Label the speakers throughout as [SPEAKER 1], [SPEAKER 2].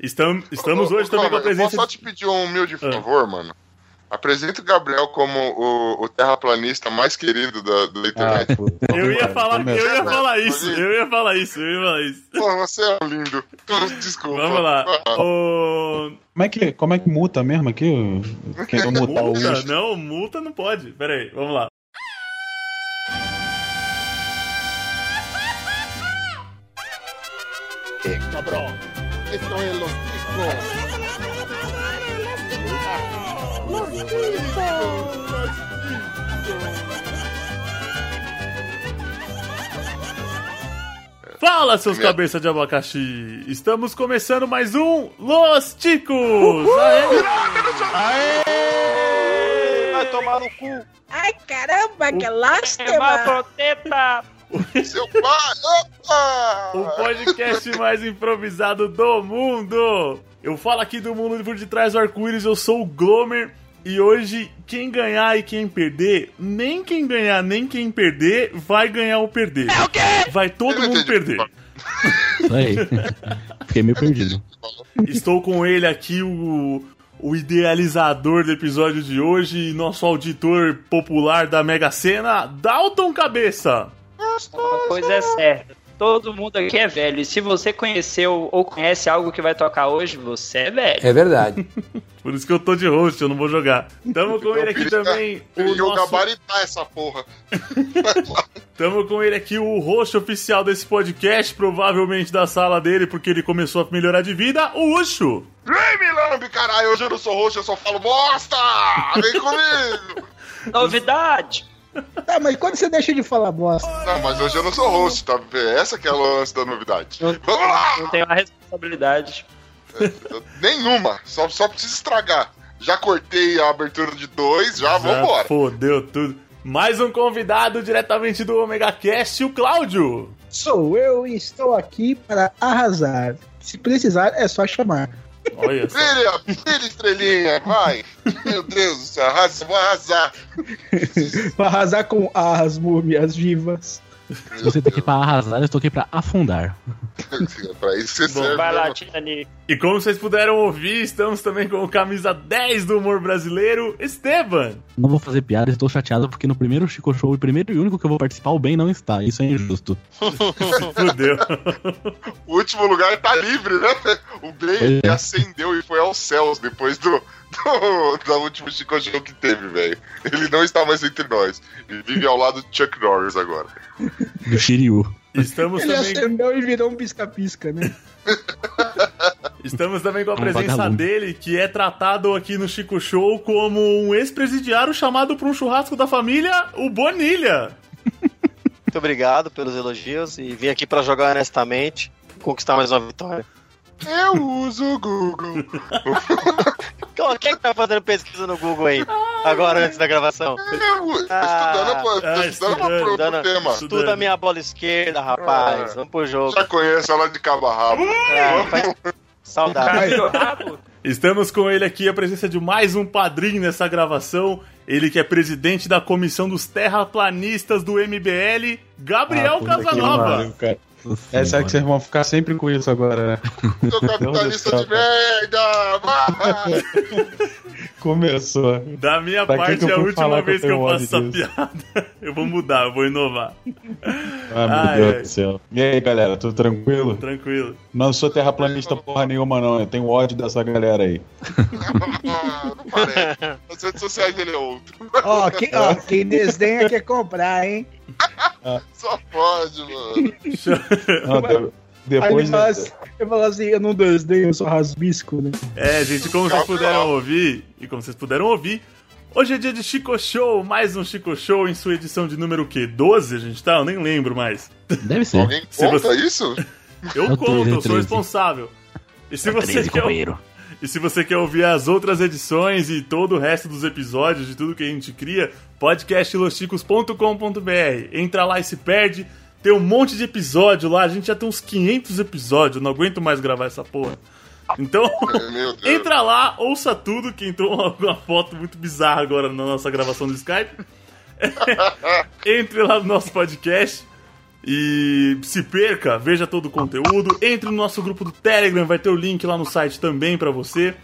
[SPEAKER 1] Estamos, estamos hoje também com a presença.
[SPEAKER 2] Posso só te pedir um humilde favor, mano? Apresenta o Gabriel como o, o terraplanista mais querido da, da internet.
[SPEAKER 3] puta,
[SPEAKER 1] Eu ia
[SPEAKER 3] cara,
[SPEAKER 1] falar,
[SPEAKER 3] começa.
[SPEAKER 1] eu ia falar isso, eu ia falar isso, eu ia falar isso.
[SPEAKER 2] Pô, você é um lindo. Desculpa.
[SPEAKER 1] Vamos lá.
[SPEAKER 2] Ah,
[SPEAKER 1] O...
[SPEAKER 3] Como é que, como é que muta mesmo aqui? Querendo mutar o
[SPEAKER 1] Multa?
[SPEAKER 3] Augusto.
[SPEAKER 1] Não, multa não pode. Pera aí, vamos lá. Fala, seus
[SPEAKER 2] Minha-
[SPEAKER 1] cabeças de abacaxi! Estamos começando mais um Los Ticos! Aê!
[SPEAKER 4] Vai tomar no cu.
[SPEAKER 5] Ai, caramba, que
[SPEAKER 4] Queimar a
[SPEAKER 5] lástima!
[SPEAKER 4] proteta.
[SPEAKER 2] Seu pai! Opa!
[SPEAKER 1] O podcast mais improvisado do mundo! Eu falo aqui do mundo por detrás do arco-íris, eu sou o Glomer. E hoje, quem ganhar e quem perder, nem quem ganhar nem quem perder, vai ganhar ou perder. É o quê? Vai todo
[SPEAKER 2] Eu não
[SPEAKER 1] mundo
[SPEAKER 2] entendi o que
[SPEAKER 1] perder.
[SPEAKER 2] falou.
[SPEAKER 6] Aí. Fiquei meio perdido.
[SPEAKER 1] Estou com ele aqui, o, o idealizador do episódio de hoje, e nosso auditor popular da Mega Sena, Dalton Cabeça.
[SPEAKER 4] Uma coisa é certa. Todo mundo aqui é velho. E se você conheceu ou conhece algo que vai tocar hoje, você é velho.
[SPEAKER 7] É verdade.
[SPEAKER 1] Por isso que eu tô de host, eu não vou jogar. Tamo com ele
[SPEAKER 2] é um
[SPEAKER 1] aqui também, o
[SPEAKER 2] E o
[SPEAKER 1] nosso
[SPEAKER 2] gabaritar essa porra.
[SPEAKER 1] Tamo com ele aqui, o roxo oficial desse podcast, provavelmente da sala dele, porque ele começou a melhorar de vida, o Ucho.
[SPEAKER 2] Vem, Milambi, caralho! Hoje eu não sou roxo, eu só falo bosta! Vem comigo!
[SPEAKER 4] Novidade!
[SPEAKER 8] Tá, mas quando você deixa de falar bosta?
[SPEAKER 2] Não, mas hoje eu não sou roxo, tá? Essa que é a lance da novidade. Vamos lá! É,
[SPEAKER 4] Não tenho a responsabilidade.
[SPEAKER 2] Nenhuma, só, só preciso estragar. Já cortei a abertura de dois, já
[SPEAKER 1] Já
[SPEAKER 2] vambora.
[SPEAKER 1] Fodeu tudo. Mais um convidado diretamente do Omega Cast, o Cláudio.
[SPEAKER 8] Sou eu e estou aqui para arrasar. Se precisar, é só chamar.
[SPEAKER 1] Olha só.
[SPEAKER 2] Brilha, brilha, estrelinha, vai! Meu Deus do céu, arrasa, vou arrasar!
[SPEAKER 8] Para arrasar com as múmias vivas.
[SPEAKER 6] Se você tá aqui pra arrasar, eu tô aqui pra afundar.
[SPEAKER 2] É pra isso que você
[SPEAKER 1] Bom,
[SPEAKER 2] serve.
[SPEAKER 4] Vai lá,
[SPEAKER 2] né?
[SPEAKER 4] Titani.
[SPEAKER 1] E como vocês puderam ouvir, estamos também com o camisa 10 do humor brasileiro, Esteban.
[SPEAKER 6] Não vou fazer piada, estou chateado porque no primeiro Chico Show, o primeiro e único que eu vou participar, o Ben não está. Isso é injusto.
[SPEAKER 1] Fudeu.
[SPEAKER 2] O último lugar tá livre, né? O Ben
[SPEAKER 6] É.
[SPEAKER 2] acendeu e foi aos céus depois do, do, do último Chico Show que teve, velho. Ele não está mais entre nós. Ele vive ao lado de Chuck Norris agora.
[SPEAKER 6] Do Shiryu.
[SPEAKER 1] Estamos
[SPEAKER 8] Ele
[SPEAKER 1] também,
[SPEAKER 8] acendeu e virou um pisca-pisca, né?
[SPEAKER 1] estamos
[SPEAKER 3] É
[SPEAKER 1] também com a
[SPEAKER 6] Um
[SPEAKER 1] presença
[SPEAKER 6] vagalume.
[SPEAKER 1] dele, que é tratado aqui no Chico Show como um ex-presidiário chamado para um churrasco da família, o Bonilha.
[SPEAKER 9] Muito obrigado pelos elogios e vim aqui pra jogar honestamente e conquistar mais uma vitória.
[SPEAKER 2] Eu uso o Google.
[SPEAKER 9] Então, Quem que tá fazendo pesquisa no Google aí? Agora, antes da gravação?
[SPEAKER 2] Eu uso.
[SPEAKER 9] Ah,
[SPEAKER 2] é um- tá estudando pra, estudando pra-
[SPEAKER 1] ah, estudando,
[SPEAKER 2] pro, pro
[SPEAKER 9] estudando.
[SPEAKER 2] tema.
[SPEAKER 9] Estuda a minha bola esquerda, rapaz.
[SPEAKER 2] Ah.
[SPEAKER 9] Vamos pro jogo.
[SPEAKER 2] Já conheço ela de cabo a rabo.
[SPEAKER 9] Ah, faz- Saudade.
[SPEAKER 8] Mas,
[SPEAKER 1] Estamos com ele aqui, a presença de mais um padrinho nessa gravação. Ele que é presidente da comissão dos terraplanistas do MBL, Gabriel
[SPEAKER 6] Ah, puta que
[SPEAKER 1] Casanova.
[SPEAKER 6] pariu, cara. Nossa
[SPEAKER 3] É, será
[SPEAKER 6] senhora.
[SPEAKER 3] que vocês vão ficar sempre com isso agora, né?
[SPEAKER 2] Seu capitalista
[SPEAKER 3] Deus
[SPEAKER 2] de
[SPEAKER 3] do céu,
[SPEAKER 2] merda! vai!
[SPEAKER 3] Começou.
[SPEAKER 1] Da minha
[SPEAKER 3] Pra que
[SPEAKER 1] parte,
[SPEAKER 3] que eu
[SPEAKER 1] é a
[SPEAKER 3] fui
[SPEAKER 1] última
[SPEAKER 3] falar que eu
[SPEAKER 1] vez que eu
[SPEAKER 3] tenho
[SPEAKER 1] faço essa
[SPEAKER 3] ódio
[SPEAKER 1] piada. Eu vou mudar, eu vou inovar.
[SPEAKER 3] Ah, meu
[SPEAKER 1] Ai,
[SPEAKER 3] Deus
[SPEAKER 1] ai.
[SPEAKER 3] do céu. E aí, galera, tudo tranquilo?
[SPEAKER 1] Tranquilo.
[SPEAKER 3] Não sou terraplanista porra nenhuma, não. Eu tenho ódio dessa galera aí.
[SPEAKER 2] Ah, não parece. Nas redes sociais ele é outro.
[SPEAKER 8] ó, quem, ó, quem desdenha quer comprar, hein?
[SPEAKER 2] Só pode, mano.
[SPEAKER 1] Ah,
[SPEAKER 3] Não, de-
[SPEAKER 8] Aí ele
[SPEAKER 3] depois.
[SPEAKER 8] fala assim, eu falo assim, eu não desdenho, eu sou rasbisco, né?
[SPEAKER 1] É, gente, como vocês
[SPEAKER 2] Calma.
[SPEAKER 1] puderam ouvir, e como vocês puderam ouvir, hoje é dia de Chico Show, mais um Chico Show em sua edição de número o quê? 12, a gente tá? Eu nem lembro mais.
[SPEAKER 6] Deve ser.
[SPEAKER 2] Alguém
[SPEAKER 1] Se
[SPEAKER 2] conta
[SPEAKER 1] você-
[SPEAKER 2] isso?
[SPEAKER 1] Eu
[SPEAKER 6] É o
[SPEAKER 1] conto, eu
[SPEAKER 6] 13.
[SPEAKER 1] sou responsável. E se você
[SPEAKER 6] Treze,
[SPEAKER 1] quer
[SPEAKER 6] companheiro.
[SPEAKER 1] E se você quer ouvir as outras edições e todo o resto dos episódios de tudo que a gente cria, podcastlosticos.com.br. Entra lá e se perde. Tem um monte de episódio lá, a gente já tem uns 500 episódios, eu não aguento mais gravar essa porra. Então,
[SPEAKER 2] Meu Deus.
[SPEAKER 1] entra lá, ouça tudo, que entrou uma, uma foto muito bizarra agora na nossa gravação do Skype. Entre lá no nosso podcast. E se perca, veja todo o conteúdo. Entre no nosso grupo do Telegram, vai ter o link lá no site também pra você.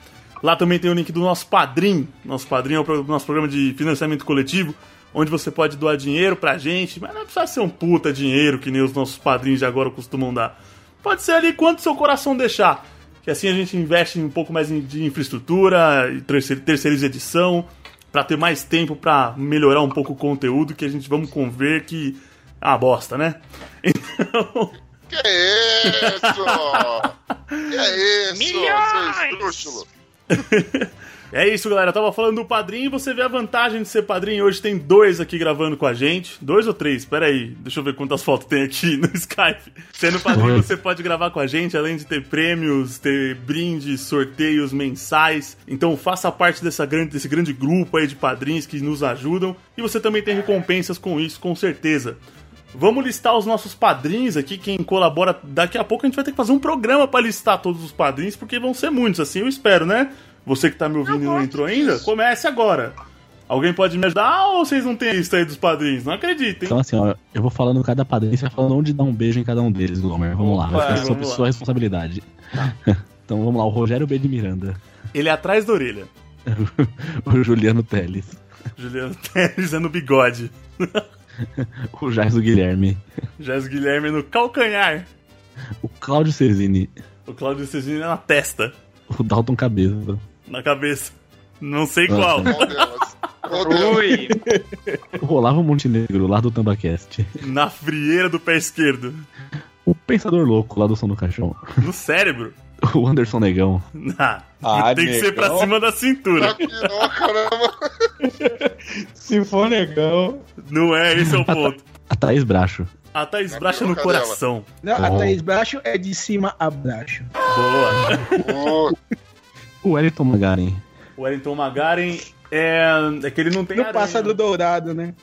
[SPEAKER 1] Lá também tem o link do nosso Padrim. Nosso Padrim é o pro- nosso programa de financiamento coletivo, onde você pode doar dinheiro pra gente, mas não precisa ser um puta dinheiro que nem os nossos padrinhos de agora costumam dar. Pode ser ali quanto seu coração deixar. Que assim a gente investe um pouco mais em- de infraestrutura, e terceir- terceiriza edição, pra ter mais tempo pra melhorar um pouco o conteúdo, que a gente vamos conver que é uma bosta, né? Então,
[SPEAKER 2] Que isso? que É isso, seu
[SPEAKER 4] Milhões!
[SPEAKER 2] esdrúxulo?
[SPEAKER 1] É isso, galera. Eu tava falando do padrinho e você vê a vantagem de ser padrinho. Hoje tem dois aqui gravando com a gente. Dois ou três? Pera aí. Deixa eu ver quantas fotos tem aqui no Skype. Sendo padrinho,
[SPEAKER 6] Dois.
[SPEAKER 1] você pode gravar com a gente, além de ter prêmios, ter brindes, sorteios mensais. Então faça parte dessa grande- desse grande grupo aí de padrinhos que nos ajudam. E você também tem recompensas com isso, com certeza. Vamos listar os nossos padrinhos aqui, quem colabora. Daqui a pouco a gente vai ter que fazer um programa pra listar todos os padrinhos, porque vão ser muitos, assim, eu espero, né? Você que tá me ouvindo e não entrou ainda, comece agora. Alguém pode me ajudar Ah, ou vocês não têm a lista aí dos padrinhos? Não acreditem.
[SPEAKER 6] Então, assim, ó, eu vou falando cada padrinho, você vai falando onde dar um beijo em cada um deles, Glomer. Vamos lá, vai
[SPEAKER 1] Opa,
[SPEAKER 6] ficar sob
[SPEAKER 1] vamos lá.
[SPEAKER 6] sua responsabilidade. então vamos lá, o Rogério B. de Miranda,
[SPEAKER 1] Ele é atrás da orelha.
[SPEAKER 6] o Juliano Teles,
[SPEAKER 1] Juliano Teles é no bigode.
[SPEAKER 6] o Jaiso Guilherme,
[SPEAKER 1] Jéssica Guilherme é no calcanhar.
[SPEAKER 6] o Cláudio Cesini,
[SPEAKER 1] O Claudio Cesini é na testa,
[SPEAKER 6] o Dalton Cabeza,
[SPEAKER 1] na cabeça. Não sei qual.
[SPEAKER 2] Qual delas? Qual delas?
[SPEAKER 4] Ui,
[SPEAKER 6] o Olavo Montenegro, lá do Tambacast,
[SPEAKER 1] Na frieira do pé esquerdo.
[SPEAKER 6] o Pensador Louco, lá do Som do Caixão,
[SPEAKER 1] No cérebro.
[SPEAKER 6] o Anderson Negão,
[SPEAKER 1] Não.
[SPEAKER 3] Ah,
[SPEAKER 1] Tem que ser pra
[SPEAKER 3] negão.
[SPEAKER 1] cima da cintura.
[SPEAKER 2] Tá pirou, caramba.
[SPEAKER 3] Se for
[SPEAKER 8] Então,
[SPEAKER 3] negão.
[SPEAKER 1] Não é, esse é o ponto.
[SPEAKER 6] a Thaís Bracho,
[SPEAKER 1] A Thaís Bracha no
[SPEAKER 2] boca dela.
[SPEAKER 1] coração.
[SPEAKER 8] Não, a
[SPEAKER 6] Oh.
[SPEAKER 8] Thaís Bracho é de cima a baixo.
[SPEAKER 1] Boa.
[SPEAKER 2] Ô,
[SPEAKER 6] o Wellington Magaren,
[SPEAKER 1] O Wellington Magaren é. É que ele não tem
[SPEAKER 8] Não
[SPEAKER 1] aranha.
[SPEAKER 8] passa do dourado, né?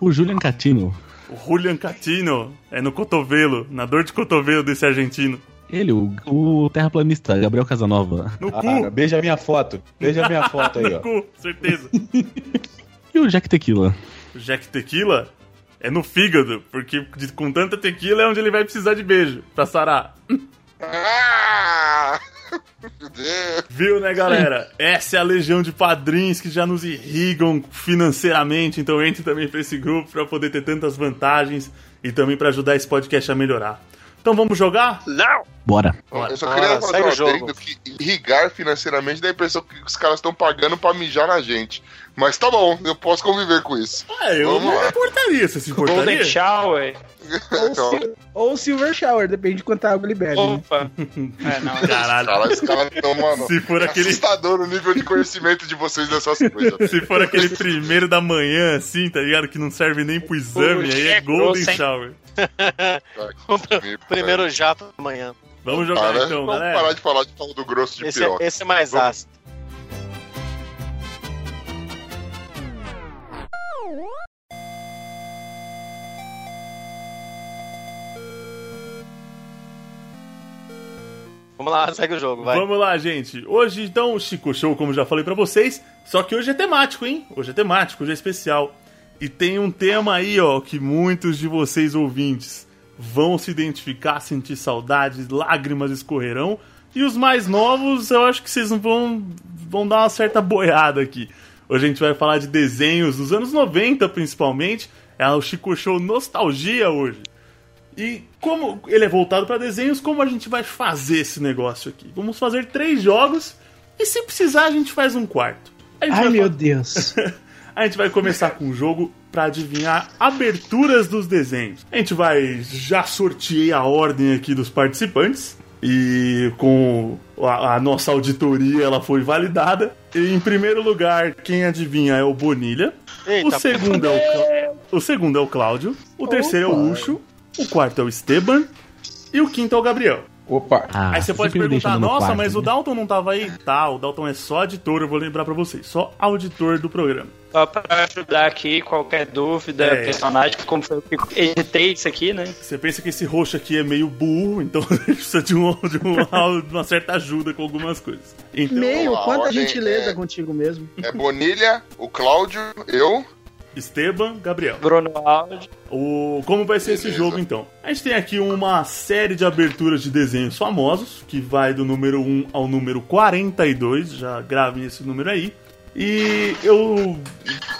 [SPEAKER 6] o Julian Catino,
[SPEAKER 1] O Julian Catino é no cotovelo, na dor de cotovelo desse argentino.
[SPEAKER 6] ele, o, o terraplanista, Gabriel Casanova,
[SPEAKER 1] No
[SPEAKER 3] Cara,
[SPEAKER 1] cu.
[SPEAKER 3] beija minha foto. Beija minha foto aí,
[SPEAKER 1] No
[SPEAKER 3] ó.
[SPEAKER 1] cu, certeza.
[SPEAKER 6] e o Jack Tequila.
[SPEAKER 1] O Jack Tequila é no fígado, porque de- com tanta tequila é onde ele vai precisar de beijo pra sarar.
[SPEAKER 2] Ah! Meu Deus.
[SPEAKER 1] Viu, né, galera? Essa é a legião de padrinhos que já nos irrigam financeiramente, então entre também pra esse grupo pra poder ter tantas vantagens e também pra ajudar esse podcast a melhorar. Então vamos jogar?
[SPEAKER 4] não!
[SPEAKER 6] Bora.
[SPEAKER 1] Bora.
[SPEAKER 2] Eu só
[SPEAKER 9] Bora,
[SPEAKER 2] queria
[SPEAKER 9] Ah, segue o
[SPEAKER 2] fazer um
[SPEAKER 9] jogo.
[SPEAKER 2] adendo que irrigar financeiramente dá a impressão que os caras estão pagando pra mijar na gente. Mas tá bom, eu posso conviver com isso.
[SPEAKER 1] É, eu
[SPEAKER 2] Vamos
[SPEAKER 1] não
[SPEAKER 2] lá.
[SPEAKER 1] me importaria, você se importaria?
[SPEAKER 4] Golden Shower.
[SPEAKER 8] Ou,
[SPEAKER 2] Então,
[SPEAKER 8] sil- ou Silver Shower, depende de quanta água libera. né?
[SPEAKER 4] Opa. É, não.
[SPEAKER 1] Caralho,
[SPEAKER 2] Cara, os caras estão, mano.
[SPEAKER 1] se for aquele,
[SPEAKER 2] Assustador o nível de conhecimento de vocês dessas coisas.
[SPEAKER 1] se for aquele primeiro da manhã, assim, tá ligado? Que não serve nem pro exame,
[SPEAKER 4] O
[SPEAKER 1] aí é
[SPEAKER 4] Jack
[SPEAKER 1] Golden
[SPEAKER 4] Grosso, hein?
[SPEAKER 1] Shower.
[SPEAKER 9] Primeiro jato da manhã.
[SPEAKER 1] Vamos jogar
[SPEAKER 2] Cara,
[SPEAKER 1] então,
[SPEAKER 2] vamos
[SPEAKER 1] galera.
[SPEAKER 2] parar de falar de pau do grosso de
[SPEAKER 9] Esse
[SPEAKER 2] piroca.
[SPEAKER 9] é, esse é mais
[SPEAKER 2] Vamos.
[SPEAKER 9] ácido. Vamos lá, segue o jogo, vai.
[SPEAKER 1] Vamos lá, gente. Hoje, então, o Chico Show, como já falei pra vocês, só que hoje é temático, hein? Hoje é temático, hoje é especial. E tem um tema aí, ó, que muitos de vocês ouvintes vão se identificar, sentir saudades, lágrimas escorrerão. E os mais novos, eu acho que vocês vão, vão dar uma certa boiada aqui. Hoje a gente vai falar de desenhos dos anos 90, principalmente. É o Chico Show Nostalgia hoje. E como ele é voltado para desenhos, como a gente vai fazer esse negócio aqui? Vamos fazer três jogos e se precisar a gente faz um quarto. A gente,
[SPEAKER 8] Ai,
[SPEAKER 1] vai,
[SPEAKER 8] meu Deus.
[SPEAKER 1] a gente vai começar com um jogo para adivinhar aberturas dos desenhos. A gente vai já sorteei a ordem aqui dos participantes e com a, a nossa auditoria ela foi validada. E em primeiro lugar, quem adivinha é o Bonilha. O
[SPEAKER 9] Eita,
[SPEAKER 1] segundo, é o, Clá- o segundo é o Cláudio. O terceiro é o Ucho. O quarto é o Esteban. E o quinto é o Gabriel.
[SPEAKER 3] Opa.
[SPEAKER 6] Ah,
[SPEAKER 1] aí você pode
[SPEAKER 6] sempre me deixa
[SPEAKER 1] perguntar,
[SPEAKER 6] no
[SPEAKER 1] nossa,
[SPEAKER 6] quarto,
[SPEAKER 1] mas o
[SPEAKER 6] né?
[SPEAKER 1] Dalton não tava aí? Tá, o Dalton é só editor, eu vou lembrar pra vocês. Só auditor do programa.
[SPEAKER 4] Só pra ajudar aqui, qualquer dúvida,
[SPEAKER 1] É.
[SPEAKER 4] personagem, como foi eu que editei isso aqui, né?
[SPEAKER 1] Você pensa que esse roxo aqui é meio burro, então ele precisa de, um, de, um- de uma certa ajuda com algumas coisas. Então,
[SPEAKER 8] Meio,
[SPEAKER 2] a
[SPEAKER 8] quanta
[SPEAKER 2] ordem
[SPEAKER 8] gentileza
[SPEAKER 2] é-
[SPEAKER 8] contigo mesmo.
[SPEAKER 2] É Bonilha, o Cláudio, eu,
[SPEAKER 1] Esteban, Gabriel.
[SPEAKER 4] Bruno Aldi.
[SPEAKER 1] O, como vai ser esse
[SPEAKER 2] Beleza.
[SPEAKER 1] jogo então? A gente tem aqui uma série de aberturas de desenhos famosos, que vai do número 1 ao número 42, já gravem esse número aí. E eu.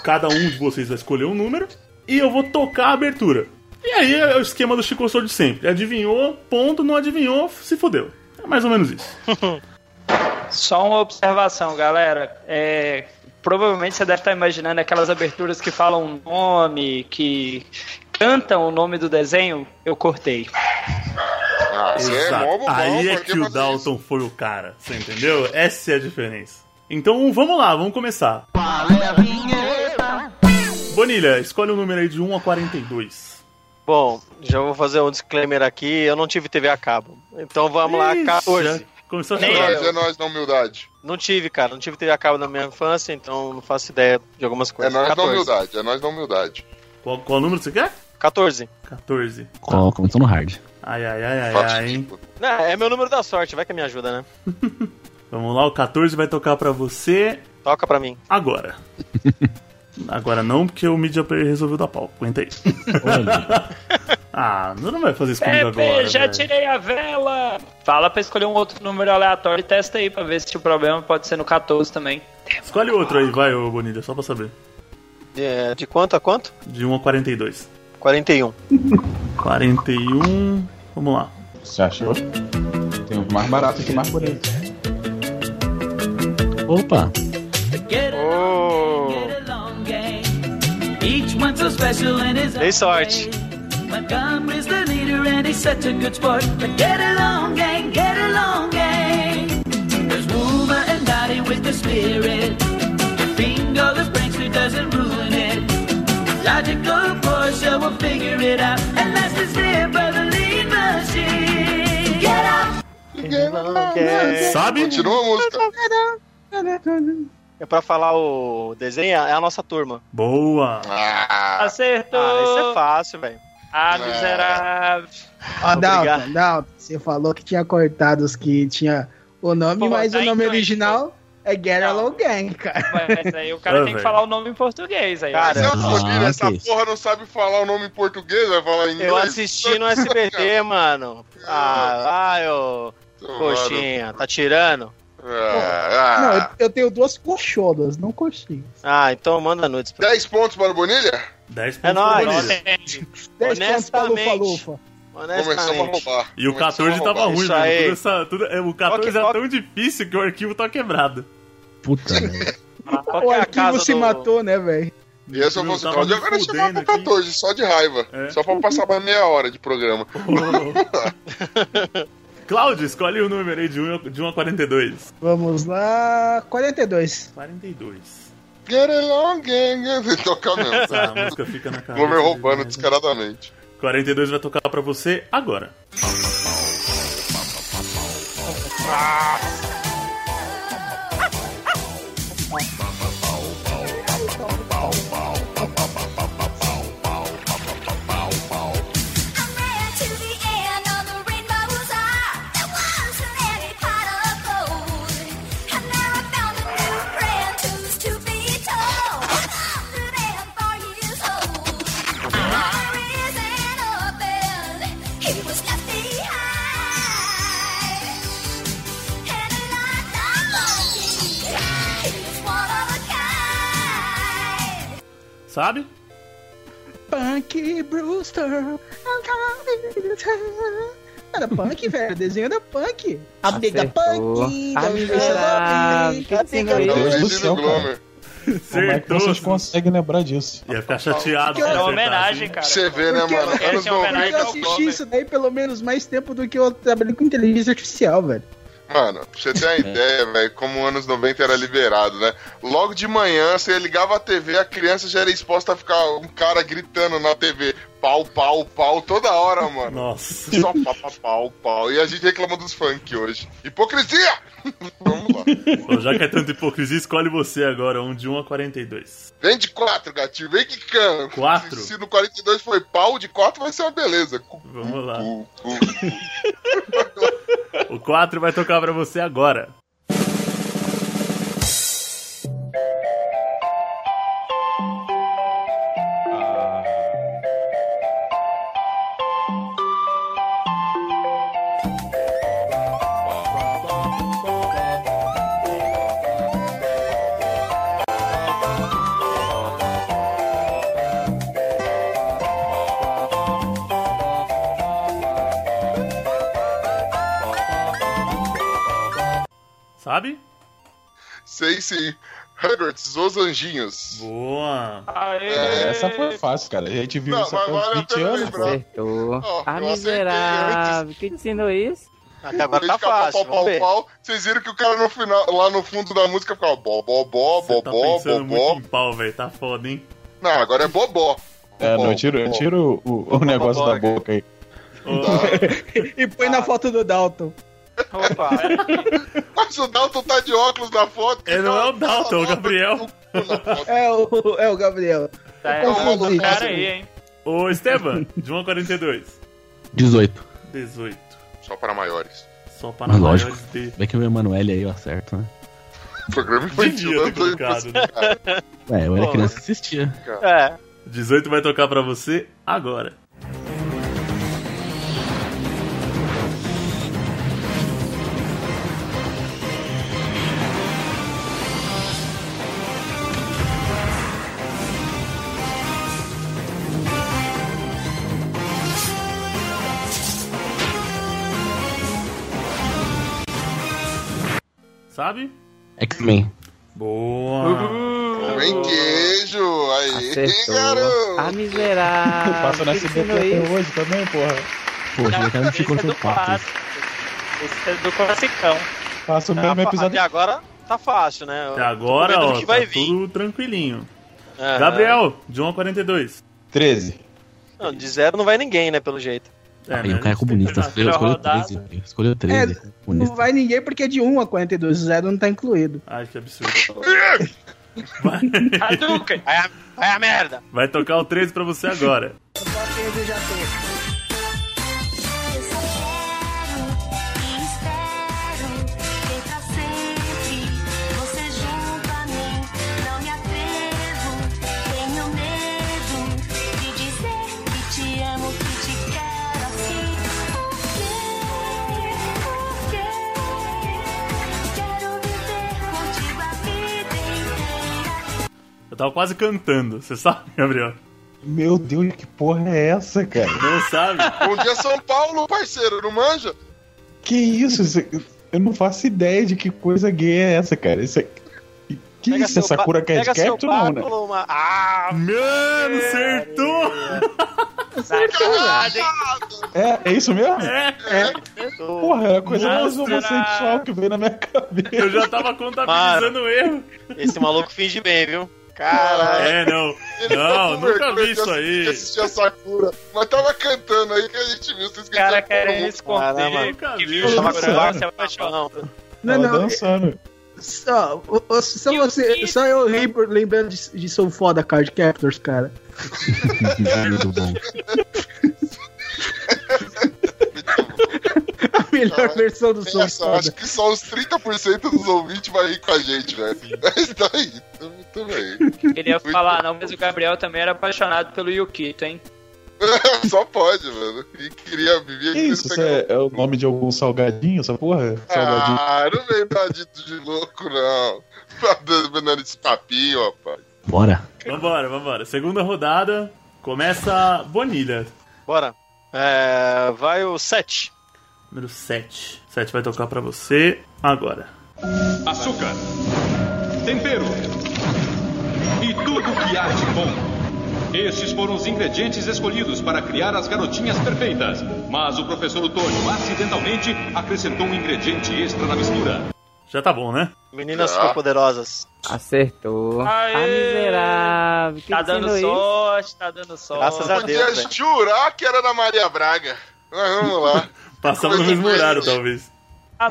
[SPEAKER 1] Cada um de vocês vai escolher um número e eu vou tocar a abertura. E aí é o esquema do Chico Sou de sempre: adivinhou, ponto, não adivinhou, se fodeu. É mais ou menos isso.
[SPEAKER 4] Só uma observação, galera. É, provavelmente você deve estar imaginando aquelas aberturas que falam o nome, que cantam o nome do desenho. Eu cortei.
[SPEAKER 2] Ah, você é mó bobão,
[SPEAKER 1] Aí é
[SPEAKER 2] por
[SPEAKER 1] que
[SPEAKER 2] fazer
[SPEAKER 1] o
[SPEAKER 2] isso?
[SPEAKER 1] Dalton foi o cara, você entendeu? Essa é a diferença. Então vamos lá, vamos começar. Bonilha, escolhe um número aí de 1 a 42.
[SPEAKER 9] Bom, já vou fazer um disclaimer aqui. Eu não tive TV a cabo. Então vamos lá,
[SPEAKER 1] Ixi,
[SPEAKER 9] 14.
[SPEAKER 1] já Começou a
[SPEAKER 4] Nem
[SPEAKER 1] chorar.
[SPEAKER 2] Mas é nós na humildade.
[SPEAKER 9] Não tive, cara. Não tive TV a cabo na minha infância, então não faço ideia de algumas
[SPEAKER 2] É
[SPEAKER 9] coisas.
[SPEAKER 2] nós na
[SPEAKER 9] 14.
[SPEAKER 2] humildade, é nós na humildade.
[SPEAKER 1] Qual, qual número você quer?
[SPEAKER 9] 14.
[SPEAKER 1] 14.
[SPEAKER 6] Ó, Começou no hard.
[SPEAKER 1] Ai, ai, ai, ai,
[SPEAKER 2] Fato
[SPEAKER 1] ai, hein?
[SPEAKER 2] tipo.
[SPEAKER 9] Não, é meu número da sorte, vai que me ajuda, né?
[SPEAKER 1] Vamos lá, o 14 vai tocar pra você
[SPEAKER 9] Toca pra mim.
[SPEAKER 1] agora. Agora não, porque o Media Player resolveu dar pau. Aguenta aí.
[SPEAKER 6] Olha,
[SPEAKER 1] Ah, não vai fazer isso
[SPEAKER 3] É,
[SPEAKER 1] comigo
[SPEAKER 4] Pepe,
[SPEAKER 1] agora. né?
[SPEAKER 4] já
[SPEAKER 1] velho.
[SPEAKER 4] tirei a vela! Fala pra escolher um outro número aleatório e testa aí pra ver se o problema pode ser no 14 também.
[SPEAKER 1] Escolhe outro aí, vai, ô Bonilha, só pra saber.
[SPEAKER 9] De, de quanto a quanto?
[SPEAKER 1] De 1 a 42.
[SPEAKER 9] 41.
[SPEAKER 1] 41. Vamos lá.
[SPEAKER 3] Você achou? Tem o mais barato que o mais bonito.
[SPEAKER 6] Opa,
[SPEAKER 9] Oh,
[SPEAKER 7] Each one's so special in his
[SPEAKER 9] dei sorte.
[SPEAKER 7] Montgomery's the leader and he's such a good sport. But get along, gang, get along, gang. There's Wilma and Dottie with the spirit. Bingo, the prankster doesn't ruin it. Logical Portia will figure it out. And let's just live by the lead machine. Get up!
[SPEAKER 9] É-
[SPEAKER 1] Sabe?
[SPEAKER 2] Continua a música.
[SPEAKER 9] É pra falar o desenho, é a nossa turma.
[SPEAKER 1] Boa!
[SPEAKER 2] Ah,
[SPEAKER 4] Acertou!
[SPEAKER 9] Ah, isso é fácil, velho.
[SPEAKER 4] Ah,
[SPEAKER 2] É.
[SPEAKER 4] miserável!
[SPEAKER 8] Ó,
[SPEAKER 9] Obrigado.
[SPEAKER 8] Ah, Dalton, Dalton, você falou que tinha cortado os que tinha o nome,
[SPEAKER 4] Pô,
[SPEAKER 8] mas
[SPEAKER 4] tá
[SPEAKER 8] o nome
[SPEAKER 4] então,
[SPEAKER 8] original é Get
[SPEAKER 4] Não.
[SPEAKER 8] Along Gang, cara.
[SPEAKER 4] Ué, Mas aí o cara
[SPEAKER 1] Ah,
[SPEAKER 4] tem que
[SPEAKER 1] velho.
[SPEAKER 4] falar o nome em português aí.
[SPEAKER 9] Cara,
[SPEAKER 2] Essa é uma
[SPEAKER 6] Ah,
[SPEAKER 2] família,
[SPEAKER 6] que
[SPEAKER 2] essa
[SPEAKER 6] isso.
[SPEAKER 2] porra não sabe falar o nome em português, vai falar em inglês.
[SPEAKER 9] Eu assisti no SBT, mano. Ah, ai, ô.
[SPEAKER 2] Tomado.
[SPEAKER 9] Coxinha, tá tirando? tá.
[SPEAKER 2] Ah,
[SPEAKER 8] Não,
[SPEAKER 2] ah.
[SPEAKER 8] eu, eu tenho duas cocholas, não coxinhas.
[SPEAKER 9] Ah, então manda nudes pra
[SPEAKER 2] 10 pontos para o Bonilha?
[SPEAKER 1] 10 pontos
[SPEAKER 9] É
[SPEAKER 1] pra
[SPEAKER 9] nóis.
[SPEAKER 1] Bonilha.
[SPEAKER 4] Entende?
[SPEAKER 8] Dez pontos pra Lufa
[SPEAKER 9] Honestamente.
[SPEAKER 8] Lufa.
[SPEAKER 2] Começamos a
[SPEAKER 9] Honestamente.
[SPEAKER 2] roubar.
[SPEAKER 1] E o
[SPEAKER 2] Começamos
[SPEAKER 1] 14
[SPEAKER 2] a
[SPEAKER 1] tava
[SPEAKER 2] roubar.
[SPEAKER 1] ruim,
[SPEAKER 9] Isso
[SPEAKER 1] velho.
[SPEAKER 9] aí.
[SPEAKER 1] Tudo essa- tudo- é, o 14 é
[SPEAKER 9] Toque,
[SPEAKER 1] tão difícil que o arquivo tá quebrado.
[SPEAKER 6] puta, velho.
[SPEAKER 9] Qual
[SPEAKER 8] O
[SPEAKER 9] que é a
[SPEAKER 8] arquivo
[SPEAKER 9] casa
[SPEAKER 8] se
[SPEAKER 9] do-
[SPEAKER 8] matou, né, velho?
[SPEAKER 2] E esse eu
[SPEAKER 1] Meu,
[SPEAKER 2] fosse
[SPEAKER 1] tava
[SPEAKER 2] Cláudio,
[SPEAKER 1] me
[SPEAKER 2] agora chamar
[SPEAKER 1] fudendo
[SPEAKER 2] pro
[SPEAKER 1] aqui.
[SPEAKER 2] 14, só de raiva.
[SPEAKER 1] É.
[SPEAKER 2] Só pra passar mais meia hora tipo, de programa.
[SPEAKER 1] Cláudio, escolhe o número aí de 1, a- de 1 a 42.
[SPEAKER 8] Vamos lá. 42.
[SPEAKER 1] 42.
[SPEAKER 2] Get along, gang. Tem que tocar mesmo.
[SPEAKER 1] Essa música fica na cabeça.
[SPEAKER 2] Glomer roubando
[SPEAKER 1] demais, né?
[SPEAKER 2] descaradamente.
[SPEAKER 1] 42 vai tocar pra você agora.
[SPEAKER 10] He was left behind. And a lot He was one of a kind.
[SPEAKER 1] Sabe?
[SPEAKER 8] Punk Brewster. Era punk, velho. O desenho era punk. Amiga
[SPEAKER 4] Acertou.
[SPEAKER 8] punk.
[SPEAKER 4] Ah, miserável.
[SPEAKER 8] Amiga
[SPEAKER 2] Meu
[SPEAKER 3] Deus do
[SPEAKER 8] punk.
[SPEAKER 3] céu, cara. Como é que
[SPEAKER 1] Acertou.
[SPEAKER 3] vocês conseguem lembrar disso?
[SPEAKER 1] Ia ficar
[SPEAKER 2] Tá
[SPEAKER 1] chateado. se
[SPEAKER 4] É
[SPEAKER 1] acertar,
[SPEAKER 4] uma homenagem,
[SPEAKER 1] assim.
[SPEAKER 4] cara.
[SPEAKER 2] Você vê, né,
[SPEAKER 8] Porque
[SPEAKER 2] mano?
[SPEAKER 8] esse
[SPEAKER 4] é
[SPEAKER 2] Anos
[SPEAKER 4] uma homenagem
[SPEAKER 2] 90,
[SPEAKER 8] Eu
[SPEAKER 4] ao
[SPEAKER 8] assisti isso daí pelo menos mais tempo do que eu trabalhei com inteligência artificial, velho.
[SPEAKER 2] Mano, pra você ter uma ideia, velho, como anos 90 era liberado, né? Logo de manhã, você ligava a TV, a criança já era exposta a ficar um cara gritando na TV. Pau, pau, pau, toda hora, mano.
[SPEAKER 1] Nossa.
[SPEAKER 2] Só pau, pau, pau, pau. E a gente reclama dos funk hoje. Hipocrisia! Vamos lá.
[SPEAKER 1] Bom, já que é tanta hipocrisia, escolhe você agora, um de 1 a 42.
[SPEAKER 2] Vem de quatro, gatinho, vem que cano.
[SPEAKER 1] Quatro?
[SPEAKER 2] Se no 42 foi pau, de quatro vai ser uma beleza. Cu,
[SPEAKER 1] Vamos lá.
[SPEAKER 2] cu, cu. hum.
[SPEAKER 1] O 4 vai tocar pra você agora. Sabe?
[SPEAKER 2] Sei sim. Hogwarts, Os Anjinhos.
[SPEAKER 1] Boa!
[SPEAKER 3] É, Essa foi fácil, cara. A gente viu
[SPEAKER 2] Não,
[SPEAKER 3] isso
[SPEAKER 2] mas
[SPEAKER 3] há
[SPEAKER 2] vale a
[SPEAKER 3] uns 20
[SPEAKER 2] pena
[SPEAKER 3] anos,
[SPEAKER 2] lembrar.
[SPEAKER 3] cara.
[SPEAKER 11] Acertou.
[SPEAKER 2] Ó,
[SPEAKER 11] ah,
[SPEAKER 2] eu acertei
[SPEAKER 11] miserável. Quem te ensinou isso?
[SPEAKER 9] Até agora tá
[SPEAKER 2] Ele ficava
[SPEAKER 9] fácil.
[SPEAKER 2] pau, pau,
[SPEAKER 9] vamos ver.
[SPEAKER 2] pau. Vocês viram que o cara no final, lá no fundo da música ficava bobó, bobó,
[SPEAKER 1] Você tá
[SPEAKER 2] bobó,
[SPEAKER 1] pensando
[SPEAKER 2] bobó.
[SPEAKER 1] muito em pau, velho. Tá foda, hein?
[SPEAKER 2] Não, agora é bobó.
[SPEAKER 3] É,
[SPEAKER 9] Tá
[SPEAKER 2] Bobó,
[SPEAKER 3] não, tira,
[SPEAKER 2] bobó.
[SPEAKER 3] tira o, o- o negócio da boca aí.
[SPEAKER 8] E põe na foto do Dalton.
[SPEAKER 4] Opa,
[SPEAKER 2] Mas o Dalton tá de óculos na foto. tá
[SPEAKER 1] Ele não é o Dalton, o Gabriel.
[SPEAKER 8] É o, é o Gabriel.
[SPEAKER 4] tá
[SPEAKER 8] Eu
[SPEAKER 4] errado
[SPEAKER 8] confundi.
[SPEAKER 4] o cara aí, hein?
[SPEAKER 1] Ô, Esteban, de 1 a 42.
[SPEAKER 6] 18.
[SPEAKER 1] 18.
[SPEAKER 2] Só para maiores.
[SPEAKER 1] Só para
[SPEAKER 6] Mas lógico.
[SPEAKER 1] maiores de...
[SPEAKER 6] Bem que o Emanuele aí eu acerto, né?
[SPEAKER 2] O programa
[SPEAKER 1] De
[SPEAKER 2] infantil.
[SPEAKER 1] dia,
[SPEAKER 2] né?
[SPEAKER 1] tá colocado, né?
[SPEAKER 6] É, eu era
[SPEAKER 9] Pô.
[SPEAKER 6] criança e assistia.
[SPEAKER 9] É.
[SPEAKER 1] 18 vai tocar pra você agora. Sabe?
[SPEAKER 6] X-Men.
[SPEAKER 1] Boa!
[SPEAKER 2] Vem queijo. Aí,
[SPEAKER 11] Acertou. Ah,
[SPEAKER 2] garoto.
[SPEAKER 7] Ah,
[SPEAKER 11] miserável.
[SPEAKER 3] Passa no
[SPEAKER 11] Quem te
[SPEAKER 3] SBT
[SPEAKER 11] ensinou
[SPEAKER 3] até
[SPEAKER 11] isso?
[SPEAKER 3] hoje também, porra.
[SPEAKER 6] Poxa, eu quero me ficou
[SPEAKER 4] Esse é
[SPEAKER 6] seu
[SPEAKER 4] do
[SPEAKER 6] papo.
[SPEAKER 4] clássico. Esse é do classicão.
[SPEAKER 3] Passa o
[SPEAKER 9] Ah,
[SPEAKER 3] mesmo
[SPEAKER 9] fa-
[SPEAKER 3] episódio.
[SPEAKER 9] Até agora tá fácil, né?
[SPEAKER 1] Até agora,
[SPEAKER 9] Tô vendo
[SPEAKER 1] ó,
[SPEAKER 9] que vai
[SPEAKER 1] tá
[SPEAKER 9] vir.
[SPEAKER 1] tudo tranquilinho.
[SPEAKER 9] Aham.
[SPEAKER 1] Gabriel, de 1 a 42.
[SPEAKER 3] 13.
[SPEAKER 9] Não, de zero não vai ninguém, né, pelo jeito.
[SPEAKER 1] É,
[SPEAKER 6] Aí
[SPEAKER 9] né?
[SPEAKER 6] o cara é comunista, escolheu, escolheu 13. velho. Escolheu 13.
[SPEAKER 8] É, Não
[SPEAKER 6] comunista.
[SPEAKER 8] vai ninguém porque é de 1 a 42, zero não tá incluído.
[SPEAKER 1] Ai, que absurdo. Vai,
[SPEAKER 4] Hadouken!
[SPEAKER 9] Vai a, vai a merda!
[SPEAKER 1] vai tocar o 13 pra você agora.
[SPEAKER 10] Eu só quero e espero ter pra sempre você junto a mim. Não me atrevo, tenho medo de dizer que te amo, que te quero assim. Por quê? Por quê? Quero viver contigo a vida inteira.
[SPEAKER 1] Eu tava quase cantando, você sabe, Gabriel?
[SPEAKER 3] Meu Deus, que porra é essa, cara?
[SPEAKER 1] Não sabe?
[SPEAKER 2] Bom um dia, São Paulo, parceiro. Não manja?
[SPEAKER 3] Que isso? isso- é, Eu não faço ideia de que coisa gay é essa, cara. Isso é... Que isso? É
[SPEAKER 9] seu
[SPEAKER 3] Sakura
[SPEAKER 9] ba-
[SPEAKER 3] Cat
[SPEAKER 9] pega seu
[SPEAKER 3] Captor não, né?
[SPEAKER 9] báculo, uma... Ah,
[SPEAKER 1] Mano, acertou!
[SPEAKER 9] sacanagem!
[SPEAKER 3] É, é isso mesmo?
[SPEAKER 1] É,
[SPEAKER 3] Porra, é a coisa mais
[SPEAKER 1] Monstro.
[SPEAKER 3] homossexual que veio na minha cabeça.
[SPEAKER 1] eu já tava contabilizando o erro.
[SPEAKER 9] Esse maluco finge bem, viu? Caralho.
[SPEAKER 1] É, não. Não, nunca vi isso aí.
[SPEAKER 2] Assistia a Sakura. Mas tava cantando aí que a gente viu. Vocês
[SPEAKER 4] O cara
[SPEAKER 2] esqueceram
[SPEAKER 4] querendo
[SPEAKER 9] Caramba.
[SPEAKER 4] esconder
[SPEAKER 1] Nunca
[SPEAKER 4] que
[SPEAKER 1] vi.
[SPEAKER 4] viu o
[SPEAKER 3] Tava
[SPEAKER 4] Juran
[SPEAKER 3] suando.
[SPEAKER 4] se apaixonou.
[SPEAKER 8] Não,
[SPEAKER 3] Tava
[SPEAKER 8] não,
[SPEAKER 3] dançando.
[SPEAKER 8] só, o- o- só,
[SPEAKER 4] E o
[SPEAKER 8] você,
[SPEAKER 4] que-
[SPEAKER 8] só eu ri por- lembrando de, de Sou Foda Card Captors, cara.
[SPEAKER 6] Muito bom.
[SPEAKER 8] A melhor
[SPEAKER 2] Caralho,
[SPEAKER 8] versão do Sou
[SPEAKER 2] Essa,
[SPEAKER 8] Foda.
[SPEAKER 2] acho que só uns 30% dos ouvintes vai rir com a gente, velho. Mas tá aí, muito bem.
[SPEAKER 1] um.
[SPEAKER 4] Queria falar, não, mas o Gabriel também era apaixonado pelo Yukito, hein?
[SPEAKER 2] Só pode, mano. E queria viver
[SPEAKER 3] Que isso? Isso é, é o nome de algum salgadinho, essa porra? Salgadinho.
[SPEAKER 2] Ah, não vem badito de louco, não. Tá dando banana esse papinho, rapaz.
[SPEAKER 6] Bora.
[SPEAKER 1] Vambora, vambora. Segunda rodada. Começa Bonilha.
[SPEAKER 9] Bora. É, vai o 7.
[SPEAKER 1] Número 7. 7 vai tocar pra você agora.
[SPEAKER 12] açúcar, tempero e tudo que há de bom. Estes foram os ingredientes escolhidos para criar as garotinhas perfeitas, mas o professor Otônio acidentalmente acrescentou um ingrediente extra na mistura.
[SPEAKER 1] Já tá bom, né?
[SPEAKER 9] Meninas
[SPEAKER 2] Ah.
[SPEAKER 9] superpoderosas.
[SPEAKER 11] Acertou. Ah,
[SPEAKER 4] Aê!
[SPEAKER 11] miserável. Quem
[SPEAKER 4] Tá
[SPEAKER 11] te
[SPEAKER 4] dando
[SPEAKER 11] ensinou isso?
[SPEAKER 4] sorte, tá dando sorte.
[SPEAKER 9] é Graças a
[SPEAKER 2] Podia
[SPEAKER 9] Deus, velho.
[SPEAKER 2] jurar que era da Maria Braga. Mas vamos lá.
[SPEAKER 1] Passava no mesmo horário, talvez.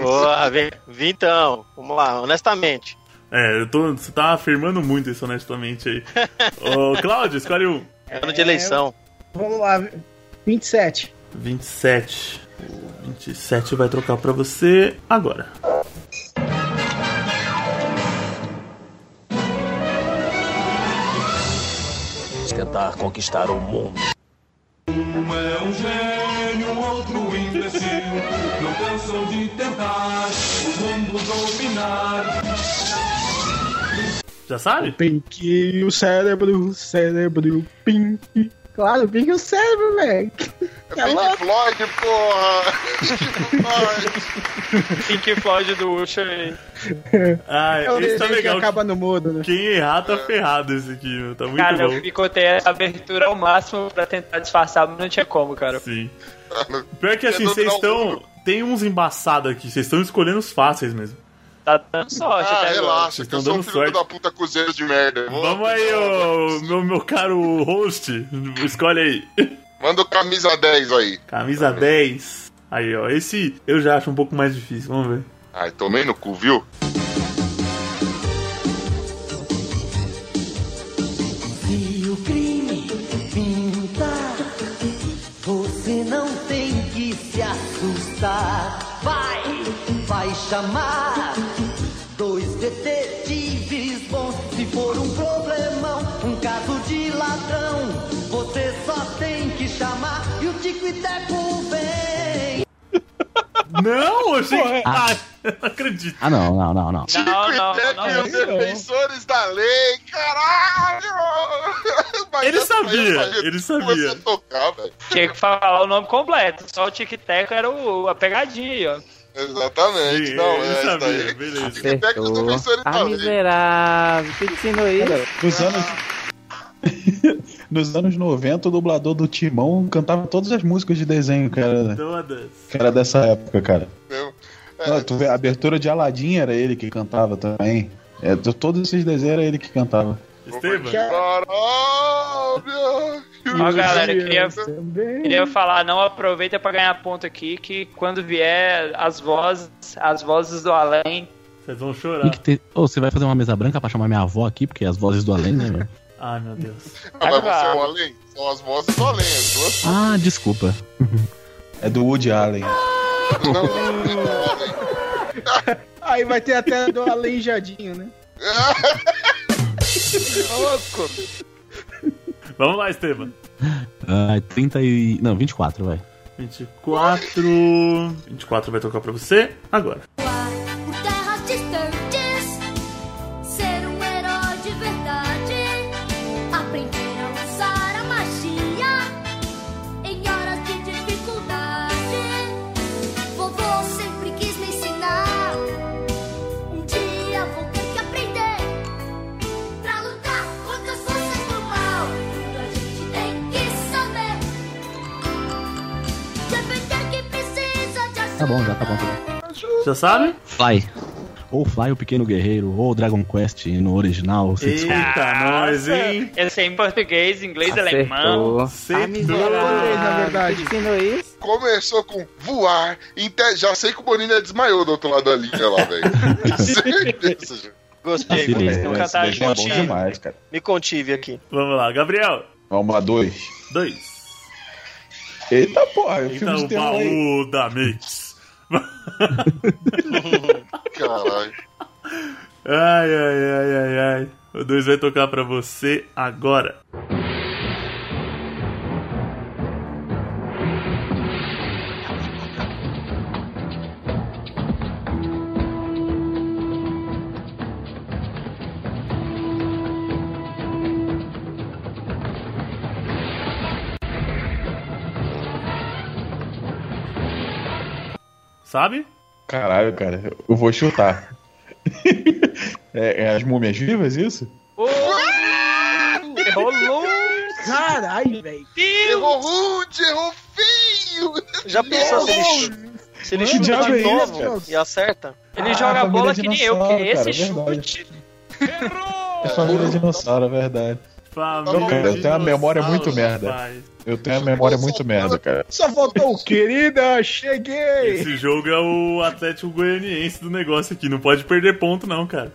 [SPEAKER 9] Boa, vem, vem então. Vamos lá, honestamente.
[SPEAKER 1] É, eu tô, você tá afirmando muito isso honestamente aí. Ô, Cláudio, escolhe um.
[SPEAKER 9] É Ano de eleição.
[SPEAKER 8] Vamos lá, 27.
[SPEAKER 1] 27. O 27 vai trocar pra você agora.
[SPEAKER 7] Tentar conquistar o mundo.
[SPEAKER 12] Um é um gênio, outro um imbecil. Não cansam de tentar o mundo dominar.
[SPEAKER 1] Já sabe?
[SPEAKER 8] Pink, o cérebro, o cérebro, Pink. Claro, Pink o cérebro, velho.
[SPEAKER 2] É Pink Floyd, porra!
[SPEAKER 4] Pink Floyd do Usher aí.
[SPEAKER 1] Ah,
[SPEAKER 4] É o
[SPEAKER 1] esse tá
[SPEAKER 4] desenho que
[SPEAKER 1] legal.
[SPEAKER 4] acaba
[SPEAKER 1] no mudo, né? Quem errar tá ferrado esse aqui, meu. Tá muito
[SPEAKER 4] Cara,
[SPEAKER 1] bom.
[SPEAKER 4] eu picotei essa abertura ao máximo pra tentar disfarçar, mas não tinha como, cara.
[SPEAKER 1] Sim. Pior que assim,
[SPEAKER 4] um
[SPEAKER 1] vocês estão. Tem uns embaçados aqui, vocês estão escolhendo os fáceis mesmo.
[SPEAKER 4] Tá dando sorte
[SPEAKER 2] ah,
[SPEAKER 4] até agora.
[SPEAKER 2] relaxa,
[SPEAKER 1] Vocês
[SPEAKER 2] que eu
[SPEAKER 1] estão
[SPEAKER 2] sou um
[SPEAKER 1] dando
[SPEAKER 2] filho
[SPEAKER 1] sorte.
[SPEAKER 2] da puta cozinheiro de merda. Vou-
[SPEAKER 1] Vamos aí, ô, meu, meu caro host. Escolhe aí.
[SPEAKER 2] Manda o camisa 10 aí.
[SPEAKER 1] Camisa 10. Aí, ó. Esse eu já acho um pouco mais difícil. Vamos ver.
[SPEAKER 2] Ai, tomei no cu, viu?
[SPEAKER 7] Se o crime pintar, você não tem que se assustar. Vai, vai chamar dois detetives bons. Se for um problemão, um caso de ladrão, você só tem que chamar e o Tico e Teco vem.
[SPEAKER 1] Não, eu achei que... Ah, não acredito.
[SPEAKER 6] é. Ah, não, não, não, não.
[SPEAKER 2] Tico e Teco e os defensores da lei, caralho! Mas
[SPEAKER 1] Ele
[SPEAKER 2] essa aí eu
[SPEAKER 1] sabia,
[SPEAKER 2] falei,
[SPEAKER 1] ele
[SPEAKER 2] Comecei
[SPEAKER 1] sabia.
[SPEAKER 2] a tocar, velho.
[SPEAKER 4] Tinha que falar o nome completo, só o tic-tac era o, a pegadinha aí, ó.
[SPEAKER 2] Exatamente,
[SPEAKER 1] Sim,
[SPEAKER 2] não,
[SPEAKER 1] ele
[SPEAKER 2] é isso
[SPEAKER 1] sabia,
[SPEAKER 2] aí.
[SPEAKER 1] beleza.
[SPEAKER 11] Acertou. Ah, miserável. Quem te ensinou isso?
[SPEAKER 3] Nos anos. Nos anos 90, o dublador do Timão cantava todas as músicas de desenho, cara.
[SPEAKER 1] Todas.
[SPEAKER 3] Que era dessa época, cara.
[SPEAKER 2] Meu, É.
[SPEAKER 3] Não, tu vê, a abertura de Aladdin era ele que cantava também. É, t- todos esses desenhos era ele que cantava.
[SPEAKER 1] Esteban?
[SPEAKER 2] Caralho!
[SPEAKER 4] Ó, galera, eu queria, queria falar, não aproveita pra ganhar ponto aqui, que quando vier as vozes, as vozes do além.
[SPEAKER 1] Vocês vão
[SPEAKER 6] Tem
[SPEAKER 1] chorar.
[SPEAKER 6] que ter... Ô, você vai fazer uma mesa branca pra chamar minha avó aqui, porque as vozes do além, né? velho?
[SPEAKER 1] Ai, meu Deus.
[SPEAKER 2] Ah, mas você é o além? São as vozes do além, as duas.
[SPEAKER 6] Ah, desculpa.
[SPEAKER 3] É do Woody Allen.
[SPEAKER 2] Não, não, não, não.
[SPEAKER 8] Aí vai ter até do aleijadinho, né?
[SPEAKER 4] Louco!
[SPEAKER 1] Vamos lá, Esteban.
[SPEAKER 6] Ah, 30 e... Não, 24, vai.
[SPEAKER 1] 24. 24 vai tocar pra você agora.
[SPEAKER 10] Por terras distantes, ser um herói de verdade. Aprender a usar a magia em horas de dificuldade. Vovô sempre quis me ensinar. Um dia vou ter que aprender pra lutar contra as forças do mal. Tudo a gente tem que saber. Defender que precisa de
[SPEAKER 6] Tá bom, já tá bom. Tá bom.
[SPEAKER 1] Já sabe?
[SPEAKER 6] Fly. Ou Fly, o Pequeno Guerreiro, ou Dragon Quest no original. se desculpa.
[SPEAKER 1] Eita, nós, hein?
[SPEAKER 4] Esse é em português, inglês, alemão.
[SPEAKER 6] Acertou.
[SPEAKER 4] Ah,
[SPEAKER 8] verdade.
[SPEAKER 11] isso?
[SPEAKER 2] Começou com voar. inte- Já sei que o Boninho já desmaiou do outro lado da linha lá, velho. Certeza, gente.
[SPEAKER 9] Gostei,
[SPEAKER 3] Filho,
[SPEAKER 9] gostei.
[SPEAKER 3] é,
[SPEAKER 9] Vou
[SPEAKER 3] esse
[SPEAKER 9] cantar
[SPEAKER 3] desenho é bom
[SPEAKER 9] juntinho.
[SPEAKER 3] demais, cara.
[SPEAKER 9] Me contive aqui.
[SPEAKER 1] Vamos lá, Gabriel.
[SPEAKER 3] Vamos lá, dois.
[SPEAKER 1] Dois.
[SPEAKER 3] Eita porra, eu
[SPEAKER 1] Eita,
[SPEAKER 3] filme de
[SPEAKER 1] o
[SPEAKER 3] terror aí.
[SPEAKER 1] baú da Mix.
[SPEAKER 2] Caralho.
[SPEAKER 1] Ai, ai, ai, ai, ai. O 2 vai tocar pra você agora. Sabe?
[SPEAKER 3] Caralho, cara, eu vou chutar. é, é as múmias vivas, isso?
[SPEAKER 2] Ah!
[SPEAKER 4] Errou louco!
[SPEAKER 8] Caralho, velho.
[SPEAKER 2] Errou rude, errou feio.
[SPEAKER 9] Já pensou se ele, chu- se ele
[SPEAKER 3] Que
[SPEAKER 9] chuta
[SPEAKER 3] diabo é
[SPEAKER 9] de
[SPEAKER 3] isso,
[SPEAKER 9] novo
[SPEAKER 3] cara?
[SPEAKER 9] e acerta?
[SPEAKER 4] Ele
[SPEAKER 3] Ah,
[SPEAKER 4] joga
[SPEAKER 3] família
[SPEAKER 4] bola que nem eu,
[SPEAKER 3] dinossauro,
[SPEAKER 4] porque esse
[SPEAKER 3] cara, é
[SPEAKER 4] chute.
[SPEAKER 3] É família dinossauro, é verdade. Não, cara, eu tenho uma memória muito merda. Eu tenho uma memória muito merda, cara.
[SPEAKER 8] Só faltou o querida, cheguei!
[SPEAKER 1] Esse jogo é o Atlético Goianiense do negócio aqui. Não pode perder ponto, não, cara.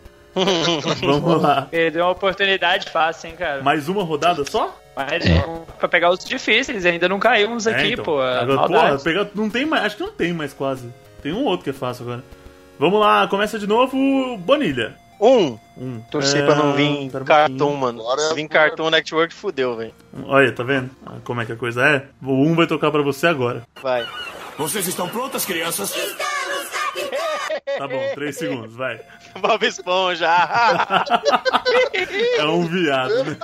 [SPEAKER 1] Vamos lá.
[SPEAKER 4] Perdeu uma oportunidade fácil, hein, cara.
[SPEAKER 1] Mais uma rodada só?
[SPEAKER 4] Mas um, pra pegar os difíceis, ainda não caiu uns aqui,
[SPEAKER 1] então.
[SPEAKER 4] pô. é
[SPEAKER 1] Agora,
[SPEAKER 4] maldade.
[SPEAKER 1] porra, pegar, não tem mais. Acho que não tem mais quase. Tem um outro que é fácil agora. Vamos lá, começa de novo, Bonilha.
[SPEAKER 9] Um.
[SPEAKER 1] Um.
[SPEAKER 9] Torci
[SPEAKER 1] É,
[SPEAKER 9] pra não vir
[SPEAKER 1] pera um
[SPEAKER 9] cartoon,
[SPEAKER 1] pouquinho.
[SPEAKER 9] mano.
[SPEAKER 2] Agora é
[SPEAKER 9] Se vir cartoon network, fudeu, velho.
[SPEAKER 1] Olha, tá vendo Ah, como é que a coisa é? O um vai tocar pra você agora.
[SPEAKER 9] Vai.
[SPEAKER 12] Vocês estão prontas, crianças?
[SPEAKER 1] Tá bom, três segundos, vai.
[SPEAKER 9] Bob Esponja.
[SPEAKER 1] É um viado, né?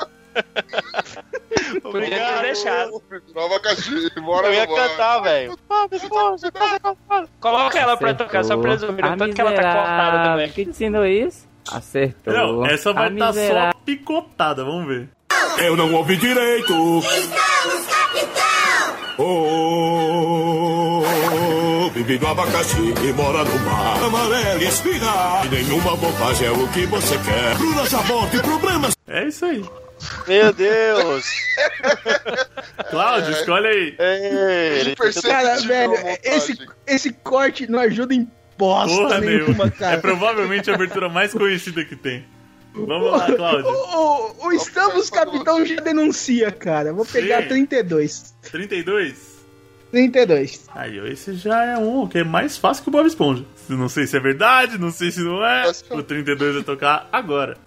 [SPEAKER 4] Podia ter deixado.
[SPEAKER 2] Nova caixinha, bora
[SPEAKER 9] Eu ia
[SPEAKER 2] bora.
[SPEAKER 9] cantar, velho.
[SPEAKER 4] Coloca ela pra tocar, só pra resumir.
[SPEAKER 11] A
[SPEAKER 4] o Tanto que ela tá cortada
[SPEAKER 11] miserável.
[SPEAKER 4] também.
[SPEAKER 11] Quem te ensinou isso? Acertou.
[SPEAKER 1] Não, essa vai
[SPEAKER 11] A
[SPEAKER 1] estar
[SPEAKER 11] miserável.
[SPEAKER 1] só picotada, vamos ver. Eu não ouvi direito.
[SPEAKER 13] Oh, vive no abacaxi e mora no mar. Amarelo e espina. E nenhuma bobagem é o que você quer. Bruna Sabota e problemas.
[SPEAKER 1] É isso aí.
[SPEAKER 9] Meu Deus!
[SPEAKER 1] Cláudio, escolhe aí. É,
[SPEAKER 9] Ei,
[SPEAKER 8] Cara, velho, esse, esse corte não ajuda em bosta
[SPEAKER 1] Porra
[SPEAKER 8] nenhuma,
[SPEAKER 1] nenhuma.
[SPEAKER 8] cara.
[SPEAKER 1] É provavelmente a abertura mais conhecida que tem. Vamos lá,
[SPEAKER 8] O,
[SPEAKER 1] Cláudio.
[SPEAKER 8] o- o Estamos Capitão já denuncia, cara. Vou pegar
[SPEAKER 1] Sim.
[SPEAKER 8] 32.
[SPEAKER 1] 32?
[SPEAKER 8] 32.
[SPEAKER 1] Aí, ó, esse já é um que é mais fácil que o Bob Esponja. Não sei se é verdade, não sei se não é. O 32 vai tocar agora.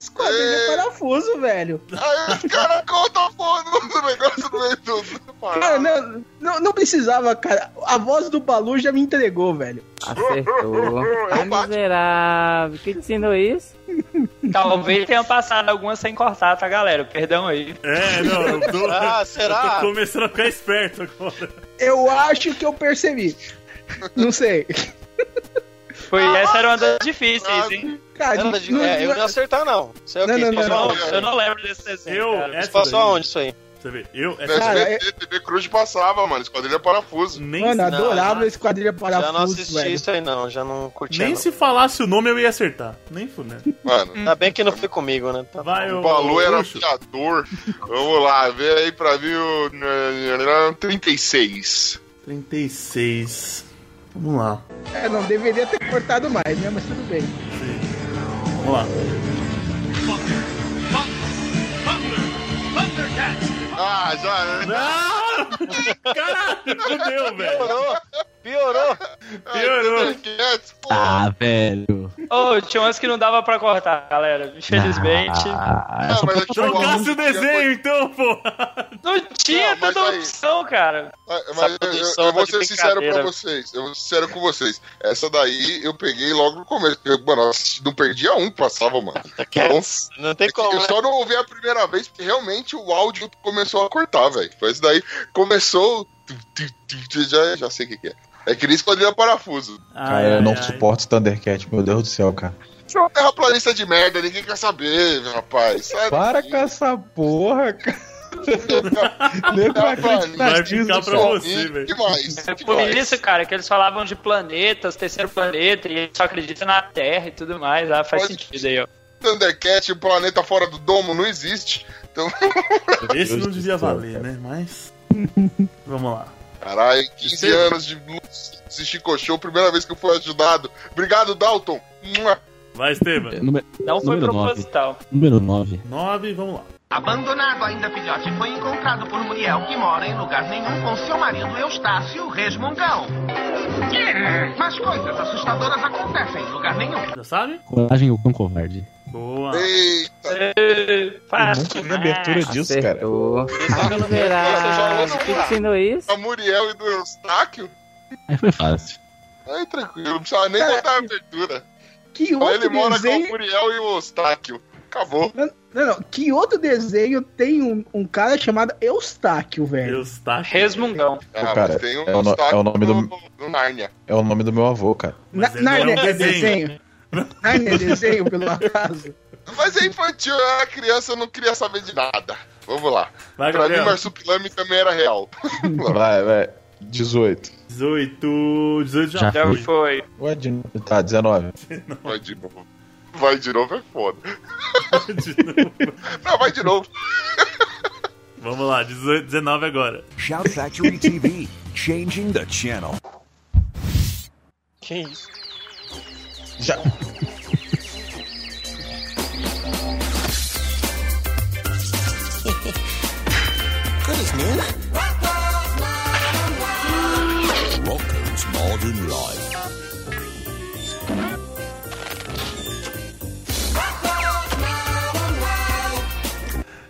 [SPEAKER 8] Esquadrilha é parafuso, velho.
[SPEAKER 2] Aí os caras contam a porra do do negócio é do meio tudo.
[SPEAKER 8] Cara, não, não, não precisava, cara. A voz do Balu já me entregou, velho.
[SPEAKER 2] É
[SPEAKER 11] Acertou. A miserável. Quem te ensinou isso?
[SPEAKER 4] Talvez tenha passado algumas sem cortar, tá, galera? Perdão aí.
[SPEAKER 1] É, não, eu tô,
[SPEAKER 9] Ah, será?
[SPEAKER 1] eu tô começando a ficar esperto agora.
[SPEAKER 8] Eu acho que eu percebi. Não sei.
[SPEAKER 4] Foi,
[SPEAKER 2] Ah,
[SPEAKER 4] essa era uma das
[SPEAKER 2] é
[SPEAKER 4] difíceis, hein?
[SPEAKER 8] Cara,
[SPEAKER 9] Não, não, é, eu não ia acertar, não. Isso aí é o
[SPEAKER 4] Não,
[SPEAKER 9] quê? Isso
[SPEAKER 4] não, não,
[SPEAKER 9] passou
[SPEAKER 4] não.
[SPEAKER 9] aonde?
[SPEAKER 4] Eu não lembro desse desenho,
[SPEAKER 1] Eu,
[SPEAKER 4] cara.
[SPEAKER 1] essa
[SPEAKER 9] Passou
[SPEAKER 1] daí.
[SPEAKER 9] aonde isso aí?
[SPEAKER 1] Você vê, eu,
[SPEAKER 2] No
[SPEAKER 1] essa daí.
[SPEAKER 2] SBT, TV Cruz passava, mano. Esquadrilha parafuso.
[SPEAKER 1] Nem,
[SPEAKER 8] é- Mano,
[SPEAKER 1] se-
[SPEAKER 8] adorava esse quadrilha
[SPEAKER 9] Já não
[SPEAKER 8] parafuso,
[SPEAKER 9] assisti
[SPEAKER 8] velho.
[SPEAKER 9] isso aí, não. Já não curti.
[SPEAKER 1] nem
[SPEAKER 9] não.
[SPEAKER 1] se falasse o nome eu ia acertar. Nem funé.
[SPEAKER 2] Mano,
[SPEAKER 9] Ainda bem que não foi comigo, né? Tá
[SPEAKER 1] Vai,
[SPEAKER 2] o
[SPEAKER 1] ô,
[SPEAKER 2] Balu era
[SPEAKER 1] Luxo.
[SPEAKER 2] afiador. Vamos lá, vê aí pra mim né, o 36.
[SPEAKER 1] 36. Vamos lá.
[SPEAKER 8] É, não, deveria ter cortado mais, né? Mas tudo bem.
[SPEAKER 1] Vamos lá.
[SPEAKER 2] Ah, já.
[SPEAKER 1] Não! Caralho, fudeu, velho.
[SPEAKER 9] Piorou! Piorou!
[SPEAKER 1] Piorou.
[SPEAKER 6] Ah, velho.
[SPEAKER 4] Ô, tinha umas que não dava pra cortar, galera. Infelizmente.
[SPEAKER 6] Ah,
[SPEAKER 2] Ah,
[SPEAKER 6] só
[SPEAKER 2] mas
[SPEAKER 6] pra...
[SPEAKER 2] aqui
[SPEAKER 1] Trocasse o desenho, então, pô.
[SPEAKER 4] Não tinha
[SPEAKER 2] Não, mas
[SPEAKER 4] tanta
[SPEAKER 2] aí-
[SPEAKER 4] opção, cara.
[SPEAKER 2] Mas
[SPEAKER 9] Essa
[SPEAKER 2] eu- eu,
[SPEAKER 9] produção
[SPEAKER 2] eu vou
[SPEAKER 9] tá de
[SPEAKER 2] ser sincero pra
[SPEAKER 9] brincadeira.
[SPEAKER 2] vocês. Eu vou ser sincero com vocês. Essa daí eu peguei logo no começo. porque, mano, eu assisti- não perdia um que passava, mano. Então,
[SPEAKER 9] é Não tem como,
[SPEAKER 2] eu
[SPEAKER 9] né?
[SPEAKER 2] só não ouvi a primeira vez porque realmente o áudio começou a cortar, velho. Foi isso daí. Começou. tu, tu, tu, tu, Já, já sei o que, que é. É que nem esquadrilha parafuso.
[SPEAKER 1] Ah,
[SPEAKER 3] Cara,
[SPEAKER 1] é,
[SPEAKER 3] eu não suporto Thundercat, meu Deus do céu, cara.
[SPEAKER 2] Isso é uma terraplanista de merda, ninguém quer saber, rapaz. é Sai
[SPEAKER 3] Para
[SPEAKER 2] daqui.
[SPEAKER 3] com essa porra, cara. Nego vai acreditar
[SPEAKER 1] Vai
[SPEAKER 3] nisso,
[SPEAKER 1] ficar pra
[SPEAKER 3] cara.
[SPEAKER 1] você, velho.
[SPEAKER 2] Que mais?
[SPEAKER 4] É
[SPEAKER 2] Que
[SPEAKER 4] por
[SPEAKER 2] mais?
[SPEAKER 4] isso, cara, que eles falavam de planetas, terceiro planeta, e eles só acreditam na Terra e tudo mais. Ah, faz
[SPEAKER 2] Pode-
[SPEAKER 4] sentido aí, ó.
[SPEAKER 2] Thundercat, o planeta fora do domo, não existe. Então,
[SPEAKER 1] Esse não
[SPEAKER 3] Deus do
[SPEAKER 1] devia
[SPEAKER 3] céu,
[SPEAKER 1] valer, né? Mas. Vamos lá.
[SPEAKER 2] caralho, 15 anos de luz e Chico Show, primeira vez que eu fui ajudado. Obrigado, Dalton. Mua.
[SPEAKER 1] Vai,
[SPEAKER 3] É,
[SPEAKER 1] Esteban.
[SPEAKER 6] Número,
[SPEAKER 4] Não foi
[SPEAKER 6] Número nove.
[SPEAKER 4] proposital.
[SPEAKER 6] número 9.
[SPEAKER 1] 9, vamos lá.
[SPEAKER 7] Abandonado ainda filhote, foi encontrado por Muriel, que mora em lugar nenhum com seu marido Eustácio Resmungão. Mas coisas assustadoras acontecem em lugar nenhum.
[SPEAKER 1] Já sabe?
[SPEAKER 6] Coragem ou cão covarde?
[SPEAKER 1] Boa.
[SPEAKER 2] Eita,
[SPEAKER 4] Ê, Fácil.
[SPEAKER 3] Nunca vi abertura disso, cara.
[SPEAKER 11] Acertou. A miserável. Quem te ensinou isso?
[SPEAKER 2] a Muriel e do Eustáquio?
[SPEAKER 6] Aí foi fácil.
[SPEAKER 2] Aí tranquilo, não precisava nem
[SPEAKER 8] Cara,
[SPEAKER 2] botar a abertura.
[SPEAKER 8] Que
[SPEAKER 2] Aí ele
[SPEAKER 8] outro
[SPEAKER 2] mora com o
[SPEAKER 8] desenho.
[SPEAKER 2] Muriel e o Eustáquio. Acabou.
[SPEAKER 8] Não, não, que outro desenho tem um, um cara chamado Eustáquio, velho.
[SPEAKER 1] Deus tá.
[SPEAKER 4] Resmungão.
[SPEAKER 2] Ah,
[SPEAKER 3] cara,
[SPEAKER 2] mas tem um
[SPEAKER 3] é o no-
[SPEAKER 2] Eustáquio
[SPEAKER 3] é o nome do-
[SPEAKER 2] no- no Nárnia.
[SPEAKER 3] É o nome do meu avô, cara.
[SPEAKER 8] Na,
[SPEAKER 1] Mas é
[SPEAKER 8] Narnia
[SPEAKER 1] não
[SPEAKER 8] é
[SPEAKER 1] desenho.
[SPEAKER 8] desenho? Narnia é desenho, pelo acaso?
[SPEAKER 2] Mas é infantil, eu era criança, eu não queria saber de nada. Vamos lá.
[SPEAKER 1] Vai,
[SPEAKER 2] pra mim,
[SPEAKER 1] Gabriel.
[SPEAKER 2] Marsupilami também era real.
[SPEAKER 3] Vai, vai. 18.
[SPEAKER 1] 18. 18 já,
[SPEAKER 6] Já
[SPEAKER 4] Já
[SPEAKER 1] foi.
[SPEAKER 4] foi.
[SPEAKER 3] Ué, de... tá, 19.
[SPEAKER 2] Vai de novo. Vai de novo é foda.
[SPEAKER 1] De novo.
[SPEAKER 2] Não, vai de novo.
[SPEAKER 1] Vamos lá, 18, 19 agora.
[SPEAKER 13] Shout Factory TV, changing the channel.
[SPEAKER 9] Que isso?
[SPEAKER 3] Já.
[SPEAKER 13] Rocko's Modern Life.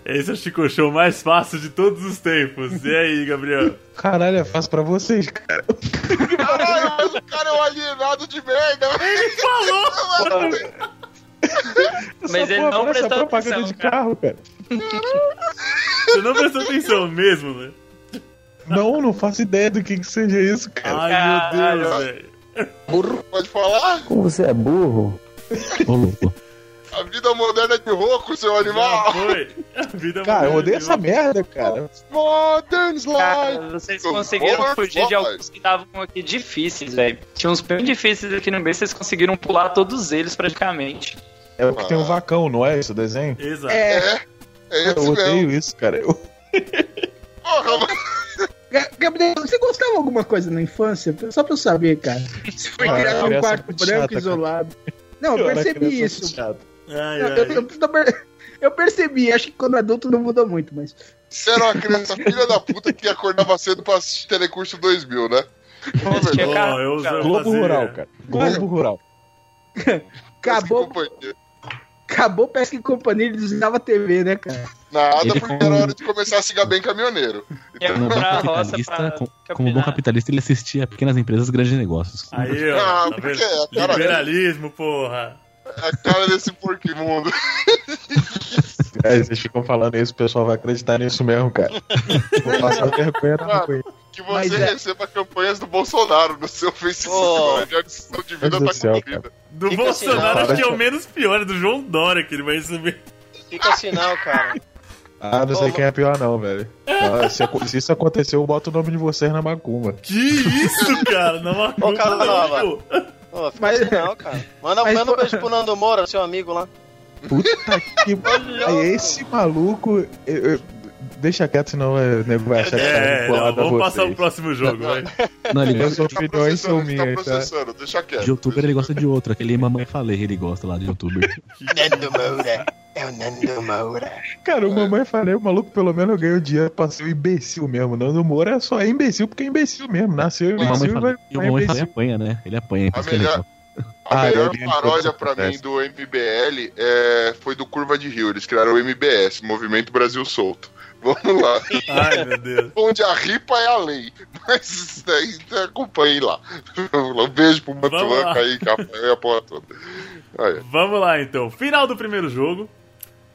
[SPEAKER 1] Esse é o Chico Show mais fácil de todos os tempos. E aí, Gabriel?
[SPEAKER 3] Caralho, é fácil pra vocês, cara.
[SPEAKER 2] Caralho, mas o cara é um alienado de merda.
[SPEAKER 1] Ele falou!
[SPEAKER 4] Mas é ele não prestou
[SPEAKER 3] propaganda
[SPEAKER 4] atenção,
[SPEAKER 3] de carro, cara.
[SPEAKER 1] Você não prestou atenção mesmo, né?
[SPEAKER 3] Não, não faço ideia do que que seja isso, cara.
[SPEAKER 1] Ai, meu Deus, velho.
[SPEAKER 2] Burro, pode falar?
[SPEAKER 11] Como você é burro?
[SPEAKER 6] Ô, louco.
[SPEAKER 2] A vida moderna é de rouco, seu animal.
[SPEAKER 1] Foi. A vida
[SPEAKER 3] Cara, eu
[SPEAKER 1] mudou
[SPEAKER 3] odeio
[SPEAKER 1] de
[SPEAKER 3] essa merda, cara.
[SPEAKER 2] Modern
[SPEAKER 4] Cara,
[SPEAKER 2] Slide.
[SPEAKER 4] vocês conseguiram fugir de alguns que estavam aqui difíceis, velho. Tinha uns bem difíceis aqui no meio, vocês conseguiram pular todos eles praticamente.
[SPEAKER 3] É o que tem um vacão, não é esse o desenho?
[SPEAKER 1] Exato.
[SPEAKER 2] É, é
[SPEAKER 3] Eu
[SPEAKER 2] esse mesmo.
[SPEAKER 3] odeio isso, cara. Eu...
[SPEAKER 2] Porra, mano.
[SPEAKER 8] Ga- Gabriel, você gostava de alguma coisa na infância? Só pra eu saber, cara. Se foi
[SPEAKER 3] Ah,
[SPEAKER 8] criado num
[SPEAKER 3] criança
[SPEAKER 8] quarto
[SPEAKER 3] muito
[SPEAKER 8] branco
[SPEAKER 3] chata, cara.
[SPEAKER 8] isolado. Não, eu
[SPEAKER 3] era
[SPEAKER 8] percebi
[SPEAKER 3] criança
[SPEAKER 8] isso.
[SPEAKER 3] chato.
[SPEAKER 1] Ai,
[SPEAKER 8] Eu, eu-
[SPEAKER 1] ai.
[SPEAKER 8] eu- eu per- eu percebi, acho que quando adulto não mudou muito, mas.
[SPEAKER 2] Você era uma criança filha da puta que acordava cedo pra assistir Telecurso 2000, né? Fala a
[SPEAKER 4] Tinha
[SPEAKER 2] verdade.
[SPEAKER 4] carro,
[SPEAKER 1] Ó, eu
[SPEAKER 4] cara.
[SPEAKER 1] usava-
[SPEAKER 3] Globo
[SPEAKER 1] fazia.
[SPEAKER 3] Rural, cara. Globo Rural.
[SPEAKER 8] Acabou,
[SPEAKER 2] Companhia.
[SPEAKER 8] acabou pesca e companhia, eles usavam TV, né, cara?
[SPEAKER 2] Nada,
[SPEAKER 6] Ele Então,
[SPEAKER 2] porque
[SPEAKER 6] com-
[SPEAKER 2] era hora de começar a se gabar em caminhoneiro.
[SPEAKER 4] Ia
[SPEAKER 6] Como um bom
[SPEAKER 4] comprar a roça pra
[SPEAKER 6] capitalista, com- como bom
[SPEAKER 4] capinar.
[SPEAKER 6] capitalista, ele assistia a pequenas empresas, grandes negócios.
[SPEAKER 1] Aí, ó.
[SPEAKER 2] Ah,
[SPEAKER 1] tá
[SPEAKER 2] porque
[SPEAKER 1] vendo?
[SPEAKER 2] é, cara.
[SPEAKER 1] Liberalismo, porra.
[SPEAKER 2] A cara desse porco imundo.
[SPEAKER 3] Aí vocês ficam falando isso, o pessoal vai acreditar nisso mesmo, cara. Vou passar vergonha na
[SPEAKER 1] Ah,
[SPEAKER 2] Claro.
[SPEAKER 3] rua.
[SPEAKER 2] Tipo, Que
[SPEAKER 8] Mas
[SPEAKER 2] você
[SPEAKER 8] é.
[SPEAKER 2] receba campanhas do Bolsonaro no seu
[SPEAKER 9] Oh.
[SPEAKER 2] Facebook. Já a missão de vida
[SPEAKER 3] Deus
[SPEAKER 2] tá
[SPEAKER 3] do céu,
[SPEAKER 2] cumprida.
[SPEAKER 1] Do
[SPEAKER 9] Fica assim,
[SPEAKER 1] Bolsonaro,
[SPEAKER 3] não,
[SPEAKER 1] acho que é
[SPEAKER 3] deixa-
[SPEAKER 1] o menos pior, é do João Dória que ele vai receber.
[SPEAKER 9] Fica sinal, cara.
[SPEAKER 3] Ah, não sei quem é pior não, velho. Ah, se, aco- se isso aconteceu, eu boto o nome de vocês na macumba.
[SPEAKER 1] Que isso, cara? Não
[SPEAKER 9] Ô, cara,
[SPEAKER 1] não,
[SPEAKER 9] Ô, fica
[SPEAKER 8] Mas-
[SPEAKER 9] sinal, cara. Manda,
[SPEAKER 8] Mas
[SPEAKER 9] manda um
[SPEAKER 8] foi-
[SPEAKER 9] beijo pro Nando Moura, seu amigo lá.
[SPEAKER 3] Puta que pariu. Aí Esse maluco... eu- eu- deixa quieto, senão é, o nego vai achar que tá
[SPEAKER 1] É,
[SPEAKER 3] vinculado
[SPEAKER 1] não,
[SPEAKER 3] a
[SPEAKER 1] vamos passar
[SPEAKER 3] vocês.
[SPEAKER 1] pro próximo jogo, vai.
[SPEAKER 6] Não, ele
[SPEAKER 3] Minhas
[SPEAKER 6] gosta
[SPEAKER 3] opiniões são
[SPEAKER 2] ele tá
[SPEAKER 3] minhas, tá?
[SPEAKER 2] processando, deixa quieto.
[SPEAKER 6] de youtuber, ele gosta de outro. Aquele Mamãe Falei, ele gosta lá de youtuber.
[SPEAKER 9] Nando Moura. É o Nando Moura.
[SPEAKER 3] Cara, o
[SPEAKER 1] É.
[SPEAKER 3] mamãe falei, o maluco pelo menos ganhou dinheiro pra ser um imbecil mesmo. Nando Moura só é imbecil porque é imbecil mesmo. Nasceu
[SPEAKER 6] O mamãe
[SPEAKER 3] imbecil e vai,
[SPEAKER 6] falei, e o
[SPEAKER 3] vai
[SPEAKER 6] mamãe falei
[SPEAKER 3] imbecil.
[SPEAKER 6] apanha, né? Ele apanha, por
[SPEAKER 2] A
[SPEAKER 6] isso que ele
[SPEAKER 2] melhor- A
[SPEAKER 3] Ah, eu
[SPEAKER 2] melhor
[SPEAKER 3] li um
[SPEAKER 2] paródia
[SPEAKER 3] pouco
[SPEAKER 2] pra mim é
[SPEAKER 3] dessa.
[SPEAKER 2] do MBL é, foi do Curva de Rio. Eles criaram o MBS, Movimento Brasil Solto. Vamos lá.
[SPEAKER 1] Ai, meu Deus.
[SPEAKER 2] Onde a ripa é a lei. Mas isso daí tá, acompanhe lá. Um beijo pro
[SPEAKER 1] Vamos lá.
[SPEAKER 2] Mantuanca aí, Rafael e a porra toda. Aí,
[SPEAKER 1] Vamos lá, então. Final do primeiro jogo.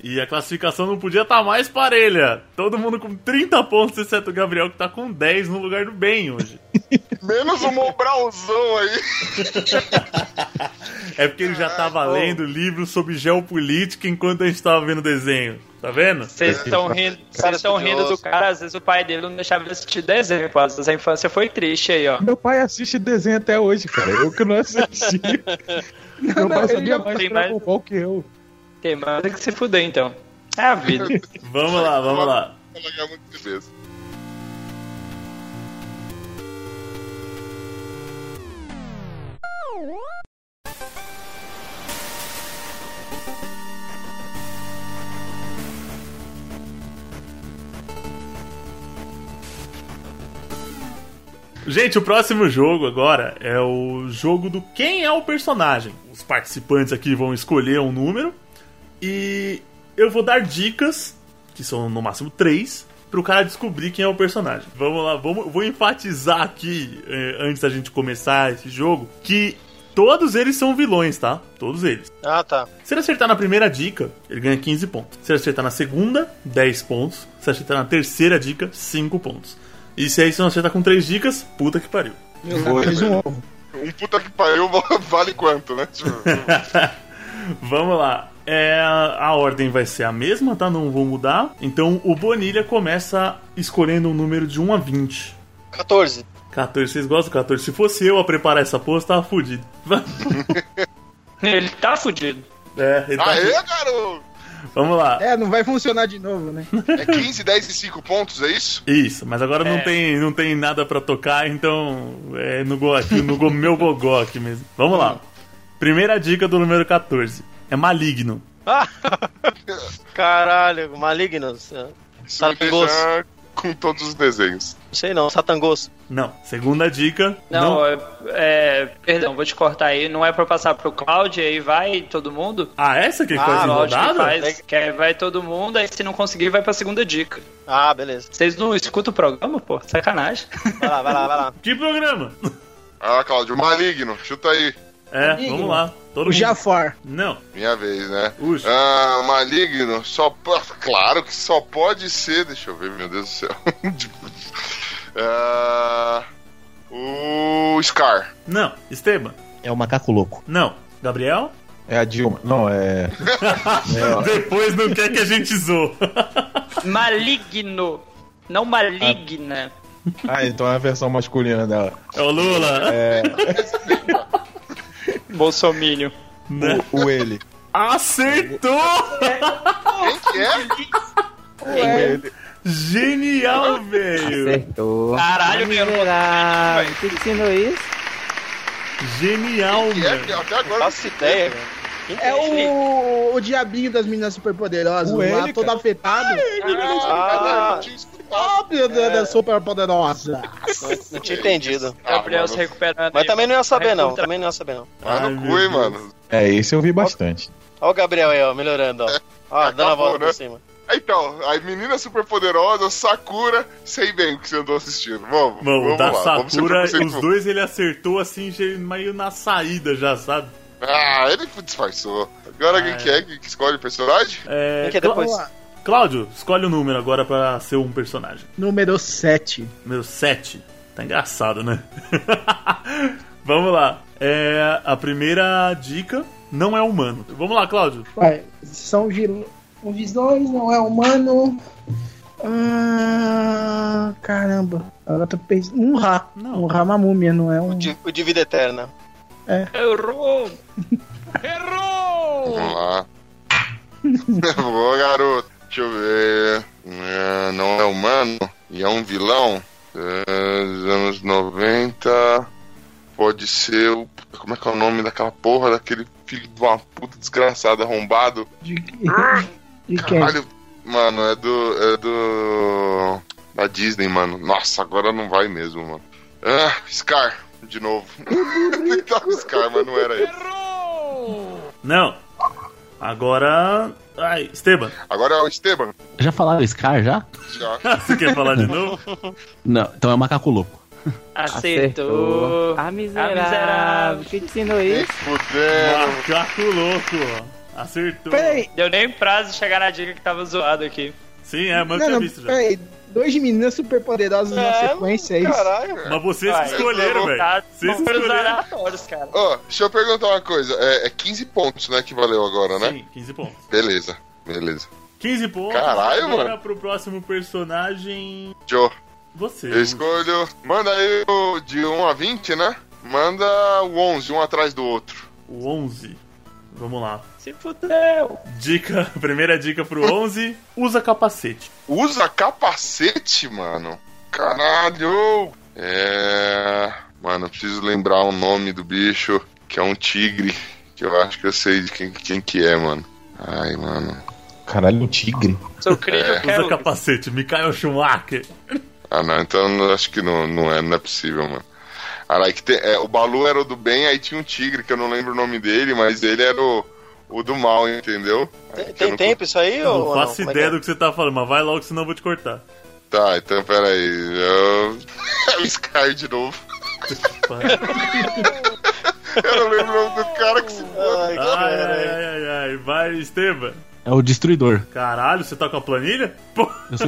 [SPEAKER 1] E a classificação não podia estar mais parelha. Todo mundo com 30 pontos, exceto o Gabriel, que tá com 10 no lugar do Ben hoje.
[SPEAKER 2] menos um Mobralzão aí.
[SPEAKER 1] É porque ele
[SPEAKER 9] Ah,
[SPEAKER 1] já tava lendo livros sobre geopolítica enquanto a gente tava vendo o desenho. Tá vendo?
[SPEAKER 4] Vocês estão
[SPEAKER 3] Cara,
[SPEAKER 4] rindo, vocês estão rindo do
[SPEAKER 9] estudioso.
[SPEAKER 4] cara, às vezes o pai dele não deixava ele assistir desenho, quase. Essa infância foi triste aí, ó.
[SPEAKER 3] Meu pai assiste desenho até hoje, cara. Eu que não assisti. Meu
[SPEAKER 8] não,
[SPEAKER 3] pai
[SPEAKER 8] ele
[SPEAKER 3] sabia
[SPEAKER 8] já
[SPEAKER 3] mais
[SPEAKER 4] tem
[SPEAKER 3] Dragon
[SPEAKER 4] mais-
[SPEAKER 3] Ball que eu.
[SPEAKER 4] Tem mais que se fuder, então. É a vida.
[SPEAKER 1] Vamos lá, vamos lá.
[SPEAKER 2] Ela ganha muito beleza.
[SPEAKER 1] Gente, o próximo jogo agora é o jogo do quem é o personagem. Os participantes aqui vão escolher um número e eu vou dar dicas, que são no máximo três, pro cara descobrir quem é o personagem. Vamos lá, vamos, vou enfatizar aqui, eh, antes da gente começar esse jogo, que todos eles são vilões, tá? Todos eles.
[SPEAKER 9] Ah, tá.
[SPEAKER 1] Se ele acertar na primeira dica, ele ganha 15 pontos. Se ele acertar na segunda, 10 pontos. Se ele acertar na terceira dica, 5 pontos. E se aí você não acertar com 3 dicas, puta que pariu.
[SPEAKER 3] Fez um ovo.
[SPEAKER 2] Um puta que pariu vale quanto, né? Tipo,
[SPEAKER 1] Vamos lá. É, a ordem vai ser a mesma, tá? Não vou mudar. Então o Bonilha começa escolhendo um número de 1 a 20.
[SPEAKER 9] 14.
[SPEAKER 1] 14, vocês gostam? 14. Se fosse eu a preparar essa porra, eu tava fudido.
[SPEAKER 4] Ele tá fudido.
[SPEAKER 1] É, ele tá...
[SPEAKER 2] Aê, garoto!
[SPEAKER 1] Vamos lá.
[SPEAKER 8] É, não vai funcionar de novo, né?
[SPEAKER 2] É 15, 10 e 5 pontos, é isso?
[SPEAKER 1] Isso, mas agora não,
[SPEAKER 4] É.
[SPEAKER 1] tem, não tem nada pra tocar, então é no, go, aqui, no go- meu gogó aqui mesmo. Vamos
[SPEAKER 2] Hum.
[SPEAKER 1] lá. Primeira dica do número 14. É maligno.
[SPEAKER 9] Ah, caralho, malignos.
[SPEAKER 2] Isso me
[SPEAKER 9] Sabe gosto.
[SPEAKER 2] deixa com todos os desenhos.
[SPEAKER 9] Sei não, Satangos.
[SPEAKER 1] Não. Segunda dica.
[SPEAKER 4] Não, é- é, perdão, vou te cortar aí. Não é pra passar pro Cloud, aí vai todo mundo?
[SPEAKER 1] Ah, essa que é
[SPEAKER 4] ah,
[SPEAKER 1] coisa
[SPEAKER 4] Cloud que
[SPEAKER 1] enrolada?
[SPEAKER 4] faz, que aí vai todo mundo, aí se não conseguir, vai pra segunda dica.
[SPEAKER 9] Ah, beleza.
[SPEAKER 4] Vocês não escutam o programa, pô? Sacanagem.
[SPEAKER 9] Vai lá, vai lá, vai lá.
[SPEAKER 1] Que programa?
[SPEAKER 2] Ah, Cláudio, maligno, chuta aí.
[SPEAKER 1] É,
[SPEAKER 2] Maligno.
[SPEAKER 1] vamos lá. Todo
[SPEAKER 8] o
[SPEAKER 1] mundo.
[SPEAKER 8] Jafar.
[SPEAKER 1] Não.
[SPEAKER 2] Minha vez, né? Ah, maligno, só. po- Claro que só pode ser. Deixa eu ver, meu Deus do céu. Ah, o Scar.
[SPEAKER 1] Não. Esteban.
[SPEAKER 6] É o macaco louco.
[SPEAKER 1] Não. Gabriel?
[SPEAKER 3] É a Dilma. Não, é.
[SPEAKER 1] Depois não quer que a gente zoe.
[SPEAKER 4] Maligno. Não maligna.
[SPEAKER 3] Ah, então é a versão masculina dela.
[SPEAKER 1] É o Lula.
[SPEAKER 3] É.
[SPEAKER 4] Bolsomínio.
[SPEAKER 1] Né?
[SPEAKER 3] O, o ele.
[SPEAKER 1] Acertou!
[SPEAKER 2] é?
[SPEAKER 1] Genial, velho!
[SPEAKER 11] Acertou.
[SPEAKER 2] tá
[SPEAKER 4] Miserável.
[SPEAKER 11] Quem te ensinou isso?
[SPEAKER 1] Genial,
[SPEAKER 2] velho. é, Até agora.
[SPEAKER 9] Faço ideia.
[SPEAKER 8] É o, o diabinho das meninas superpoderosas,
[SPEAKER 9] O
[SPEAKER 8] lá
[SPEAKER 9] ele,
[SPEAKER 8] todo afetado. é
[SPEAKER 9] Ah,
[SPEAKER 8] Óbvio da, da é superpoderosa.
[SPEAKER 9] não tinha entendido.
[SPEAKER 4] Gabriel se recuperando.
[SPEAKER 9] Mas também não ia saber, não.
[SPEAKER 4] Reencontra-
[SPEAKER 9] Também não ia saber, não.
[SPEAKER 2] Vai no cu, hein, mano.
[SPEAKER 3] É, esse eu vi bastante.
[SPEAKER 9] Olha o Gabriel aí, ó, melhorando, ó. Ó, dando a volta
[SPEAKER 2] né?
[SPEAKER 9] por cima.
[SPEAKER 2] Ah, Então, a menina superpoderosa, Sakura, sei bem o que você andou assistindo. Vamos,
[SPEAKER 1] Mano,
[SPEAKER 2] vamos
[SPEAKER 1] da
[SPEAKER 2] lá. vamos ser
[SPEAKER 1] Sakura, os
[SPEAKER 2] preconceituoso.
[SPEAKER 1] dois ele acertou assim, já- meio na saída já, sabe?
[SPEAKER 2] Ah, ele disfarçou. Agora quem que é que que escolhe o personagem?
[SPEAKER 1] Ah, É,
[SPEAKER 9] Quem que é depois?
[SPEAKER 1] Clá- Cláudio, escolhe o número agora pra ser um personagem.
[SPEAKER 8] Número 7.
[SPEAKER 1] Número 7. Tá engraçado, né? Vamos lá. É, a primeira dica não é humano. Vamos lá, Cláudio.
[SPEAKER 8] Vai, são giro... um visões, não é humano. Ah, caramba. Agora eu tô pensando. Um Ra. Um Ra é uma múmia, não é um. é.
[SPEAKER 9] O de vida eterna.
[SPEAKER 4] Errou!
[SPEAKER 2] Vamos lá. Boa, garoto. Deixa eu ver. É, não é humano e é um vilão. É, dos anos 90. Pode ser o. Como é que é o nome daquela porra daquele filho de uma puta desgraçada arrombado?
[SPEAKER 8] De quem?
[SPEAKER 2] Caralho, mano, é do. É do. Da Disney, mano. Nossa, agora não vai mesmo, mano. Ah, Scar, de novo. Tava o Scar, mas não era ele.
[SPEAKER 1] Não. Agora. Ai, Esteban.
[SPEAKER 2] Agora é o Esteban.
[SPEAKER 6] Já falaram Scar já?
[SPEAKER 2] Já.
[SPEAKER 1] Você quer falar de novo?
[SPEAKER 6] Não, então é o macaco louco.
[SPEAKER 11] Acertou.
[SPEAKER 4] Acertou.
[SPEAKER 11] Ah, miserável.
[SPEAKER 4] Ah, miserável.
[SPEAKER 11] Quem te ensinou isso?
[SPEAKER 9] Ah.
[SPEAKER 2] Fudeu.
[SPEAKER 1] Macaco Ah, louco, ó. Acertou.
[SPEAKER 4] Deu nem prazo de chegar na dica que tava zoado aqui.
[SPEAKER 1] Sim, é, mas eu
[SPEAKER 8] Não,
[SPEAKER 1] tinha
[SPEAKER 8] não,
[SPEAKER 1] visto já.
[SPEAKER 8] peraí. Dois meninas superpoderosas na sequência, é isso?
[SPEAKER 1] Mas vocês que
[SPEAKER 4] Vai.
[SPEAKER 1] escolheram, velho.
[SPEAKER 4] Tá,
[SPEAKER 1] Vocês que
[SPEAKER 4] números
[SPEAKER 1] escolheram.
[SPEAKER 4] aleatórios, cara.
[SPEAKER 2] Ó, deixa eu perguntar uma coisa. É, é 15 pontos, né, que valeu agora, né?
[SPEAKER 1] Sim, 15 pontos.
[SPEAKER 2] Beleza, beleza.
[SPEAKER 1] 15 pontos.
[SPEAKER 2] Caralho,
[SPEAKER 1] agora
[SPEAKER 2] mano.
[SPEAKER 1] pro próximo personagem.
[SPEAKER 2] Joe,
[SPEAKER 1] Você.
[SPEAKER 2] eu escolho... Manda aí o de 1 a 20, né? Manda o 11, um atrás do outro.
[SPEAKER 1] O 11. Vamos lá.
[SPEAKER 4] Se fudeu.
[SPEAKER 1] Dica, primeira dica pro 11, usa capacete.
[SPEAKER 2] Usa capacete, mano. Caralho! É... Mano, eu preciso lembrar o nome do bicho, que é um tigre. Que eu acho que eu sei de quem, quem que é, mano. Ai, mano.
[SPEAKER 3] Caralho, um tigre.
[SPEAKER 4] Seu crítico
[SPEAKER 2] É.
[SPEAKER 4] quer
[SPEAKER 1] Usa capacete, Mikael Schumacher.
[SPEAKER 2] Ah, não, então eu acho que não, não, é, não é possível, mano. Caralho, que tem- é, o Balu era o do bem, aí tinha um tigre, que eu não lembro o nome dele, mas ele era o, o do mal, entendeu? Aí que eu
[SPEAKER 9] Tem
[SPEAKER 2] não-
[SPEAKER 9] tempo isso aí,
[SPEAKER 1] Não
[SPEAKER 9] ou
[SPEAKER 1] faço
[SPEAKER 9] Como é que
[SPEAKER 1] ideia
[SPEAKER 9] é?
[SPEAKER 1] do que você tá falando, mas vai logo, senão eu vou te cortar.
[SPEAKER 2] Tá, então peraí. Eu... é o Sky de novo. eu não lembro o nome do cara que se
[SPEAKER 9] Ai,
[SPEAKER 1] Ai,
[SPEAKER 9] cara.
[SPEAKER 1] ai, ai, ai, ai. Vai, Esteban.
[SPEAKER 6] É o destruidor.
[SPEAKER 1] Caralho, você tá com a planilha? Pô,
[SPEAKER 6] Eu sou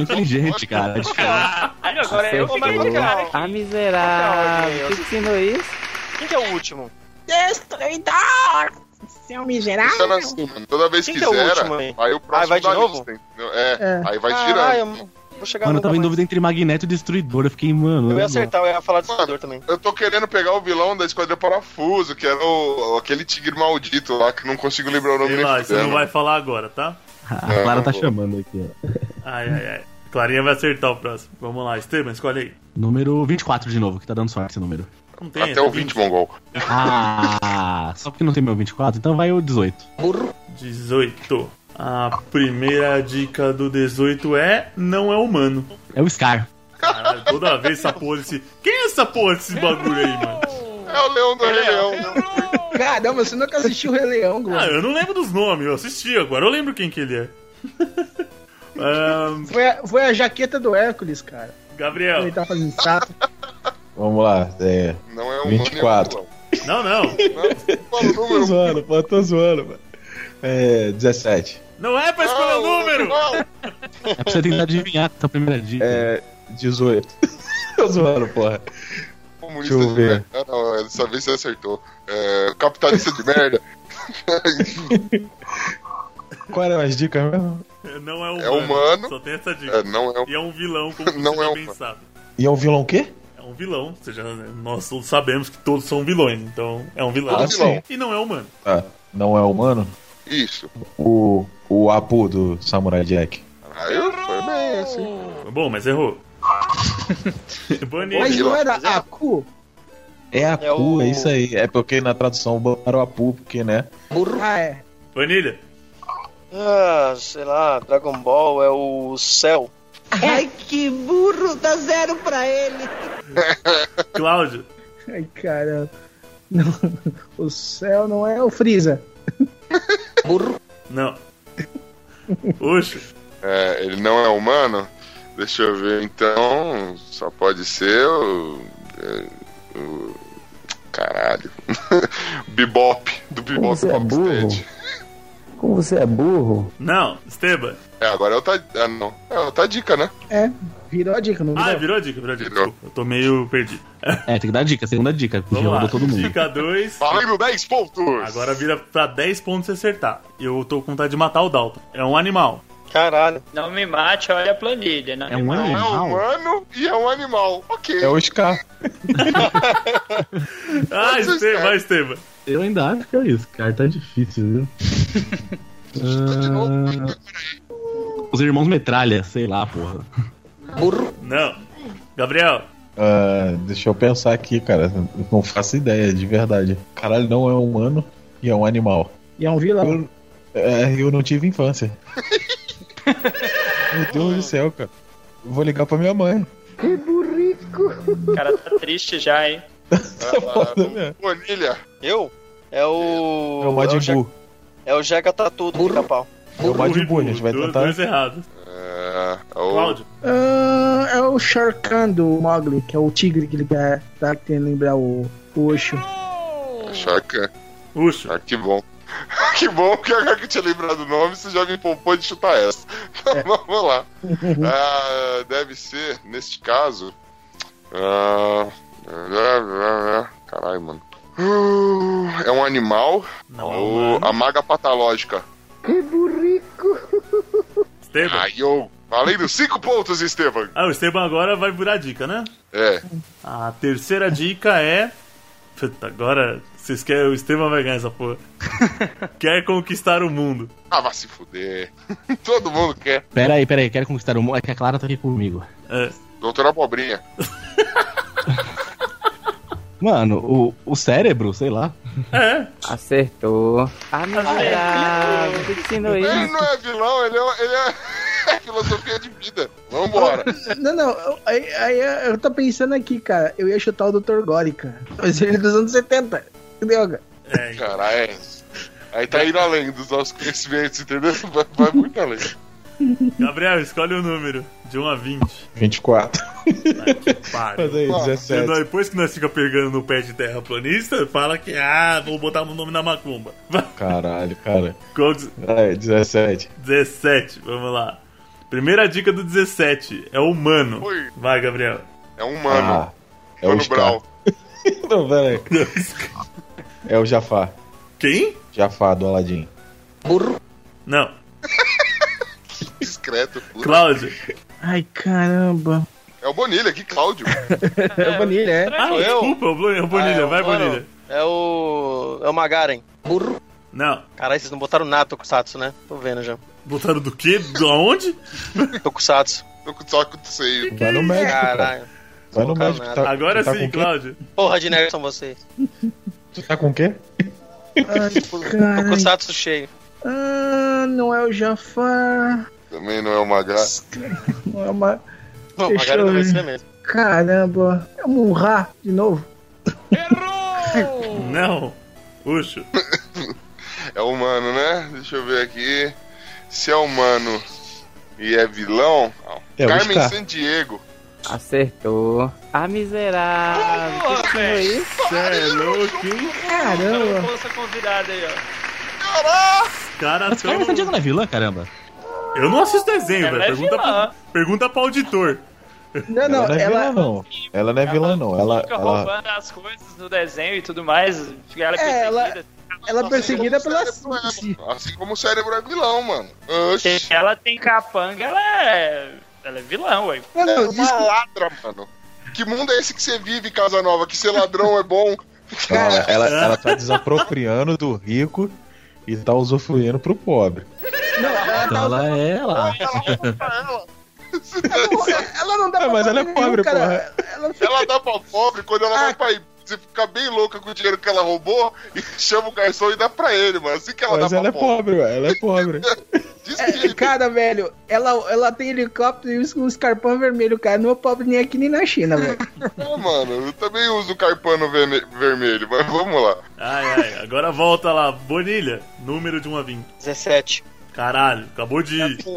[SPEAKER 6] inteligente, cara. É diferente.
[SPEAKER 4] Caralho, agora é eu vou mais
[SPEAKER 11] Acertou.
[SPEAKER 4] cara.
[SPEAKER 11] Ah,
[SPEAKER 8] Ah,
[SPEAKER 11] miserável. Quem te ensinou isso?
[SPEAKER 9] Quem que é o último?
[SPEAKER 5] Destruidor! Seu
[SPEAKER 2] Funciona
[SPEAKER 5] miserável!
[SPEAKER 2] assim, mano. Toda vez
[SPEAKER 9] Quem
[SPEAKER 2] que
[SPEAKER 9] que é o
[SPEAKER 2] zera,
[SPEAKER 9] último aí?
[SPEAKER 2] aí o próximo
[SPEAKER 9] Ah, vai de
[SPEAKER 2] da
[SPEAKER 9] novo?
[SPEAKER 2] lista, entendeu? É,
[SPEAKER 8] É.
[SPEAKER 2] aí vai
[SPEAKER 9] Caralho,
[SPEAKER 2] girando.
[SPEAKER 9] eu vou chegar
[SPEAKER 6] Mano, eu
[SPEAKER 9] nunca
[SPEAKER 6] tava em
[SPEAKER 9] mais.
[SPEAKER 6] dúvida entre Magneto e Destruidor. Eu fiquei, mano.
[SPEAKER 9] Eu ia
[SPEAKER 6] não.
[SPEAKER 9] acertar, eu ia falar de destruidor também.
[SPEAKER 2] Eu tô querendo pegar o vilão da Esquadra Parafuso, que era o, aquele tigre maldito lá, que não consigo lembrar o nome
[SPEAKER 1] sei
[SPEAKER 2] nem
[SPEAKER 1] lá, você não
[SPEAKER 2] fudendo.
[SPEAKER 1] vai falar agora, tá?
[SPEAKER 6] A Clara tá
[SPEAKER 2] Não.
[SPEAKER 6] chamando aqui, ó.
[SPEAKER 1] Ai, ai, ai. Clarinha vai acertar o próximo. Vamos lá, Esteban, escolhe aí.
[SPEAKER 6] Número 24 de novo, que tá dando sorte esse número.
[SPEAKER 1] Não tem
[SPEAKER 2] Até
[SPEAKER 1] essa,
[SPEAKER 2] o 20, mongol.
[SPEAKER 6] Ah, só porque não tem meu 24, então vai o 18.
[SPEAKER 1] 18. A primeira dica do 18 é não é humano.
[SPEAKER 6] É o Scar.
[SPEAKER 1] Caralho, toda vez essa porra desse. Quem é essa porra desses bagulho aí, mano?
[SPEAKER 2] É o Leão do Rei Leão.
[SPEAKER 8] Caramba, você nunca assistiu o Rei Leão,
[SPEAKER 1] Ah, eu não lembro dos nomes, eu assisti agora, eu lembro quem que ele é. Ah, Ahn,
[SPEAKER 8] Foi a, foi a jaqueta do Hércules, cara.
[SPEAKER 1] Gabriel.
[SPEAKER 8] Ele tá fazendo sapo.
[SPEAKER 3] Vamos lá, é.
[SPEAKER 2] Não é um
[SPEAKER 3] 24.
[SPEAKER 1] Não, não.
[SPEAKER 3] tô zoando, pô, tô zoando, mano. É, 17.
[SPEAKER 1] Não é pra escolher o número!
[SPEAKER 6] É pra você tentar adivinhar tá a primeira dica.
[SPEAKER 3] É, 18. tô zoando, porra. Deixa eu ver.
[SPEAKER 2] Ah, não, dessa vez você acertou. É, capitalista de merda.
[SPEAKER 3] Qual eram as dicas mesmo?
[SPEAKER 1] Não é humano.
[SPEAKER 2] É humano.
[SPEAKER 1] Só tem essa dica.
[SPEAKER 2] É, não é um-
[SPEAKER 1] E é um vilão, como
[SPEAKER 2] Não
[SPEAKER 1] você
[SPEAKER 2] é
[SPEAKER 1] já
[SPEAKER 2] um-
[SPEAKER 1] bem sabe.
[SPEAKER 3] E é um vilão o quê?
[SPEAKER 1] É um vilão. Você já, nós todos sabemos que todos são vilões, então é um vilão.
[SPEAKER 3] Ah, sim.
[SPEAKER 1] E não é humano.
[SPEAKER 3] Ah, não é humano?
[SPEAKER 2] Isso.
[SPEAKER 3] O, o Apu do Samurai Jack.
[SPEAKER 2] Caralho, foi bem assim.
[SPEAKER 1] Bom, mas errou. Bonito.
[SPEAKER 8] Mas não era Aku?
[SPEAKER 3] É Apu, é,
[SPEAKER 8] o-
[SPEAKER 3] isso aí. É porque na tradução botaram Apu, porque, né?
[SPEAKER 8] Ah, é.
[SPEAKER 1] Vanilha.
[SPEAKER 9] Ah, sei lá, Dragon Ball é o céu.
[SPEAKER 5] Ai, que burro! Dá zero pra ele!
[SPEAKER 1] Cláudio.
[SPEAKER 8] Ai, cara. Não, o céu não é o Freeza.
[SPEAKER 1] Não. Oxe.
[SPEAKER 2] É, ele não é humano? Deixa eu ver, então. Só pode ser o. é, o- Caralho. Bebop, do Bebop
[SPEAKER 14] Você é burro? Como você é burro?
[SPEAKER 1] Não, Esteban.
[SPEAKER 2] É, agora é outra. Ah, não. É outra dica, né?
[SPEAKER 8] É, virou a dica, não
[SPEAKER 1] Ah, virou a dica, virou a dica. Desculpa, eu tô meio perdido.
[SPEAKER 6] É, tem que dar dica, segunda dica, porque
[SPEAKER 1] Vamos lá.
[SPEAKER 6] rodou todo mundo.
[SPEAKER 1] Dica 2.
[SPEAKER 2] Valendo 10 pontos.
[SPEAKER 1] Agora vira pra 10 pontos se acertar. Eu tô com vontade de matar o Dalton. É um animal.
[SPEAKER 9] Caralho.
[SPEAKER 4] Não me mate, olha a planilha. né? Não
[SPEAKER 1] É
[SPEAKER 4] me
[SPEAKER 1] um
[SPEAKER 4] mate.
[SPEAKER 1] animal?
[SPEAKER 2] É humano e é um animal. Ok.
[SPEAKER 3] É o Scar.
[SPEAKER 1] Ah,
[SPEAKER 2] é.
[SPEAKER 1] Esteban, vai, Esteban.
[SPEAKER 6] Eu ainda acho que é isso, cara. Tá difícil, viu? Ah, Os irmãos metralha, sei lá, porra.
[SPEAKER 1] Não. Gabriel.
[SPEAKER 3] Ah, deixa eu pensar aqui, cara. Eu Não faço ideia, de verdade. Caralho, não é humano e é um animal.
[SPEAKER 8] E é um vilão.
[SPEAKER 3] É, eu não tive infância. Meu Deus do céu, cara. Eu Vou ligar pra minha mãe.
[SPEAKER 4] Que burrico. O cara tá triste já, hein?
[SPEAKER 2] É, Bonilha.
[SPEAKER 9] Eu? É o.
[SPEAKER 3] É o
[SPEAKER 9] é o
[SPEAKER 3] Majin
[SPEAKER 9] Jeca-
[SPEAKER 3] Buu.
[SPEAKER 9] É o Jeca Tatu do Pica-Pau.
[SPEAKER 3] É o Majin Buu, a gente vai tentar.
[SPEAKER 1] Dois errados.
[SPEAKER 2] É, é o...
[SPEAKER 1] Cláudio.
[SPEAKER 8] Ah, é o Sharkan do Mogli, que é o tigre que ele tá, tá querendo lembrar o, o Osho.
[SPEAKER 2] Chaca.
[SPEAKER 1] Puxa.
[SPEAKER 2] Ah, que bom. que bom que agora que eu tinha lembrado o nome, você já me poupou de chutar essa. Então
[SPEAKER 3] É.
[SPEAKER 2] vamos lá. Ah, deve ser, neste caso. ah, Caralho, mano. É um animal.
[SPEAKER 1] é um
[SPEAKER 2] ou a maga patológica.
[SPEAKER 10] Que burrico!
[SPEAKER 1] Esteban.
[SPEAKER 2] Aí Ah, eu falei dos cinco pontos, Esteban.
[SPEAKER 1] Ah, o Esteban agora vai virar dica, né?
[SPEAKER 2] É.
[SPEAKER 1] A terceira dica é. Puta, agora vocês querem. O Esteban vai ganhar essa porra. Quer conquistar o mundo.
[SPEAKER 2] Ah, vai se fuder. Todo mundo quer.
[SPEAKER 6] Pera aí, pera aí, quero conquistar o mundo. É que a Clara tá aqui comigo.
[SPEAKER 1] É.
[SPEAKER 2] Doutora Pobrinha.
[SPEAKER 6] Mano, o, o cérebro, sei lá.
[SPEAKER 1] É.
[SPEAKER 11] Acertou. Ah, miserável. Quem te ensinou
[SPEAKER 2] Ele
[SPEAKER 11] isso?
[SPEAKER 2] não é vilão, ele é, ele é- é filosofia de vida. Vambora.
[SPEAKER 8] Ah, Não, não, eu- aí, aí eu tô pensando aqui, cara. Eu ia chutar o Dr. Gore, cara. Mas ele é dos anos 70. Entendeu, cara?
[SPEAKER 1] É,
[SPEAKER 2] Caralho. Aí tá indo além dos nossos conhecimentos, entendeu? Vai, vai muito além.
[SPEAKER 1] Gabriel, escolhe o número. De 1 a 20.
[SPEAKER 3] 24.
[SPEAKER 1] Pare.
[SPEAKER 3] Mas aí, 17.
[SPEAKER 1] Depois que nós fica pegando no pé de terraplanista, fala que, ah, vou botar meu nome na macumba.
[SPEAKER 3] Caralho, cara.
[SPEAKER 1] Qual que-
[SPEAKER 3] É, 17.
[SPEAKER 1] 17, vamos lá. Primeira dica do 17 é humano.
[SPEAKER 2] Oi.
[SPEAKER 1] Vai, Gabriel.
[SPEAKER 2] É humano.
[SPEAKER 3] Ah, é o Scar. Não, pera aí. É o Jafar.
[SPEAKER 1] Quem?
[SPEAKER 3] Jafar do Aladdin.
[SPEAKER 1] Não.
[SPEAKER 2] Discreto.
[SPEAKER 1] Cláudio.
[SPEAKER 8] Ai, caramba.
[SPEAKER 2] É o Bonilha, que Cláudio.
[SPEAKER 8] É o Bonilha, é.
[SPEAKER 1] Ah, desculpa, o Blo- é o Bonilha,
[SPEAKER 9] Ah, é o
[SPEAKER 1] vai,
[SPEAKER 9] humano.
[SPEAKER 1] Bonilha.
[SPEAKER 9] É o. É o Magaren.
[SPEAKER 1] Não.
[SPEAKER 9] Caralho, vocês não botaram nada Tokusatsu, né? Tô vendo já.
[SPEAKER 1] Botaram do quê? Do aonde?
[SPEAKER 9] Tokusatsu.
[SPEAKER 2] Tô com saco do seio.
[SPEAKER 3] Vai no médico, cara.
[SPEAKER 9] Caralho.
[SPEAKER 3] Vai no
[SPEAKER 9] Não
[SPEAKER 3] médico.
[SPEAKER 9] nada.
[SPEAKER 3] tá-
[SPEAKER 1] Agora
[SPEAKER 3] tá
[SPEAKER 1] sim,
[SPEAKER 3] com quê?
[SPEAKER 1] Cláudio.
[SPEAKER 9] Porra de nerd são vocês.
[SPEAKER 3] Tu tá com o quê?
[SPEAKER 8] Ai,
[SPEAKER 9] Tokusatsu cheio.
[SPEAKER 8] Ah, Jean, não é o Jafar.
[SPEAKER 2] Também não é o Magá.
[SPEAKER 8] Não é uma.
[SPEAKER 9] Não,
[SPEAKER 8] Deixa
[SPEAKER 9] Magari
[SPEAKER 8] eu
[SPEAKER 9] não vai
[SPEAKER 8] ver.
[SPEAKER 9] ser mesmo.
[SPEAKER 8] Caramba, é um Ra de novo.
[SPEAKER 1] Não. Puxo.
[SPEAKER 2] É humano, né? Deixa eu ver aqui. Se é humano e é vilão. ah,
[SPEAKER 11] É o
[SPEAKER 2] Carmen
[SPEAKER 11] Scar.
[SPEAKER 2] San Diego.
[SPEAKER 11] Acertou. Ah, miserável. que que foi isso?
[SPEAKER 1] é louco, hein?
[SPEAKER 11] Caramba.
[SPEAKER 4] Moça convidada aí, ó.
[SPEAKER 1] Cara,
[SPEAKER 6] Mas Carmen Sandiego não é vilã, caramba.
[SPEAKER 1] Eu não assisto desenho,
[SPEAKER 4] Ela
[SPEAKER 1] velho.
[SPEAKER 4] é
[SPEAKER 1] Pergunta,
[SPEAKER 4] vilã.
[SPEAKER 1] pro- pergunta pro auditor.
[SPEAKER 8] Não,
[SPEAKER 3] Ela não é vilã, não. Ela não é vilã, não. Ela.
[SPEAKER 4] Fica
[SPEAKER 3] ela...
[SPEAKER 4] roubando as coisas no desenho e tudo mais. Ela é,
[SPEAKER 8] É, ela-
[SPEAKER 4] perseguida.
[SPEAKER 8] Ela é perseguida pela.
[SPEAKER 4] é
[SPEAKER 2] Assim como o cérebro é vilão, mano. Oxi.
[SPEAKER 4] Ela tem capanga, ela é. Ela é vilão, ué.
[SPEAKER 2] É uma ladra, mano. Que mundo é esse que você vive, Casa Nova? Que ser ladrão é bom.
[SPEAKER 3] Ela, ela, ela tá desapropriando do rico e tá usufruindo pro pobre. Então ela é lá.
[SPEAKER 2] tá
[SPEAKER 8] Ela não dá pra
[SPEAKER 3] mas ela é pobre, porra.
[SPEAKER 2] Ela dá pra pobre quando ela
[SPEAKER 8] Ah.
[SPEAKER 2] vai pra Você fica bem louca com o dinheiro que ela roubou e chama o garçom e dá pra ele, mano. Assim que ela
[SPEAKER 3] Mas
[SPEAKER 2] dá
[SPEAKER 3] ela é
[SPEAKER 2] pra pobre.
[SPEAKER 3] pobre, ué, ela é pobre.
[SPEAKER 8] É, cara, velho, ela, ela tem helicóptero e usa um escarpão vermelho, cara. Não é pobre nem aqui nem na China, velho.
[SPEAKER 2] Não, mano, eu também uso o carpano verne- vermelho, mas vamos lá.
[SPEAKER 1] Ai, ai. Agora volta lá. Bonilha, número de 1 a 20.
[SPEAKER 9] 17.
[SPEAKER 1] Caralho, acabou de ir.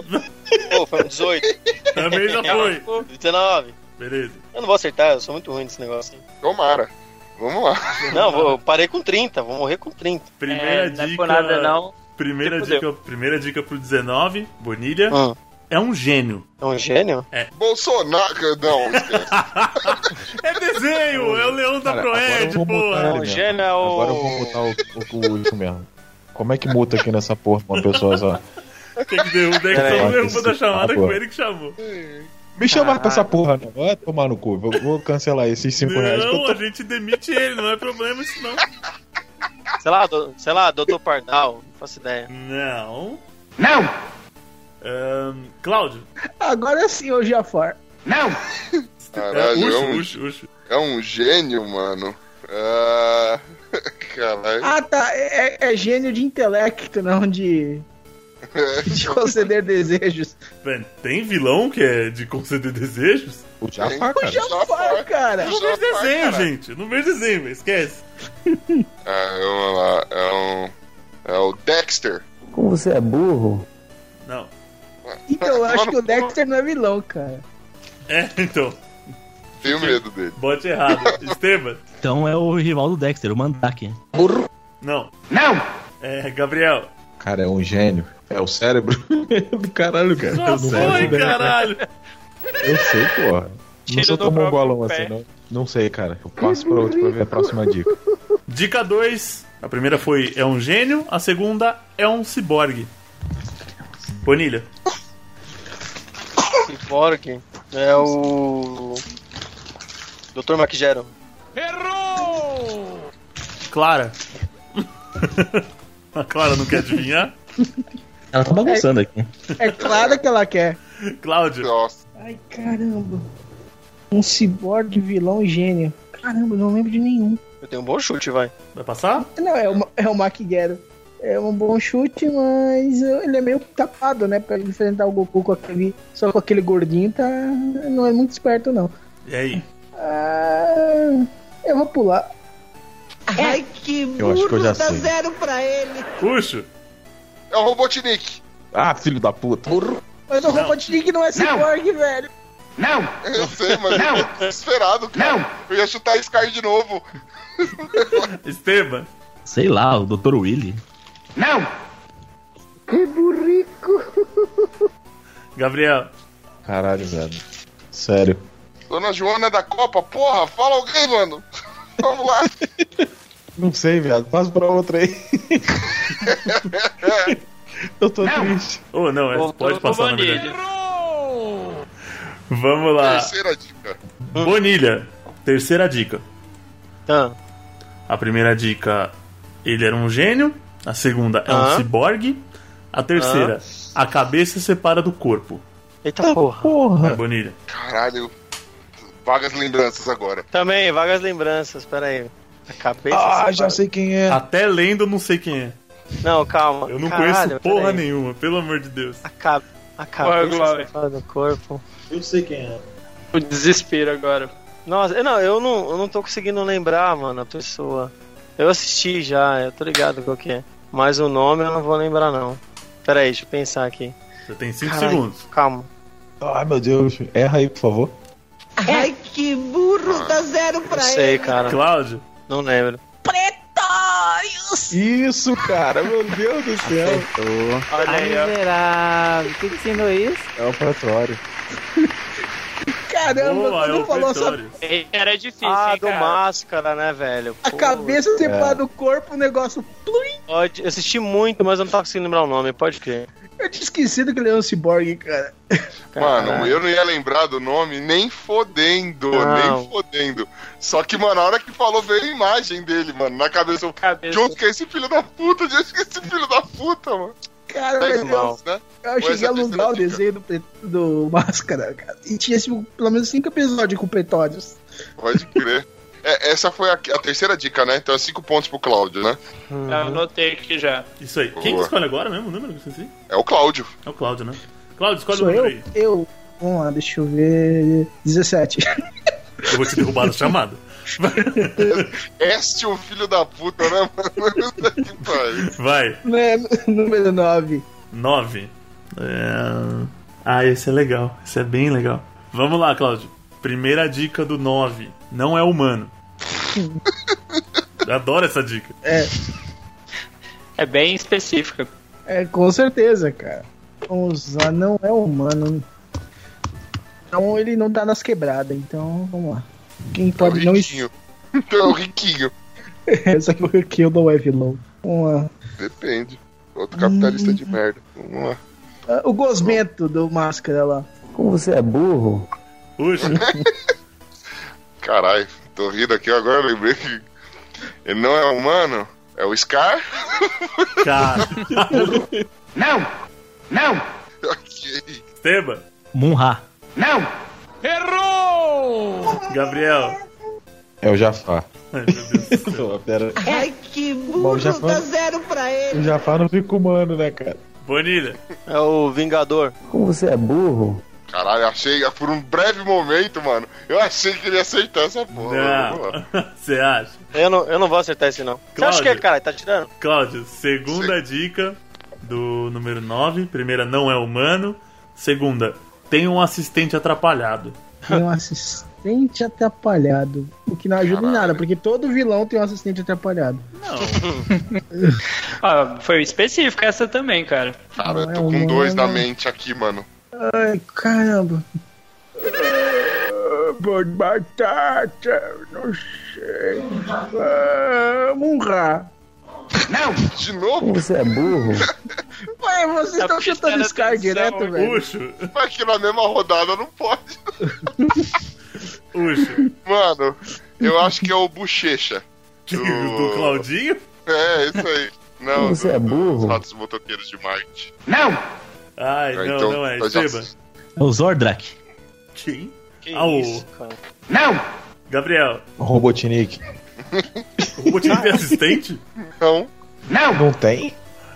[SPEAKER 1] Tá
[SPEAKER 9] Pô, foi um 18.
[SPEAKER 1] Também já foi.
[SPEAKER 9] 19.
[SPEAKER 1] Beleza.
[SPEAKER 9] Eu não vou acertar, eu sou muito ruim nesse negócio. aí.
[SPEAKER 2] Tomara. Vamos lá.
[SPEAKER 9] Não, vou- eu parei com 30, vou morrer com 30. É,
[SPEAKER 1] Primeira dica. Primeira
[SPEAKER 9] Se fudeu.
[SPEAKER 1] dica, primeira dica pro 19, Bonilha. É um gênio.
[SPEAKER 9] É um gênio?
[SPEAKER 1] É.
[SPEAKER 2] Bolsonaro, não.
[SPEAKER 1] É desenho, é o Leão da
[SPEAKER 3] Cara, agora eu
[SPEAKER 1] Proed,
[SPEAKER 3] vou mutar ele né?
[SPEAKER 1] porra.
[SPEAKER 3] mesmo.
[SPEAKER 2] É
[SPEAKER 3] Agora eu vou mutar o, o, o último mesmo. Como é que multa aqui nessa porra uma pessoa só?
[SPEAKER 1] Tem que derrubar, é que
[SPEAKER 3] Peraí.
[SPEAKER 1] só derruba da chamada
[SPEAKER 3] Ah,
[SPEAKER 1] com
[SPEAKER 3] porra.
[SPEAKER 1] ele que chamou.
[SPEAKER 3] Me chamar pra essa porra, não. Vai tomar no cu. Vou, vou cancelar esses 5 reais que eu
[SPEAKER 1] Não, a gente demite ele, não é problema isso não.
[SPEAKER 9] Sei lá, do, sei lá, doutor Pardal, não faço ideia.
[SPEAKER 1] Não.
[SPEAKER 9] Não!
[SPEAKER 1] Ahn, Cláudio.
[SPEAKER 8] Agora sim, ô Jafar.
[SPEAKER 2] Não! Caralho, é
[SPEAKER 1] Uxo,
[SPEAKER 2] um,
[SPEAKER 1] uxo, uxo.
[SPEAKER 2] é um gênio, mano. Ah, Caralho.
[SPEAKER 8] Ah, tá. É, é gênio de intelecto, não de. de conceder desejos.
[SPEAKER 1] Velho, Tem vilão que é de conceder desejos?
[SPEAKER 3] O
[SPEAKER 8] Jafar, cara. O Jafar, cara.
[SPEAKER 1] Não vejo desenho,
[SPEAKER 8] Jafar, cara.
[SPEAKER 1] gente. Não vejo desenho, velho. esquece.
[SPEAKER 2] Ah, vamos lá. É um. É o Dexter.
[SPEAKER 14] Como você é burro?
[SPEAKER 1] Não.
[SPEAKER 8] Então, eu acho que o Dexter não é vilão, cara.
[SPEAKER 1] É, então.
[SPEAKER 2] Tenho medo dele.
[SPEAKER 1] Bote errado. Esteban.
[SPEAKER 6] Então é o rival do Dexter, o Mandak.
[SPEAKER 1] Burro. Não. Não! É, Gabriel.
[SPEAKER 3] Cara, é um gênio. É o cérebro do caralho, cara. É
[SPEAKER 1] Já
[SPEAKER 3] Eu não faço
[SPEAKER 1] foi,
[SPEAKER 3] ideia.
[SPEAKER 1] caralho.
[SPEAKER 3] Eu sei, porra. Não
[SPEAKER 1] Tiro
[SPEAKER 3] sou
[SPEAKER 1] do
[SPEAKER 3] tão
[SPEAKER 1] próprio
[SPEAKER 3] mongolão
[SPEAKER 1] pé.
[SPEAKER 3] assim, não. Não sei, cara. Eu passo pra outro pra ver a próxima dica.
[SPEAKER 1] Dica 2. A primeira foi é um gênio, a segunda é um ciborgue. Bonilha.
[SPEAKER 9] Cyborg é o. Doutor Maquigero.
[SPEAKER 1] Clara. a Clara não quer adivinhar?
[SPEAKER 6] Ela tá bagunçando aqui.
[SPEAKER 8] É claro que ela quer.
[SPEAKER 1] Cláudio.
[SPEAKER 2] Nossa.
[SPEAKER 8] Ai, caramba. Um ciborgue, vilão e gênio. Caramba, não lembro de nenhum.
[SPEAKER 9] Eu tenho um bom chute, vai.
[SPEAKER 1] Vai passar?
[SPEAKER 8] Não, é o, é o Mark Guerra. É um bom chute, mas ele é meio tapado, né? Pra ele enfrentar o Goku com aquele. Só com aquele gordinho, tá. Não é muito esperto, não.
[SPEAKER 1] E aí?
[SPEAKER 8] Ah, eu vou pular.
[SPEAKER 5] Ai, que
[SPEAKER 3] Eu acho que eu
[SPEAKER 5] burro,
[SPEAKER 3] já
[SPEAKER 5] dá
[SPEAKER 3] sei.
[SPEAKER 5] zero pra ele.
[SPEAKER 1] Puxo.
[SPEAKER 2] É o Robotnik.
[SPEAKER 3] Ah, filho da puta.
[SPEAKER 8] Mas o Robotnik não é cyborg, velho.
[SPEAKER 2] Não! Eu sei, mas eu tô desesperado, cara. Não! Eu ia chutar Sky de novo.
[SPEAKER 1] Esteban.
[SPEAKER 6] Sei lá, o Dr. Willy.
[SPEAKER 2] Não!
[SPEAKER 5] Que burrico.
[SPEAKER 1] Gabriel.
[SPEAKER 3] Caralho, velho. Sério.
[SPEAKER 2] Dona Joana da Copa, porra, fala alguém, mano. Vamos lá.
[SPEAKER 3] Não sei, viado. Passa pra outra aí. Eu tô triste.
[SPEAKER 1] Ou não, é, pode passar na verdade. Vamos lá.
[SPEAKER 2] Terceira dica.
[SPEAKER 1] Bonilha. Terceira dica.
[SPEAKER 9] Tá.
[SPEAKER 1] A primeira dica, ele era um gênio. A segunda é um
[SPEAKER 9] Ah.
[SPEAKER 1] ciborgue. A terceira, a cabeça separa do corpo.
[SPEAKER 9] Eita porra.
[SPEAKER 1] É, Bonilha.
[SPEAKER 2] Caralho. Vagas lembranças agora.
[SPEAKER 9] Também, vagas lembranças, pera aí. A cabeça.
[SPEAKER 3] Ah, já sei quem é.
[SPEAKER 1] Até lendo, não sei quem é.
[SPEAKER 9] Não, calma.
[SPEAKER 1] Eu não
[SPEAKER 9] Caralho,
[SPEAKER 1] conheço porra
[SPEAKER 9] peraí.
[SPEAKER 1] nenhuma, pelo amor de Deus.
[SPEAKER 9] A, ca... a cabeça fora do corpo.
[SPEAKER 4] Eu sei quem é. O desespero agora.
[SPEAKER 9] Nossa, eu não, eu não, eu não tô conseguindo lembrar, mano, a pessoa. Eu assisti já, eu tô ligado qual que é. Mas o nome eu não vou lembrar, não. Pera aí, deixa eu pensar aqui.
[SPEAKER 1] Você tem 5
[SPEAKER 9] Caralho,
[SPEAKER 1] segundos.
[SPEAKER 9] Calma.
[SPEAKER 3] Ai, meu Deus. Erra aí, por favor.
[SPEAKER 5] Ai, que burro, dá zero
[SPEAKER 9] Não
[SPEAKER 5] pra
[SPEAKER 9] Ah, sei,
[SPEAKER 5] ele.
[SPEAKER 9] cara.
[SPEAKER 1] Cláudio?
[SPEAKER 9] Não lembro.
[SPEAKER 3] Isso, cara. Meu Deus do céu.
[SPEAKER 11] Olha aí, ó. miserável. Quem te ensinou isso?
[SPEAKER 3] É o Pretório.
[SPEAKER 8] Caramba,
[SPEAKER 9] Boa,
[SPEAKER 8] tu
[SPEAKER 9] é o
[SPEAKER 1] um
[SPEAKER 8] não falou essa
[SPEAKER 9] Pretório. Era difícil, ah, do Máscara, né, velho?
[SPEAKER 8] a
[SPEAKER 9] É.
[SPEAKER 8] cabeça separada do corpo, o negócio. Plum!
[SPEAKER 9] Pode, eu assisti muito, mas eu não tava conseguindo lembrar o nome, pode crer.
[SPEAKER 8] Eu tinha esquecido que ele é um ciborgue, cara.
[SPEAKER 2] Mano, eu não ia lembrar do nome nem fodendo,
[SPEAKER 9] Não.
[SPEAKER 2] nem fodendo. Só que, mano, a hora que falou veio a imagem dele, mano, na cabeça. eu, De onde que é esse filho da puta? De onde que é esse filho da puta, mano?
[SPEAKER 8] Cara,
[SPEAKER 2] Fez
[SPEAKER 8] meu Deus.
[SPEAKER 2] né?
[SPEAKER 8] Eu
[SPEAKER 2] Ou
[SPEAKER 8] cheguei
[SPEAKER 2] essa
[SPEAKER 8] a alongar o desenho do, Pre- do Máscara, cara. E tinha tipo, pelo menos cinco episódios com Pretórios.
[SPEAKER 2] Pode crer. É, essa foi a, a terceira dica, né? Então é cinco pontos pro Cláudio, né?
[SPEAKER 9] Uhum.
[SPEAKER 4] Eu anotei aqui já.
[SPEAKER 1] Isso aí. Quem que
[SPEAKER 2] Boa.
[SPEAKER 1] escolhe agora mesmo o número? que eu esqueci?
[SPEAKER 2] É o Cláudio.
[SPEAKER 1] É o Cláudio, né? Cláudio, escolhe
[SPEAKER 8] Sou
[SPEAKER 1] o número
[SPEAKER 8] eu? Eu. Vamos lá, deixa eu ver. 17.
[SPEAKER 1] aí. Eu vou te derrubar da chamada.
[SPEAKER 2] Este é um filho da puta, né, mano? Puta que pariu.
[SPEAKER 1] Vai.
[SPEAKER 8] Né, Número 9.
[SPEAKER 1] 9. É... Ah, esse é legal. Esse é bem legal. Vamos lá, Cláudio. Primeira dica do 9. Não é humano. Eu Adoro essa dica.
[SPEAKER 8] É.
[SPEAKER 4] É bem específica.
[SPEAKER 8] É, com certeza, cara. Vamos lá, não é humano. Então ele não tá nas quebradas, então vamos lá. Quem pode não
[SPEAKER 2] É riquinho. Então é o riquinho.
[SPEAKER 8] Essa que eu não é vilão. Vamos lá.
[SPEAKER 2] Depende. Outro capitalista
[SPEAKER 8] Hum.
[SPEAKER 2] de merda. Vamos lá.
[SPEAKER 8] Ah, O gosmento do máscara lá.
[SPEAKER 14] Como você é burro?
[SPEAKER 1] Puxa.
[SPEAKER 2] Caralho, tô rindo aqui agora, eu lembrei que ele não é humano, é o Scar.
[SPEAKER 1] Cara.
[SPEAKER 2] Não! Não!
[SPEAKER 1] Esteban.
[SPEAKER 6] Munra.
[SPEAKER 1] Não! Errou! Gabriel.
[SPEAKER 3] É o Jafar.
[SPEAKER 1] Ai, meu Deus.
[SPEAKER 3] Pô, pera.
[SPEAKER 5] Ai, que
[SPEAKER 3] Bom, já
[SPEAKER 5] burro,
[SPEAKER 3] foi-
[SPEAKER 5] dá zero pra ele.
[SPEAKER 3] O Jafar não fica humano, né, cara?
[SPEAKER 1] Bonilha.
[SPEAKER 9] É o Vingador.
[SPEAKER 14] Como você é burro?
[SPEAKER 2] Caralho, achei, por um breve momento, mano, eu achei que ele ia aceitar essa porra.
[SPEAKER 1] Ah.
[SPEAKER 2] Vamos lá.
[SPEAKER 1] Você acha?
[SPEAKER 9] Eu não, eu não vou acertar esse, não. Você acha
[SPEAKER 1] Cláudio.
[SPEAKER 9] que é, cara? Tá tirando?
[SPEAKER 1] Cláudio, segunda dica do número 9. Primeira, não é humano. Segunda, tem um assistente atrapalhado.
[SPEAKER 8] Tem um assistente atrapalhado. O que não ajuda em nada, porque todo vilão tem um assistente atrapalhado.
[SPEAKER 4] Ah, foi específica essa também, cara.
[SPEAKER 2] Cara, eu
[SPEAKER 8] é
[SPEAKER 2] tô com dois
[SPEAKER 8] humano.
[SPEAKER 2] na mente aqui, mano.
[SPEAKER 8] Ai, caramba. Bom, batata, não sei. Ah, Munra.
[SPEAKER 2] Não! De novo?
[SPEAKER 14] Como você é burro?
[SPEAKER 8] Ué, vocês estão chutando Scar direto, velho.
[SPEAKER 1] Puxo,
[SPEAKER 2] Mas que na mesma rodada não pode.
[SPEAKER 1] puxo.
[SPEAKER 2] Mano, eu acho que é o Bochecha. Do,
[SPEAKER 1] Do Claudinho?
[SPEAKER 2] É, isso aí. Não,
[SPEAKER 14] Você é
[SPEAKER 2] Os
[SPEAKER 14] burro?
[SPEAKER 2] ratos motoqueiros de Marte.
[SPEAKER 1] Não! Ai,
[SPEAKER 2] Ah,
[SPEAKER 1] não,
[SPEAKER 2] então,
[SPEAKER 1] não é.
[SPEAKER 2] eu já-
[SPEAKER 1] Esteban.
[SPEAKER 6] É o Zordrak.
[SPEAKER 1] Quem? Ah, o- Não! Gabriel,
[SPEAKER 3] Robotnik.
[SPEAKER 1] o Robotnik tem assistente?
[SPEAKER 2] Não.
[SPEAKER 3] Não! Não tem?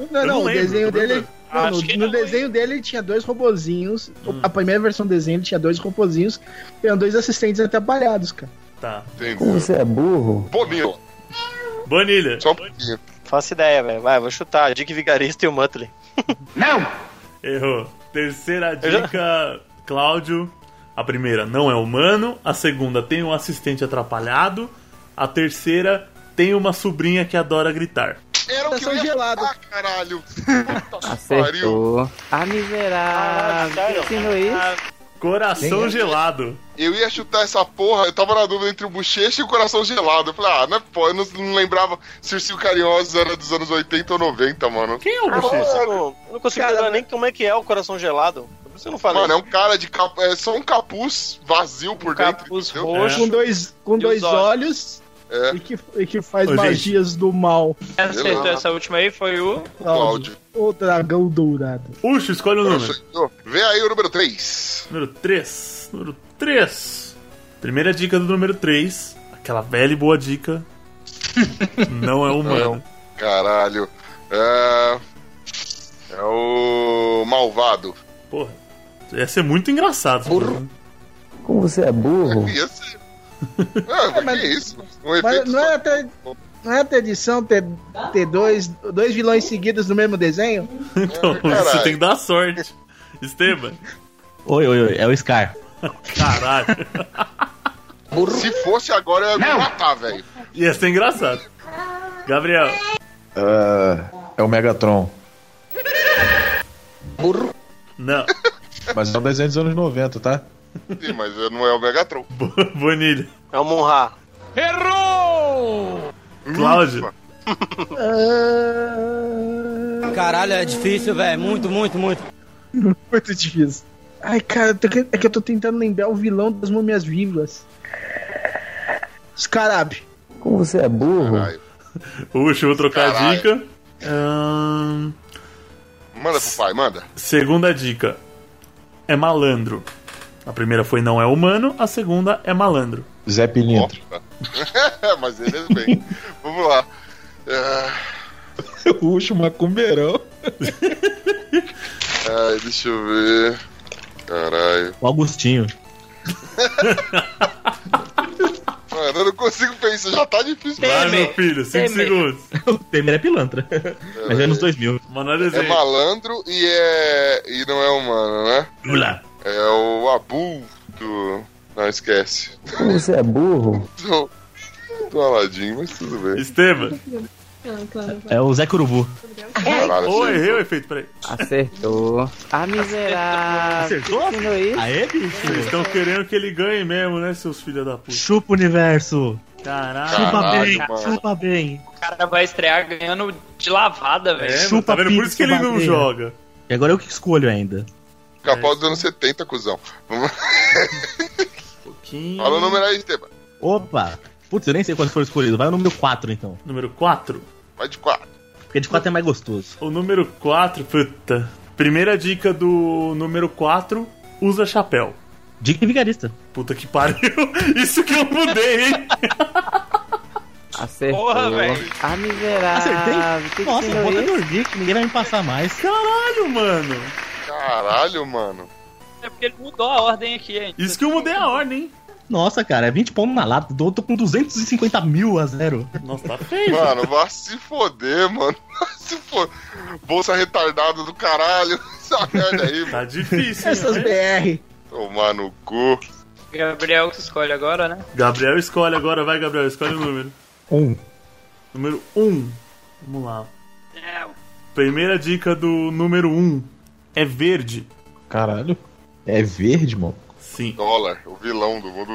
[SPEAKER 8] Não,
[SPEAKER 1] Eu
[SPEAKER 8] não,
[SPEAKER 1] não
[SPEAKER 8] o
[SPEAKER 1] lembro,
[SPEAKER 8] desenho
[SPEAKER 1] eu não
[SPEAKER 8] dele.
[SPEAKER 1] lembro.
[SPEAKER 8] não,
[SPEAKER 1] Acho
[SPEAKER 8] no
[SPEAKER 1] que
[SPEAKER 8] no desenho dele ele tinha dois robozinhos. A primeira versão do desenho ele tinha dois robozinhos. E eram dois assistentes atrapalhados, cara.
[SPEAKER 1] Tá.
[SPEAKER 14] Como você é burro?
[SPEAKER 2] Bonilha.
[SPEAKER 1] Bonilha.
[SPEAKER 2] Só um pouquinho.
[SPEAKER 9] Faço ideia, velho. Vai, vou chutar. Dick Vigarista e o Muttley.
[SPEAKER 1] Não! Errou. Terceira dica, Cláudio. A primeira, não é humano. A segunda, tem um assistente atrapalhado. A terceira, tem uma sobrinha que adora gritar.
[SPEAKER 2] Era o que eu ia gelado. Ah, caralho.
[SPEAKER 11] Acertou. Ah,
[SPEAKER 2] Ah,
[SPEAKER 7] Ah,
[SPEAKER 11] miserável. Quem te ensinou isso?
[SPEAKER 1] Ah, Coração
[SPEAKER 11] Quem é?
[SPEAKER 1] Ah, gelado.
[SPEAKER 2] Eu ia chutar essa porra, eu tava na dúvida entre o bochecha e o coração gelado. Eu falei, ah, não é pô, eu não, não lembrava se o Circo Carinhosos era dos anos 80 ou 90, mano.
[SPEAKER 1] Quem é o
[SPEAKER 9] Nossa, mano, eu não consigo lembrar
[SPEAKER 4] né?
[SPEAKER 9] nem como é que é o coração gelado. Por isso eu não falei.
[SPEAKER 2] Mano, é um cara de cap... é só um capuz vazio
[SPEAKER 1] Um
[SPEAKER 2] por dentro. Capuz
[SPEAKER 8] Com dois, com
[SPEAKER 9] E os
[SPEAKER 8] dois
[SPEAKER 9] olhos.
[SPEAKER 8] olhos
[SPEAKER 2] É.
[SPEAKER 8] e, que, e que faz
[SPEAKER 2] Ô, gente.
[SPEAKER 8] magias do mal.
[SPEAKER 4] Quem acertou essa última aí foi o.
[SPEAKER 2] Cláudio.
[SPEAKER 8] O dragão dourado.
[SPEAKER 1] Puxa, escolhe o número.
[SPEAKER 2] Vê aí o número 3.
[SPEAKER 1] Número 3. Número 3. Primeira dica do número 3. Aquela velha e boa dica. Não é humano.
[SPEAKER 2] Caralho. É, é o Malvado.
[SPEAKER 1] Porra, ia ser muito engraçado. né? Burro.
[SPEAKER 14] Como você é burro?
[SPEAKER 2] Ia ser. Ah, mas que isso? Um
[SPEAKER 8] Mas
[SPEAKER 2] efeito
[SPEAKER 8] não
[SPEAKER 2] só-
[SPEAKER 8] era até. Não é a tradição ter, ter dois, dois vilões seguidos no mesmo desenho?
[SPEAKER 1] Então, você tem que dar sorte. Esteban.
[SPEAKER 6] Oi, oi, oi. É o Scar.
[SPEAKER 1] Caralho.
[SPEAKER 2] Se fosse agora, eu ia me matar, velho.
[SPEAKER 1] Ia ser engraçado. Gabriel.
[SPEAKER 3] Ah, é o Megatron.
[SPEAKER 1] Burro. Não.
[SPEAKER 3] Mas é um desenho dos anos 90, tá?
[SPEAKER 2] Sim, mas não é o Megatron.
[SPEAKER 1] Bonilha.
[SPEAKER 9] É o Monra.
[SPEAKER 7] Errou!
[SPEAKER 1] Cláudio.
[SPEAKER 15] Caralho, é difícil, velho. Muito, muito, muito.
[SPEAKER 8] Muito difícil. Ai, cara, eu tô que- é que eu tô tentando lembrar o vilão das múmias vivas. Scarab.
[SPEAKER 14] Como você é burro?
[SPEAKER 1] Puxa, eu vou trocar a
[SPEAKER 2] Caralho.
[SPEAKER 1] dica. Ahn,
[SPEAKER 2] Manda pro pai, manda.
[SPEAKER 1] segunda dica. É malandro. A primeira foi não é humano, a segunda é malandro.
[SPEAKER 3] Zé Pilintra.
[SPEAKER 2] tá. mas ele é bem. Vamos lá. Ah,
[SPEAKER 3] o último macumbeirão.
[SPEAKER 2] Ai, deixa eu ver. Caralho.
[SPEAKER 6] O Augustinho.
[SPEAKER 2] Mano, eu não consigo pensar, já tá difícil.
[SPEAKER 1] Vai, meu filho, 5 segundos.
[SPEAKER 6] O Temer é pilantra. Mas é anos 2000.
[SPEAKER 1] um
[SPEAKER 2] É malandro e é. e não é humano, né?
[SPEAKER 1] Lula.
[SPEAKER 2] É o Abu do. Não, esquece.
[SPEAKER 14] Como você é burro?
[SPEAKER 2] Tô, tô aladinho, mas tudo bem.
[SPEAKER 1] Esteban.
[SPEAKER 6] É o Zé Curubu.
[SPEAKER 2] Caralho,
[SPEAKER 1] Ou
[SPEAKER 2] achei-
[SPEAKER 1] errei o efeito, peraí.
[SPEAKER 11] Acertou. Ah, miserável. é
[SPEAKER 1] Acertou?
[SPEAKER 6] Aê, bicho.
[SPEAKER 1] Vocês estão querendo que ele ganhe mesmo, né, seus filhos da puta?
[SPEAKER 6] Chupa o universo.
[SPEAKER 1] Caralho.
[SPEAKER 6] Chupa
[SPEAKER 1] Caralho,
[SPEAKER 6] bem,
[SPEAKER 1] mano.
[SPEAKER 6] chupa bem.
[SPEAKER 4] O cara vai estrear ganhando de lavada, velho.
[SPEAKER 6] Chupa
[SPEAKER 4] tá vendo?
[SPEAKER 6] pinto,
[SPEAKER 4] Por isso que ele não
[SPEAKER 6] bateia.
[SPEAKER 4] joga.
[SPEAKER 6] E agora eu que escolho ainda.
[SPEAKER 2] Capaz dos anos 70, cuzão. Vamos- Fala o número aí, Esteban.
[SPEAKER 6] Opa. Putz, eu nem sei qual foi escolhido. Vai o número 4, então.
[SPEAKER 1] Número 4?
[SPEAKER 2] Vai de 4.
[SPEAKER 6] Porque de 4 é mais gostoso.
[SPEAKER 1] O número 4, puta. Primeira dica do número 4, usa chapéu.
[SPEAKER 6] Dica vigarista.
[SPEAKER 1] Puta que pariu. Isso que eu mudei, hein?
[SPEAKER 11] Acertou.
[SPEAKER 1] Porra, velho.
[SPEAKER 11] Ah, miserável.
[SPEAKER 6] Acertei?
[SPEAKER 11] Que
[SPEAKER 6] Nossa,
[SPEAKER 11] que
[SPEAKER 6] bota
[SPEAKER 11] é isso?
[SPEAKER 6] dormir que ninguém vai me passar mais.
[SPEAKER 1] Caralho, mano.
[SPEAKER 2] Caralho, mano.
[SPEAKER 4] É porque ele mudou a ordem aqui, hein?
[SPEAKER 1] Isso que eu mudei a ordem, hein?
[SPEAKER 6] Nossa, cara, é 20 pontos na lata. Tô, tô com 250 mil a zero.
[SPEAKER 1] Nossa, tá
[SPEAKER 2] Mano, vá se foder, mano. Vá se foder. Bolsa retardada do caralho. Essa merda aí, mano.
[SPEAKER 1] Tá difícil,
[SPEAKER 8] Essas BR.
[SPEAKER 2] Tomar no cu.
[SPEAKER 4] Gabriel que escolhe agora, né?
[SPEAKER 1] Gabriel escolhe agora, vai, Gabriel, escolhe o número.
[SPEAKER 3] Um.
[SPEAKER 1] Número 1. Um. Vamos lá. Primeira dica do número 1 um é verde.
[SPEAKER 3] Caralho. É verde, mano.
[SPEAKER 1] Sim.
[SPEAKER 2] Dólar, o vilão do mundo.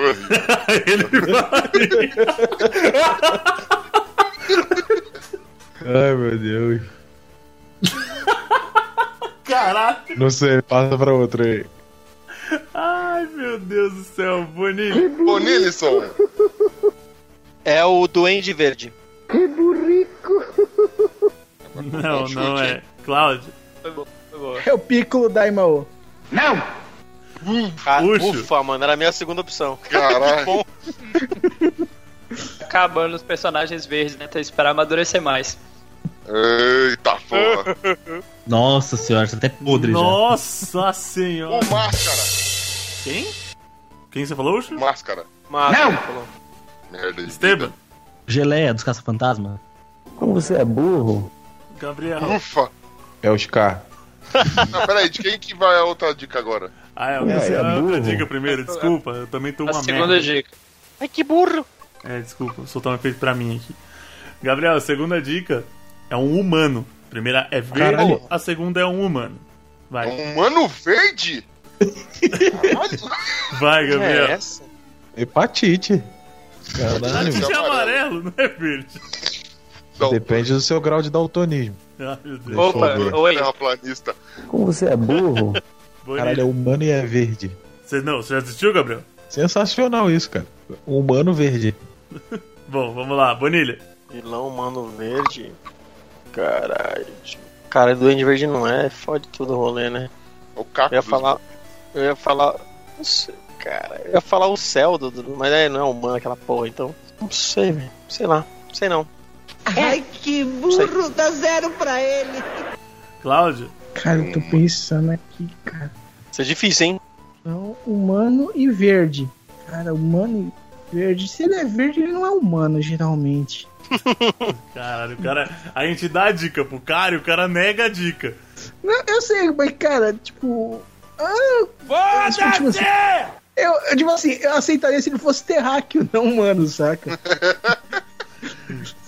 [SPEAKER 3] Ai, meu Deus.
[SPEAKER 1] Caralho!
[SPEAKER 3] Não sei, passa pra outro aí.
[SPEAKER 1] Ai, meu Deus do céu, Bonilho.
[SPEAKER 2] Bonilson.
[SPEAKER 9] É o Duende Verde.
[SPEAKER 5] Que burrico.
[SPEAKER 1] Não, não é. Cláudio.
[SPEAKER 8] É o Piccolo Daimao.
[SPEAKER 9] Não! Ah,
[SPEAKER 1] Puxa.
[SPEAKER 9] ufa, mano, era a minha segunda opção.
[SPEAKER 2] Caralho.
[SPEAKER 9] Bom,
[SPEAKER 4] Acabando os personagens verdes, né? Tem que esperar amadurecer mais.
[SPEAKER 2] Eita porra.
[SPEAKER 6] Nossa senhora, isso tá até podre
[SPEAKER 3] é.
[SPEAKER 1] Nossa senhora.
[SPEAKER 2] Com máscara.
[SPEAKER 1] Quem? Quem você falou, Ucho?
[SPEAKER 2] Máscara.
[SPEAKER 9] Máscara.
[SPEAKER 2] Não. Merda de
[SPEAKER 1] Esteban.
[SPEAKER 6] já. Geleia dos caça-fantasma.
[SPEAKER 14] Como você é burro?
[SPEAKER 1] Gabriel.
[SPEAKER 2] Ufa.
[SPEAKER 3] É o Scar.
[SPEAKER 2] Não, peraí, de quem que vai a outra dica agora?
[SPEAKER 1] Ah, é,
[SPEAKER 3] É,
[SPEAKER 1] você
[SPEAKER 3] é
[SPEAKER 1] é, outra
[SPEAKER 3] burro.
[SPEAKER 1] dica primeiro, desculpa. Eu também tô
[SPEAKER 4] A
[SPEAKER 1] uma
[SPEAKER 4] segunda
[SPEAKER 1] merda.
[SPEAKER 4] dica.
[SPEAKER 9] Ai, que burro.
[SPEAKER 1] É, desculpa, vou soltar um efeito pra mim aqui. Gabriel, a segunda dica é um humano. A primeira é verde,
[SPEAKER 2] Caralho.
[SPEAKER 1] a segunda é um humano. Vai,
[SPEAKER 2] Um humano verde?
[SPEAKER 1] vai, Gabriel.
[SPEAKER 3] Hepatite. Caralho,
[SPEAKER 1] Isso é
[SPEAKER 3] mano.
[SPEAKER 1] amarelo, não é verde.
[SPEAKER 3] Depende do seu grau de daltonismo.
[SPEAKER 1] Ai, meu Deus.
[SPEAKER 3] Opa,
[SPEAKER 2] oi. Terraplanista.
[SPEAKER 14] Como você é burro?
[SPEAKER 3] Caralho, é humano e é verde.
[SPEAKER 1] Você, não, você já assistiu, Gabriel?
[SPEAKER 3] Sensacional isso, cara. Humano verde.
[SPEAKER 1] Bom, vamos lá, Bonilha.
[SPEAKER 9] Vilão Mano Verde. Caralho. Cara, Duende Verde não é, fode todo o rolê, né?
[SPEAKER 2] O Caco.
[SPEAKER 9] Eu ia falar. Eu ia falar. Não sei, cara. Eu ia falar o céu, do, do- mas é, não é humano aquela porra, então. Não sei, velho. Sei lá. Sei não.
[SPEAKER 5] Ai, que burro, dá zero pra ele.
[SPEAKER 1] Cláudio?
[SPEAKER 8] Cara, eu tô pensando aqui, cara.
[SPEAKER 9] Isso é difícil, hein?
[SPEAKER 8] Não, humano e verde. Cara, humano e verde. Se ele é verde, ele não é humano, geralmente.
[SPEAKER 1] Caralho, o cara. A gente dá a dica pro cara e o cara nega a dica.
[SPEAKER 8] Não, eu sei, mas, cara, tipo. Ah, eu, tipo assim, eu, eu, tipo assim, eu aceitaria se ele fosse terráqueo, não humano, saca?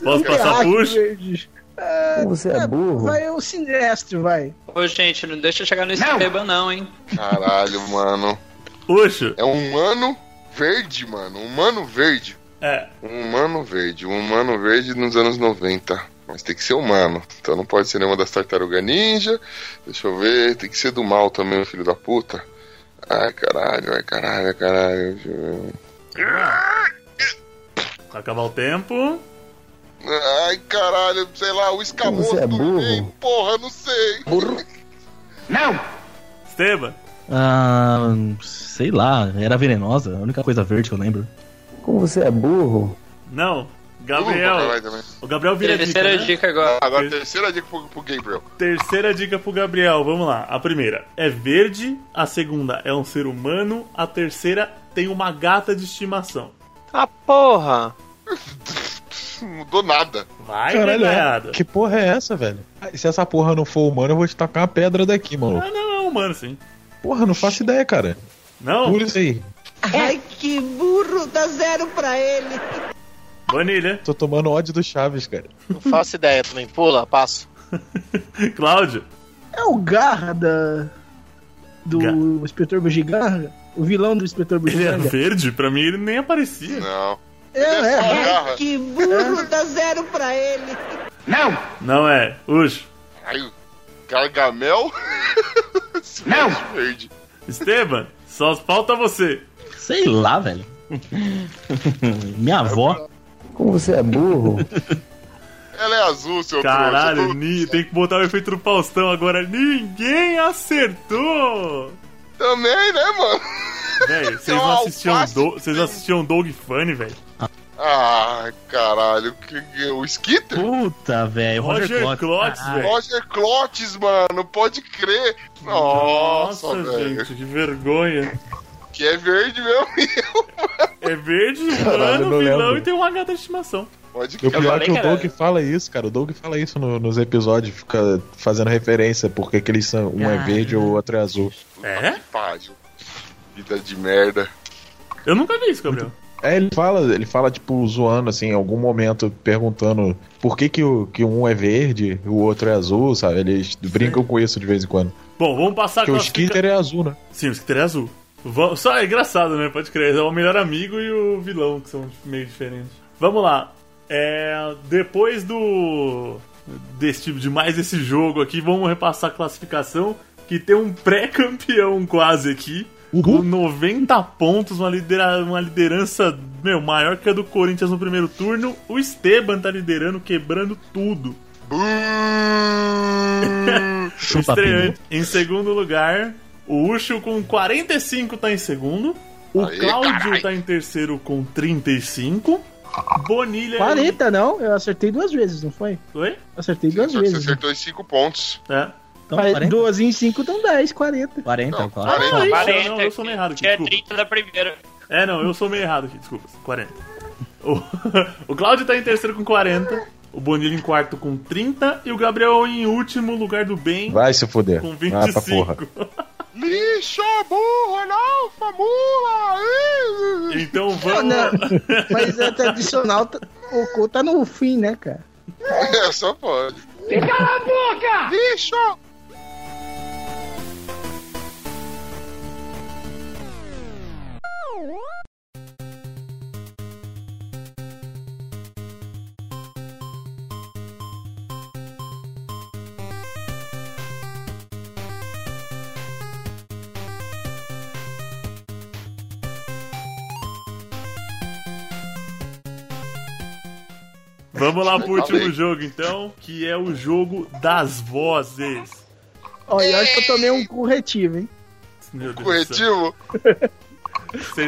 [SPEAKER 1] Posso passar
[SPEAKER 8] Terráqueo
[SPEAKER 1] puxa?
[SPEAKER 8] verde. Ah,
[SPEAKER 14] Você é burro.
[SPEAKER 8] Vai o sinestro, vai.
[SPEAKER 4] Ô, gente, não deixa eu chegar no Esteban, não, hein?
[SPEAKER 2] Caralho, mano.
[SPEAKER 1] Puxa.
[SPEAKER 2] É um humano verde, mano. Um humano verde.
[SPEAKER 1] É.
[SPEAKER 2] Um humano verde. Um humano verde nos anos 90. Mas tem que ser humano. Então não pode ser nenhuma das tartarugas ninja. Deixa eu ver. Tem que ser do mal também, o filho da puta. Ai, caralho, ai, caralho, ai, caralho. Deixa eu ver.
[SPEAKER 1] Ah. Vai acabar o tempo.
[SPEAKER 2] Ai, caralho, sei lá, o escamoso
[SPEAKER 1] Você é
[SPEAKER 2] do
[SPEAKER 1] burro?
[SPEAKER 2] bem, porra, não sei. Burro.
[SPEAKER 1] Não! Esteban,
[SPEAKER 6] Ah, sei lá, era venenosa, a única coisa verde que eu lembro.
[SPEAKER 14] Como você é burro?
[SPEAKER 1] não. Gabriel.
[SPEAKER 2] Burro, caralho, também.
[SPEAKER 1] o Gabriel vira dica, né?
[SPEAKER 4] agora.
[SPEAKER 2] Ah, Agora, terceira dica pro, pro Gabriel.
[SPEAKER 1] Terceira dica pro Gabriel, vamos lá. A primeira é verde, a segunda é um ser humano, a terceira tem uma gata de estimação.
[SPEAKER 9] Ah, porra!
[SPEAKER 2] Mudou nada.
[SPEAKER 1] Vai,
[SPEAKER 3] Caralho,
[SPEAKER 1] Gregaiada.
[SPEAKER 3] é. que porra é essa, velho? Ah, Se essa porra não for humana, eu vou te tacar uma pedra daqui, mano.
[SPEAKER 1] Ah, não, é humano sim.
[SPEAKER 3] Porra, não faço ideia, cara.
[SPEAKER 1] Não?
[SPEAKER 3] Por isso aí.
[SPEAKER 5] Ai, que burro, dá zero pra ele.
[SPEAKER 1] Vanilha.
[SPEAKER 3] Tô tomando ódio do Chaves, cara.
[SPEAKER 9] Não faço ideia também. Pula, passo.
[SPEAKER 1] Cláudio.
[SPEAKER 8] É o Garra da. Do Inspetor Bugigarra? O vilão do Inspetor
[SPEAKER 1] Ele é era
[SPEAKER 8] Bugigarra?
[SPEAKER 1] verde? Pra mim ele nem aparecia.
[SPEAKER 2] Não.
[SPEAKER 8] É, é,
[SPEAKER 5] Ai,
[SPEAKER 2] Garra.
[SPEAKER 5] que burro, dá zero pra ele.
[SPEAKER 1] Não! Não é. Ujo.
[SPEAKER 2] Aí, Gargamel? Não! Verde.
[SPEAKER 1] Esteban, só falta você.
[SPEAKER 6] Sei lá, velho. Minha avó.
[SPEAKER 14] Como você é burro?
[SPEAKER 2] Ela é azul, seu
[SPEAKER 1] Caralho,
[SPEAKER 2] trouxa.
[SPEAKER 1] ni- tem que botar o efeito do Faustão agora. Ninguém acertou!
[SPEAKER 2] Também, né, mano?
[SPEAKER 1] Velho, vocês não assistiam, do... vocês não assistiam Dog Funny, velho?
[SPEAKER 2] Ah, caralho, que, que- o Skitter?
[SPEAKER 6] Puta, velho. Roger,
[SPEAKER 1] É Roger
[SPEAKER 6] Roger
[SPEAKER 1] Clotes, velho.
[SPEAKER 2] Roger Clotes, mano, pode crer. Nossa, velho.
[SPEAKER 1] gente, que vergonha.
[SPEAKER 2] Que é verde mesmo.
[SPEAKER 1] É verde,
[SPEAKER 3] Caralho, eu
[SPEAKER 1] humano,
[SPEAKER 3] não
[SPEAKER 1] vilão
[SPEAKER 3] lembro.
[SPEAKER 1] e tem uma gata de estimação.
[SPEAKER 2] Pode
[SPEAKER 3] E o pior é
[SPEAKER 1] falei
[SPEAKER 3] que o
[SPEAKER 1] que
[SPEAKER 3] Doug
[SPEAKER 1] era-
[SPEAKER 3] fala isso, cara. O Doug fala isso no- nos episódios, fica fazendo referência porque que eles são. Um é
[SPEAKER 1] Ah.
[SPEAKER 3] verde ou o outro é azul.
[SPEAKER 1] É?
[SPEAKER 2] Pádio. Vida de merda.
[SPEAKER 1] Eu nunca vi isso, Gabriel.
[SPEAKER 3] É, ele fala, ele fala, tipo, zoando, assim, em algum momento, perguntando por que, que, o, que um é verde e o outro é azul, sabe? Eles brincam com isso de vez em quando.
[SPEAKER 1] Bom, vamos passar
[SPEAKER 3] Porque o
[SPEAKER 1] classifica-
[SPEAKER 3] Skitter é azul, né?
[SPEAKER 1] Sim, o Skitter é azul. Va- Só é engraçado, né? Pode crer. É o melhor amigo e o vilão, que são meio diferentes. Vamos lá. É, depois do. Desse tipo de mais esse jogo aqui, vamos repassar a classificação. Que tem um pré-campeão quase aqui. Com 90 pontos, uma, lidera- uma liderança, meu, maior que a do Corinthians no primeiro turno. O Esteban tá liderando, quebrando tudo.
[SPEAKER 6] Chupa,
[SPEAKER 1] Estreante. Em segundo lugar, o Ucho com 45 tá em segundo. O
[SPEAKER 2] Aê,
[SPEAKER 1] Cláudio
[SPEAKER 2] carai.
[SPEAKER 1] tá em terceiro com 35. Bonilha. é
[SPEAKER 8] 40, não? Eu acertei duas vezes, não foi?
[SPEAKER 1] Oi?
[SPEAKER 8] Acertei duas
[SPEAKER 2] Só que você
[SPEAKER 8] vezes.
[SPEAKER 2] acertou em 5 pontos.
[SPEAKER 1] É.
[SPEAKER 6] Então,
[SPEAKER 8] Mas
[SPEAKER 6] 40?
[SPEAKER 8] 12 em então 5 dão 10, 40.
[SPEAKER 6] 40,
[SPEAKER 2] Não,
[SPEAKER 6] claro.
[SPEAKER 1] Ah, isso,
[SPEAKER 4] 40
[SPEAKER 1] não, eu sou meio errado aqui. Desculpa.
[SPEAKER 4] 30 da primeira.
[SPEAKER 1] É, não, eu sou meio errado aqui, desculpa. 40. O, o Cláudio tá em terceiro com 40. O Bonilha em quarto com 30. E o Gabriel em último lugar do bem.
[SPEAKER 3] Vai se fuder.
[SPEAKER 1] Com
[SPEAKER 3] Vai pra porra.
[SPEAKER 1] 25.
[SPEAKER 2] Lixo, burro, não, famula.
[SPEAKER 1] Então
[SPEAKER 8] Não,
[SPEAKER 1] vamos.
[SPEAKER 8] não. Mas é tradicional, tá- o cu tá no fim, né, cara?
[SPEAKER 2] É, só pode.
[SPEAKER 10] Cala a boca!
[SPEAKER 2] Lixo!
[SPEAKER 1] Vamos lá pro último
[SPEAKER 2] Falei.
[SPEAKER 1] jogo, então, que é o jogo das vozes.
[SPEAKER 8] Ó, eu acho que eu tomei um corretivo, hein?
[SPEAKER 1] Meu Deus do céu.
[SPEAKER 2] Corretivo?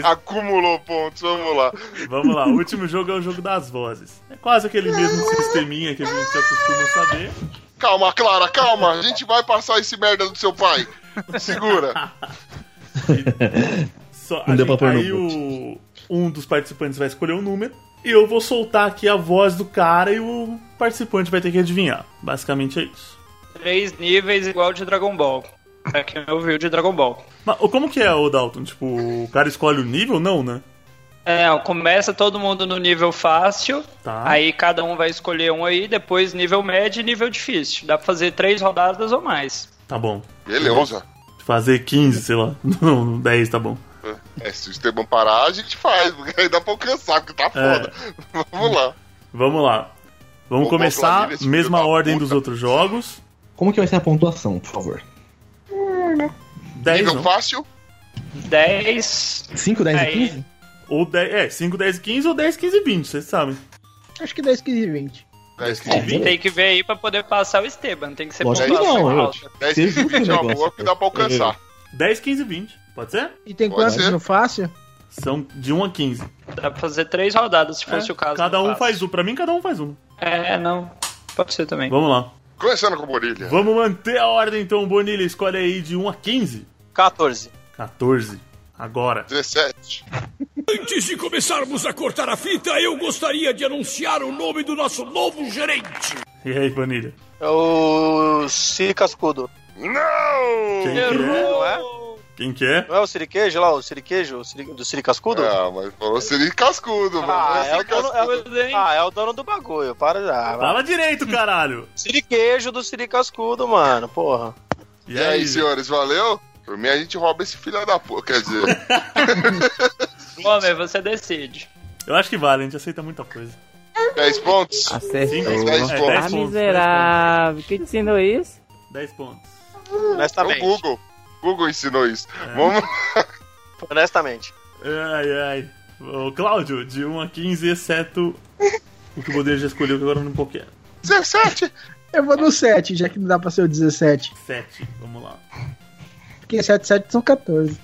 [SPEAKER 2] Acumulou pontos, vamos lá.
[SPEAKER 1] Vamos lá, o último jogo é o jogo das vozes. É quase aquele mesmo sisteminha que a gente se acostuma a saber.
[SPEAKER 2] Calma, Clara, calma. A gente vai passar esse merda do seu pai. Segura.
[SPEAKER 1] Só,
[SPEAKER 2] Não
[SPEAKER 1] a
[SPEAKER 2] deu pra
[SPEAKER 1] gente-
[SPEAKER 2] pôr no
[SPEAKER 1] aí o, um dos participantes vai escolher um número e eu vou soltar aqui a voz do cara e o participante vai ter que adivinhar. Basicamente é isso.
[SPEAKER 4] Três níveis igual de Dragon Ball. É Pra quem não ouviu de Dragon Ball.
[SPEAKER 1] Mas ô, como que é, o Dalton? Tipo, o cara escolhe o nível? Não, né?
[SPEAKER 4] É, começa todo mundo no nível fácil,
[SPEAKER 1] Tá.
[SPEAKER 4] aí cada um vai escolher um aí, depois nível médio e nível difícil. Dá pra fazer três rodadas ou mais.
[SPEAKER 1] Tá bom.
[SPEAKER 2] Beleza.
[SPEAKER 1] Fazer 15, sei lá. Não, 10 tá bom.
[SPEAKER 2] É, se o Esteban parar, a gente faz, porque aí dá pra alcançar, porque
[SPEAKER 1] É.
[SPEAKER 2] tá foda. Vamos lá.
[SPEAKER 1] Vamos lá. Vamos
[SPEAKER 2] Ô,
[SPEAKER 1] começar,
[SPEAKER 2] Planilha, esse
[SPEAKER 1] mesma ordem dos outros jogos.
[SPEAKER 16] Como que vai ser a pontuação, por favor?
[SPEAKER 1] 10
[SPEAKER 2] Nível fácil?
[SPEAKER 4] 10.
[SPEAKER 16] 5, 10 e 15?
[SPEAKER 1] Ou 10, é, 5, 10 15 ou 10, 15 20, vocês sabem.
[SPEAKER 8] Acho que 10, 15 e 20.
[SPEAKER 2] 10,
[SPEAKER 4] Tem que ver aí pra poder passar o Esteban. Tem que ser
[SPEAKER 1] Lógico que
[SPEAKER 4] pontuação
[SPEAKER 1] não, eu-
[SPEAKER 4] alta.
[SPEAKER 1] 10, 15, 20 é uma boa que dá pra
[SPEAKER 2] alcançar.
[SPEAKER 1] 10, 15 20, pode ser?
[SPEAKER 8] E tem
[SPEAKER 1] Pode
[SPEAKER 8] quantos
[SPEAKER 1] ser.
[SPEAKER 8] no fácil?
[SPEAKER 1] São de 1 a 15.
[SPEAKER 4] Dá pra fazer três rodadas se fosse o caso.
[SPEAKER 1] Cada
[SPEAKER 4] do
[SPEAKER 1] um
[SPEAKER 4] passe.
[SPEAKER 1] faz um. Pra mim, cada um faz um.
[SPEAKER 4] É, não. Pode ser também.
[SPEAKER 1] Vamos lá.
[SPEAKER 2] Começando com o Bonilha.
[SPEAKER 1] Vamos manter a ordem, então, Bonilha. Escolhe aí de 1 a 15.
[SPEAKER 9] 14.
[SPEAKER 1] 14. Agora.
[SPEAKER 2] 17.
[SPEAKER 13] Antes de começarmos a cortar a fita, eu gostaria de anunciar o nome do nosso novo gerente.
[SPEAKER 1] E aí, Bonilha?
[SPEAKER 9] É o Siri Cascudo.
[SPEAKER 2] Não!
[SPEAKER 1] Quem que é?
[SPEAKER 9] Não é?
[SPEAKER 1] Quem que é?
[SPEAKER 9] Não é o Siri Queijo lá, o Siri Queijo o Siri- do Siri Cascudo?
[SPEAKER 2] Ah, mas falou Siri Cascudo, mano.
[SPEAKER 9] Ah,
[SPEAKER 2] É
[SPEAKER 9] é o
[SPEAKER 2] Siri
[SPEAKER 9] dono, é o- ah, é o dono do bagulho, para já.
[SPEAKER 1] Fala direito, caralho!
[SPEAKER 9] Siri Queijo do Siri Cascudo, mano, porra.
[SPEAKER 2] E, aí, senhores, valeu? Por mim, a gente rouba esse filho da porra, quer dizer...
[SPEAKER 4] Homer, você decide.
[SPEAKER 1] Eu acho que vale, a gente aceita muita coisa.
[SPEAKER 2] 10 pontos?
[SPEAKER 1] Sim,
[SPEAKER 11] Acertou.
[SPEAKER 1] 10 É,
[SPEAKER 2] é?
[SPEAKER 1] pontos.
[SPEAKER 2] Tá
[SPEAKER 11] Ah, miserável. Quem te ensinou isso?
[SPEAKER 1] 10 pontos.
[SPEAKER 9] Honestamente.
[SPEAKER 2] É O Google. Google ensinou isso.
[SPEAKER 1] É.
[SPEAKER 2] Vamos...
[SPEAKER 9] Honestamente.
[SPEAKER 1] Ai, ai. Ô, Cláudio, de 1 a 15, exceto o que o Bonilha já escolheu, que agora eu não qualquer.
[SPEAKER 2] 17!
[SPEAKER 8] Eu vou no 7, já que não dá pra ser o 17.
[SPEAKER 1] 7, vamos lá.
[SPEAKER 8] Porque 7, 7 são 14.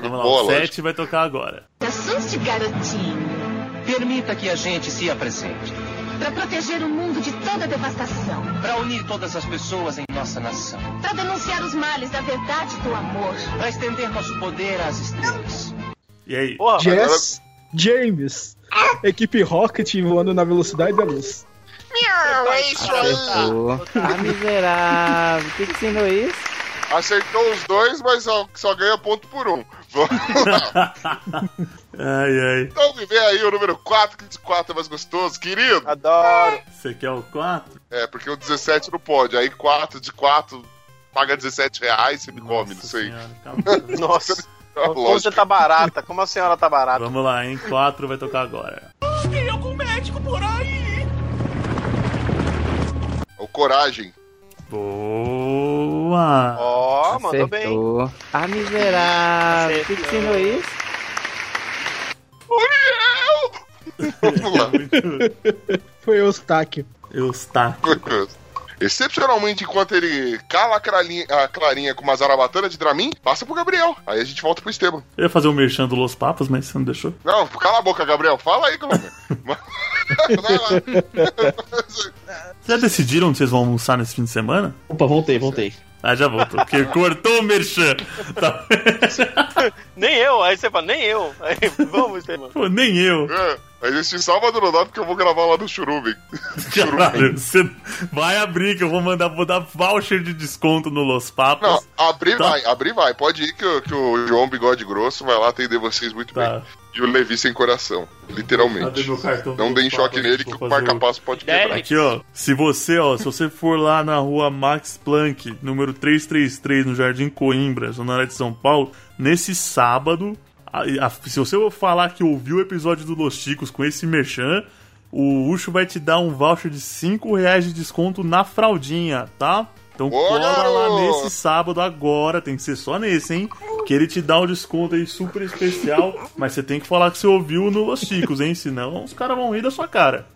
[SPEAKER 1] Vamos lá,
[SPEAKER 8] Boa,
[SPEAKER 1] o
[SPEAKER 8] lógico.
[SPEAKER 1] 7 vai tocar agora.
[SPEAKER 5] Assuste, garotinho.
[SPEAKER 17] Permita que a gente se apresente,
[SPEAKER 5] Pra proteger o mundo de toda devastação.
[SPEAKER 17] para unir todas as pessoas em nossa nação,
[SPEAKER 5] Pra denunciar os males da verdade do amor.
[SPEAKER 17] para estender nosso poder às estrelas.
[SPEAKER 1] E aí?
[SPEAKER 8] Jess James. Equipe Rocket voando na velocidade da luz.
[SPEAKER 2] Miau, é isso
[SPEAKER 11] Acertou. Ah, miserável. Quem te ensinou isso?
[SPEAKER 2] Acertou os dois, mas só, só ganha ponto por um. Vamos lá.
[SPEAKER 1] Ai, ai.
[SPEAKER 2] Então me vê aí o número 4, que esse 4 é mais gostoso, querido.
[SPEAKER 9] Adoro.
[SPEAKER 1] Você quer o 4?
[SPEAKER 2] É, porque o 17 não pode. Aí 4 de 4 paga 17 reais, você me come, não sei.
[SPEAKER 9] Nossa. Como
[SPEAKER 2] Lógico.
[SPEAKER 9] você tá barata? Como a senhora tá barata?
[SPEAKER 1] Vamos lá, hein? 4 vai tocar agora.
[SPEAKER 13] Tem algum médico por aí?
[SPEAKER 2] O coragem.
[SPEAKER 1] Boa!
[SPEAKER 9] Ó,
[SPEAKER 11] mandou Acertou. bem. Ah, miserável. Quem te
[SPEAKER 9] Acertou.
[SPEAKER 11] ensinou isso?
[SPEAKER 2] Vamos lá.
[SPEAKER 8] Foi o Eustáquio.
[SPEAKER 1] Eustáquio.
[SPEAKER 2] Excepcionalmente, enquanto ele cala a, cralinha- a Clarinha com uma zarabatana de Dramin, passa pro Gabriel. Aí a gente volta pro Esteban.
[SPEAKER 1] Eu ia fazer um merchan do Los Papas, mas você não deixou.
[SPEAKER 2] Não, cala a boca, Gabriel. Fala aí, Glomer. Vai lá.
[SPEAKER 1] Já decidiram onde vocês vão almoçar nesse fim de semana?
[SPEAKER 16] Opa, voltei, voltei.
[SPEAKER 1] Ah, já voltou, porque cortou o merchan. Tá-
[SPEAKER 9] Nem eu, aí você fala, nem eu. Aí, vamos, Esteban.
[SPEAKER 1] Pô, nem eu.
[SPEAKER 2] É, a gente salva do Ronaldo porque eu vou gravar lá no Churubi.
[SPEAKER 1] Caralho, você vai abrir que eu vou mandar, vou dar voucher de desconto no Los Papas.
[SPEAKER 2] Não, abrir
[SPEAKER 1] Tá.
[SPEAKER 2] vai, abrir vai. Pode ir que, o- que o João Bigode Grosso vai lá atender vocês muito bem. E o Levi sem coração,
[SPEAKER 1] Tá. Cadê
[SPEAKER 2] literalmente.
[SPEAKER 1] meu cartão?
[SPEAKER 2] Não deem choque nele que o marca-passo pode quebrar.
[SPEAKER 1] Aqui, ó. Se você, ó, se você for lá na rua Max Planck, número 333, no Jardim Coimbra, zona área de São Paulo, nesse sábado, a- a- se você falar que ouviu o episódio do Los Chicos com esse merchan, o Ucho vai te dar um voucher de 5 reais de desconto na fraldinha, tá? Então cola lá
[SPEAKER 2] garoto!
[SPEAKER 1] nesse sábado agora, tem que ser só nesse, hein? Que ele te dá um desconto aí super especial, mas você tem que falar que você ouviu no Los Chicos, hein? Senão os caras vão rir da sua cara.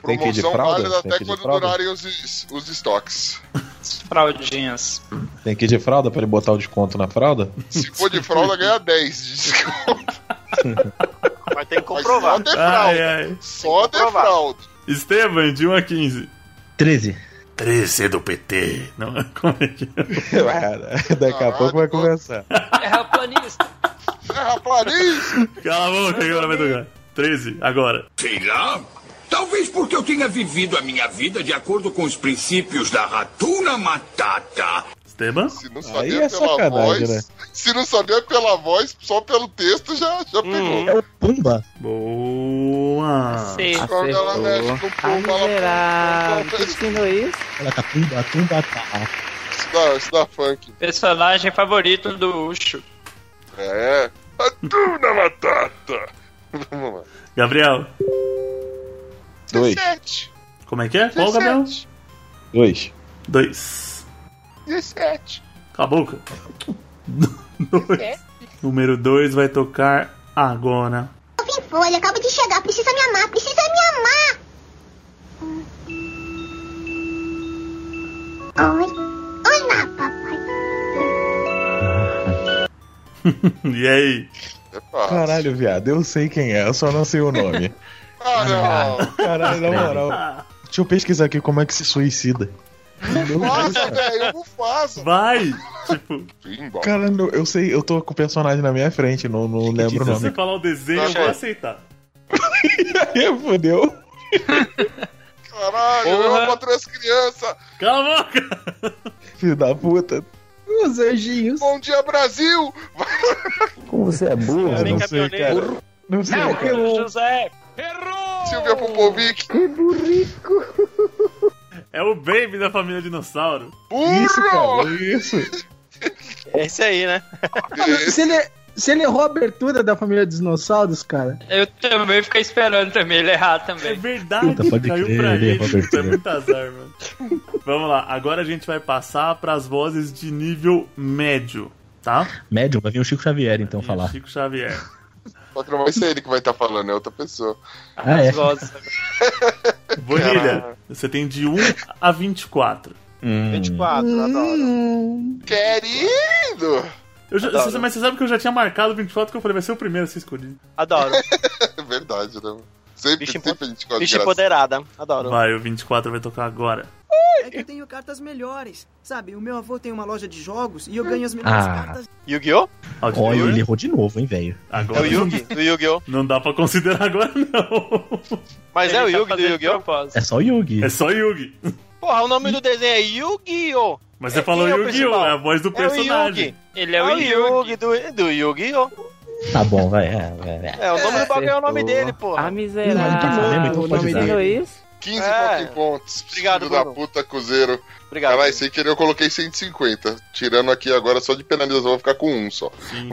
[SPEAKER 2] Promoção
[SPEAKER 1] que ir de fralda?
[SPEAKER 2] válida até
[SPEAKER 1] Tem que ir de
[SPEAKER 2] quando
[SPEAKER 1] fralda?
[SPEAKER 2] durarem os, os estoques.
[SPEAKER 4] Fraldinhas.
[SPEAKER 3] Tem que ir de fralda pra ele botar o desconto na fralda?
[SPEAKER 2] Se for de fralda, ganha 10 de desconto. Mas tem que comprovar. Só de
[SPEAKER 1] Ai,
[SPEAKER 2] fralda.
[SPEAKER 1] ai.
[SPEAKER 2] Só de fralda.
[SPEAKER 1] Esteban, de 1 a 15.
[SPEAKER 6] 13.
[SPEAKER 1] 13 do PT. Não, como é que
[SPEAKER 3] é? Daqui a pouco vai começar.
[SPEAKER 18] Terraplanista.
[SPEAKER 2] Terraplanista.
[SPEAKER 1] é? Cala a boca, que agora vai tocar. 13, agora.
[SPEAKER 12] Sei lá. Talvez porque eu tenha vivido a minha vida de acordo com os princípios da Ratuna Matata.
[SPEAKER 1] Esteban?
[SPEAKER 2] Se não
[SPEAKER 12] Aí
[SPEAKER 2] sabia
[SPEAKER 12] é
[SPEAKER 2] pela
[SPEAKER 12] sacanagem,
[SPEAKER 2] voz.
[SPEAKER 12] né?
[SPEAKER 2] Se não sabia pela voz, só pelo texto já, já
[SPEAKER 9] Hum.
[SPEAKER 2] pegou.
[SPEAKER 6] É o Pumba.
[SPEAKER 1] Boa.
[SPEAKER 2] Quando ela mexe com o pulpo, ela.
[SPEAKER 7] isso?
[SPEAKER 6] Ela tá Pumba, Pumba, tá.
[SPEAKER 2] Isso dá, isso dá funk.
[SPEAKER 18] Personagem favorito do Ucho.
[SPEAKER 2] É. Ratuna Matata. Vamos lá.
[SPEAKER 1] Gabriel,
[SPEAKER 2] 17.
[SPEAKER 1] como é que é? Qual, Gabriel?
[SPEAKER 3] 2.
[SPEAKER 1] 2.
[SPEAKER 2] 17.
[SPEAKER 1] Cala a boca. Dois. Número 2 vai tocar agora.
[SPEAKER 5] Quem foi? Ele acaba de chegar. Precisa me amar. Precisa me amar. Oi. Oi, lá, papai.
[SPEAKER 1] e aí?
[SPEAKER 3] Caralho, viado, eu sei quem é, eu só não sei o nome. Caralho, na moral. Deixa eu pesquisar aqui como é que se suicida.
[SPEAKER 2] Mufasa, velho. Mufasa.
[SPEAKER 1] Vai! Tipo,
[SPEAKER 3] Cara, eu- eu sei, eu tô com o personagem na minha frente, não, não
[SPEAKER 1] se
[SPEAKER 3] lembro o
[SPEAKER 1] você
[SPEAKER 3] nome.
[SPEAKER 1] falar o desenho,
[SPEAKER 2] Tá
[SPEAKER 1] eu vou
[SPEAKER 3] Achei.
[SPEAKER 1] aceitar.
[SPEAKER 3] Aí, fodeu.
[SPEAKER 2] Caralho, eu amo três crianças.
[SPEAKER 1] Cala a boca.
[SPEAKER 3] Filho da puta.
[SPEAKER 8] Os anjinhos.
[SPEAKER 2] Bom dia, Brasil.
[SPEAKER 19] Como você é burro?
[SPEAKER 3] Eu não sei, cara. Não sei, cara.
[SPEAKER 18] José.
[SPEAKER 2] Silvia Popovic.
[SPEAKER 1] Que burrico. É o Baby da família Dinossauro.
[SPEAKER 8] Isso, cara,
[SPEAKER 3] isso.
[SPEAKER 9] É isso aí, né?
[SPEAKER 8] Se ele, se ele errou a abertura da família dos dinossauros, cara.
[SPEAKER 18] Eu também fiquei esperando também ele errar também. É
[SPEAKER 1] verdade,
[SPEAKER 8] Puta, pode
[SPEAKER 1] Caiu
[SPEAKER 8] crer,
[SPEAKER 1] pra
[SPEAKER 8] ele
[SPEAKER 1] ele.
[SPEAKER 8] errou a abertura.
[SPEAKER 1] Isso é muito azar, mano. Vamos lá, agora a gente vai passar pras vozes de nível médio, tá?
[SPEAKER 6] Médium, vai vir o Chico Xavier então falar.
[SPEAKER 1] Chico Xavier.
[SPEAKER 2] Só que não vai ser ele que vai estar falando, é outra pessoa.
[SPEAKER 6] Ah, é.
[SPEAKER 1] Bonilha, você tem de 1 a 24.
[SPEAKER 8] Hum.
[SPEAKER 2] Querido!
[SPEAKER 1] Eu já,
[SPEAKER 2] Adoro.
[SPEAKER 1] você- mas você sabe que eu já tinha marcado 24 que eu falei, vai ser o primeiro a ser escolhido.
[SPEAKER 9] Adoro.
[SPEAKER 2] É verdade, né? Sempre, sempre a gente gosta de
[SPEAKER 9] Bicho
[SPEAKER 2] graça.
[SPEAKER 9] empoderada. Adoro.
[SPEAKER 1] Vai, o 24 vai tocar agora.
[SPEAKER 4] É que eu tenho cartas melhores. Sabe, o meu avô tem uma loja de jogos e eu ganho as melhores
[SPEAKER 6] Ah.
[SPEAKER 4] cartas.
[SPEAKER 9] Yu-Gi-Oh?
[SPEAKER 6] Olha, ele errou de novo, hein, velho.
[SPEAKER 1] Agora.
[SPEAKER 9] É o Yugi do Yu-Gi-Oh!
[SPEAKER 1] Não dá pra considerar agora, não.
[SPEAKER 9] Mas é o Yugi do Yu-Gi-Oh!
[SPEAKER 6] É só o Yugi.
[SPEAKER 1] É só Yugi.
[SPEAKER 9] Porra, o nome do desenho é Yu-Gi-Oh!
[SPEAKER 1] Mas você
[SPEAKER 9] É,
[SPEAKER 1] falou
[SPEAKER 9] quem é o
[SPEAKER 1] Yu-Gi-Oh!
[SPEAKER 9] principal?
[SPEAKER 1] É a voz do personagem.
[SPEAKER 9] Yugi. Ele é o Yugi do, do Yu-Gi-Oh!
[SPEAKER 6] Tá bom, vai. É, vai, Ah, vai.
[SPEAKER 9] É, o nome do bagulho é o nome dele, porra.
[SPEAKER 7] A miserável.
[SPEAKER 6] Não, ninguém lembra, então
[SPEAKER 7] o
[SPEAKER 6] pode
[SPEAKER 7] nome
[SPEAKER 6] usar.
[SPEAKER 7] dele é isso?
[SPEAKER 2] 15
[SPEAKER 9] É.
[SPEAKER 2] fucking pontos.
[SPEAKER 9] Obrigado,
[SPEAKER 2] filho da
[SPEAKER 9] Bruno.
[SPEAKER 2] puta, Cruzeiro. Obrigado. Caralho, sem querer eu coloquei 150. Tirando aqui agora só de penalização, eu vou ficar com um só.
[SPEAKER 1] Sim.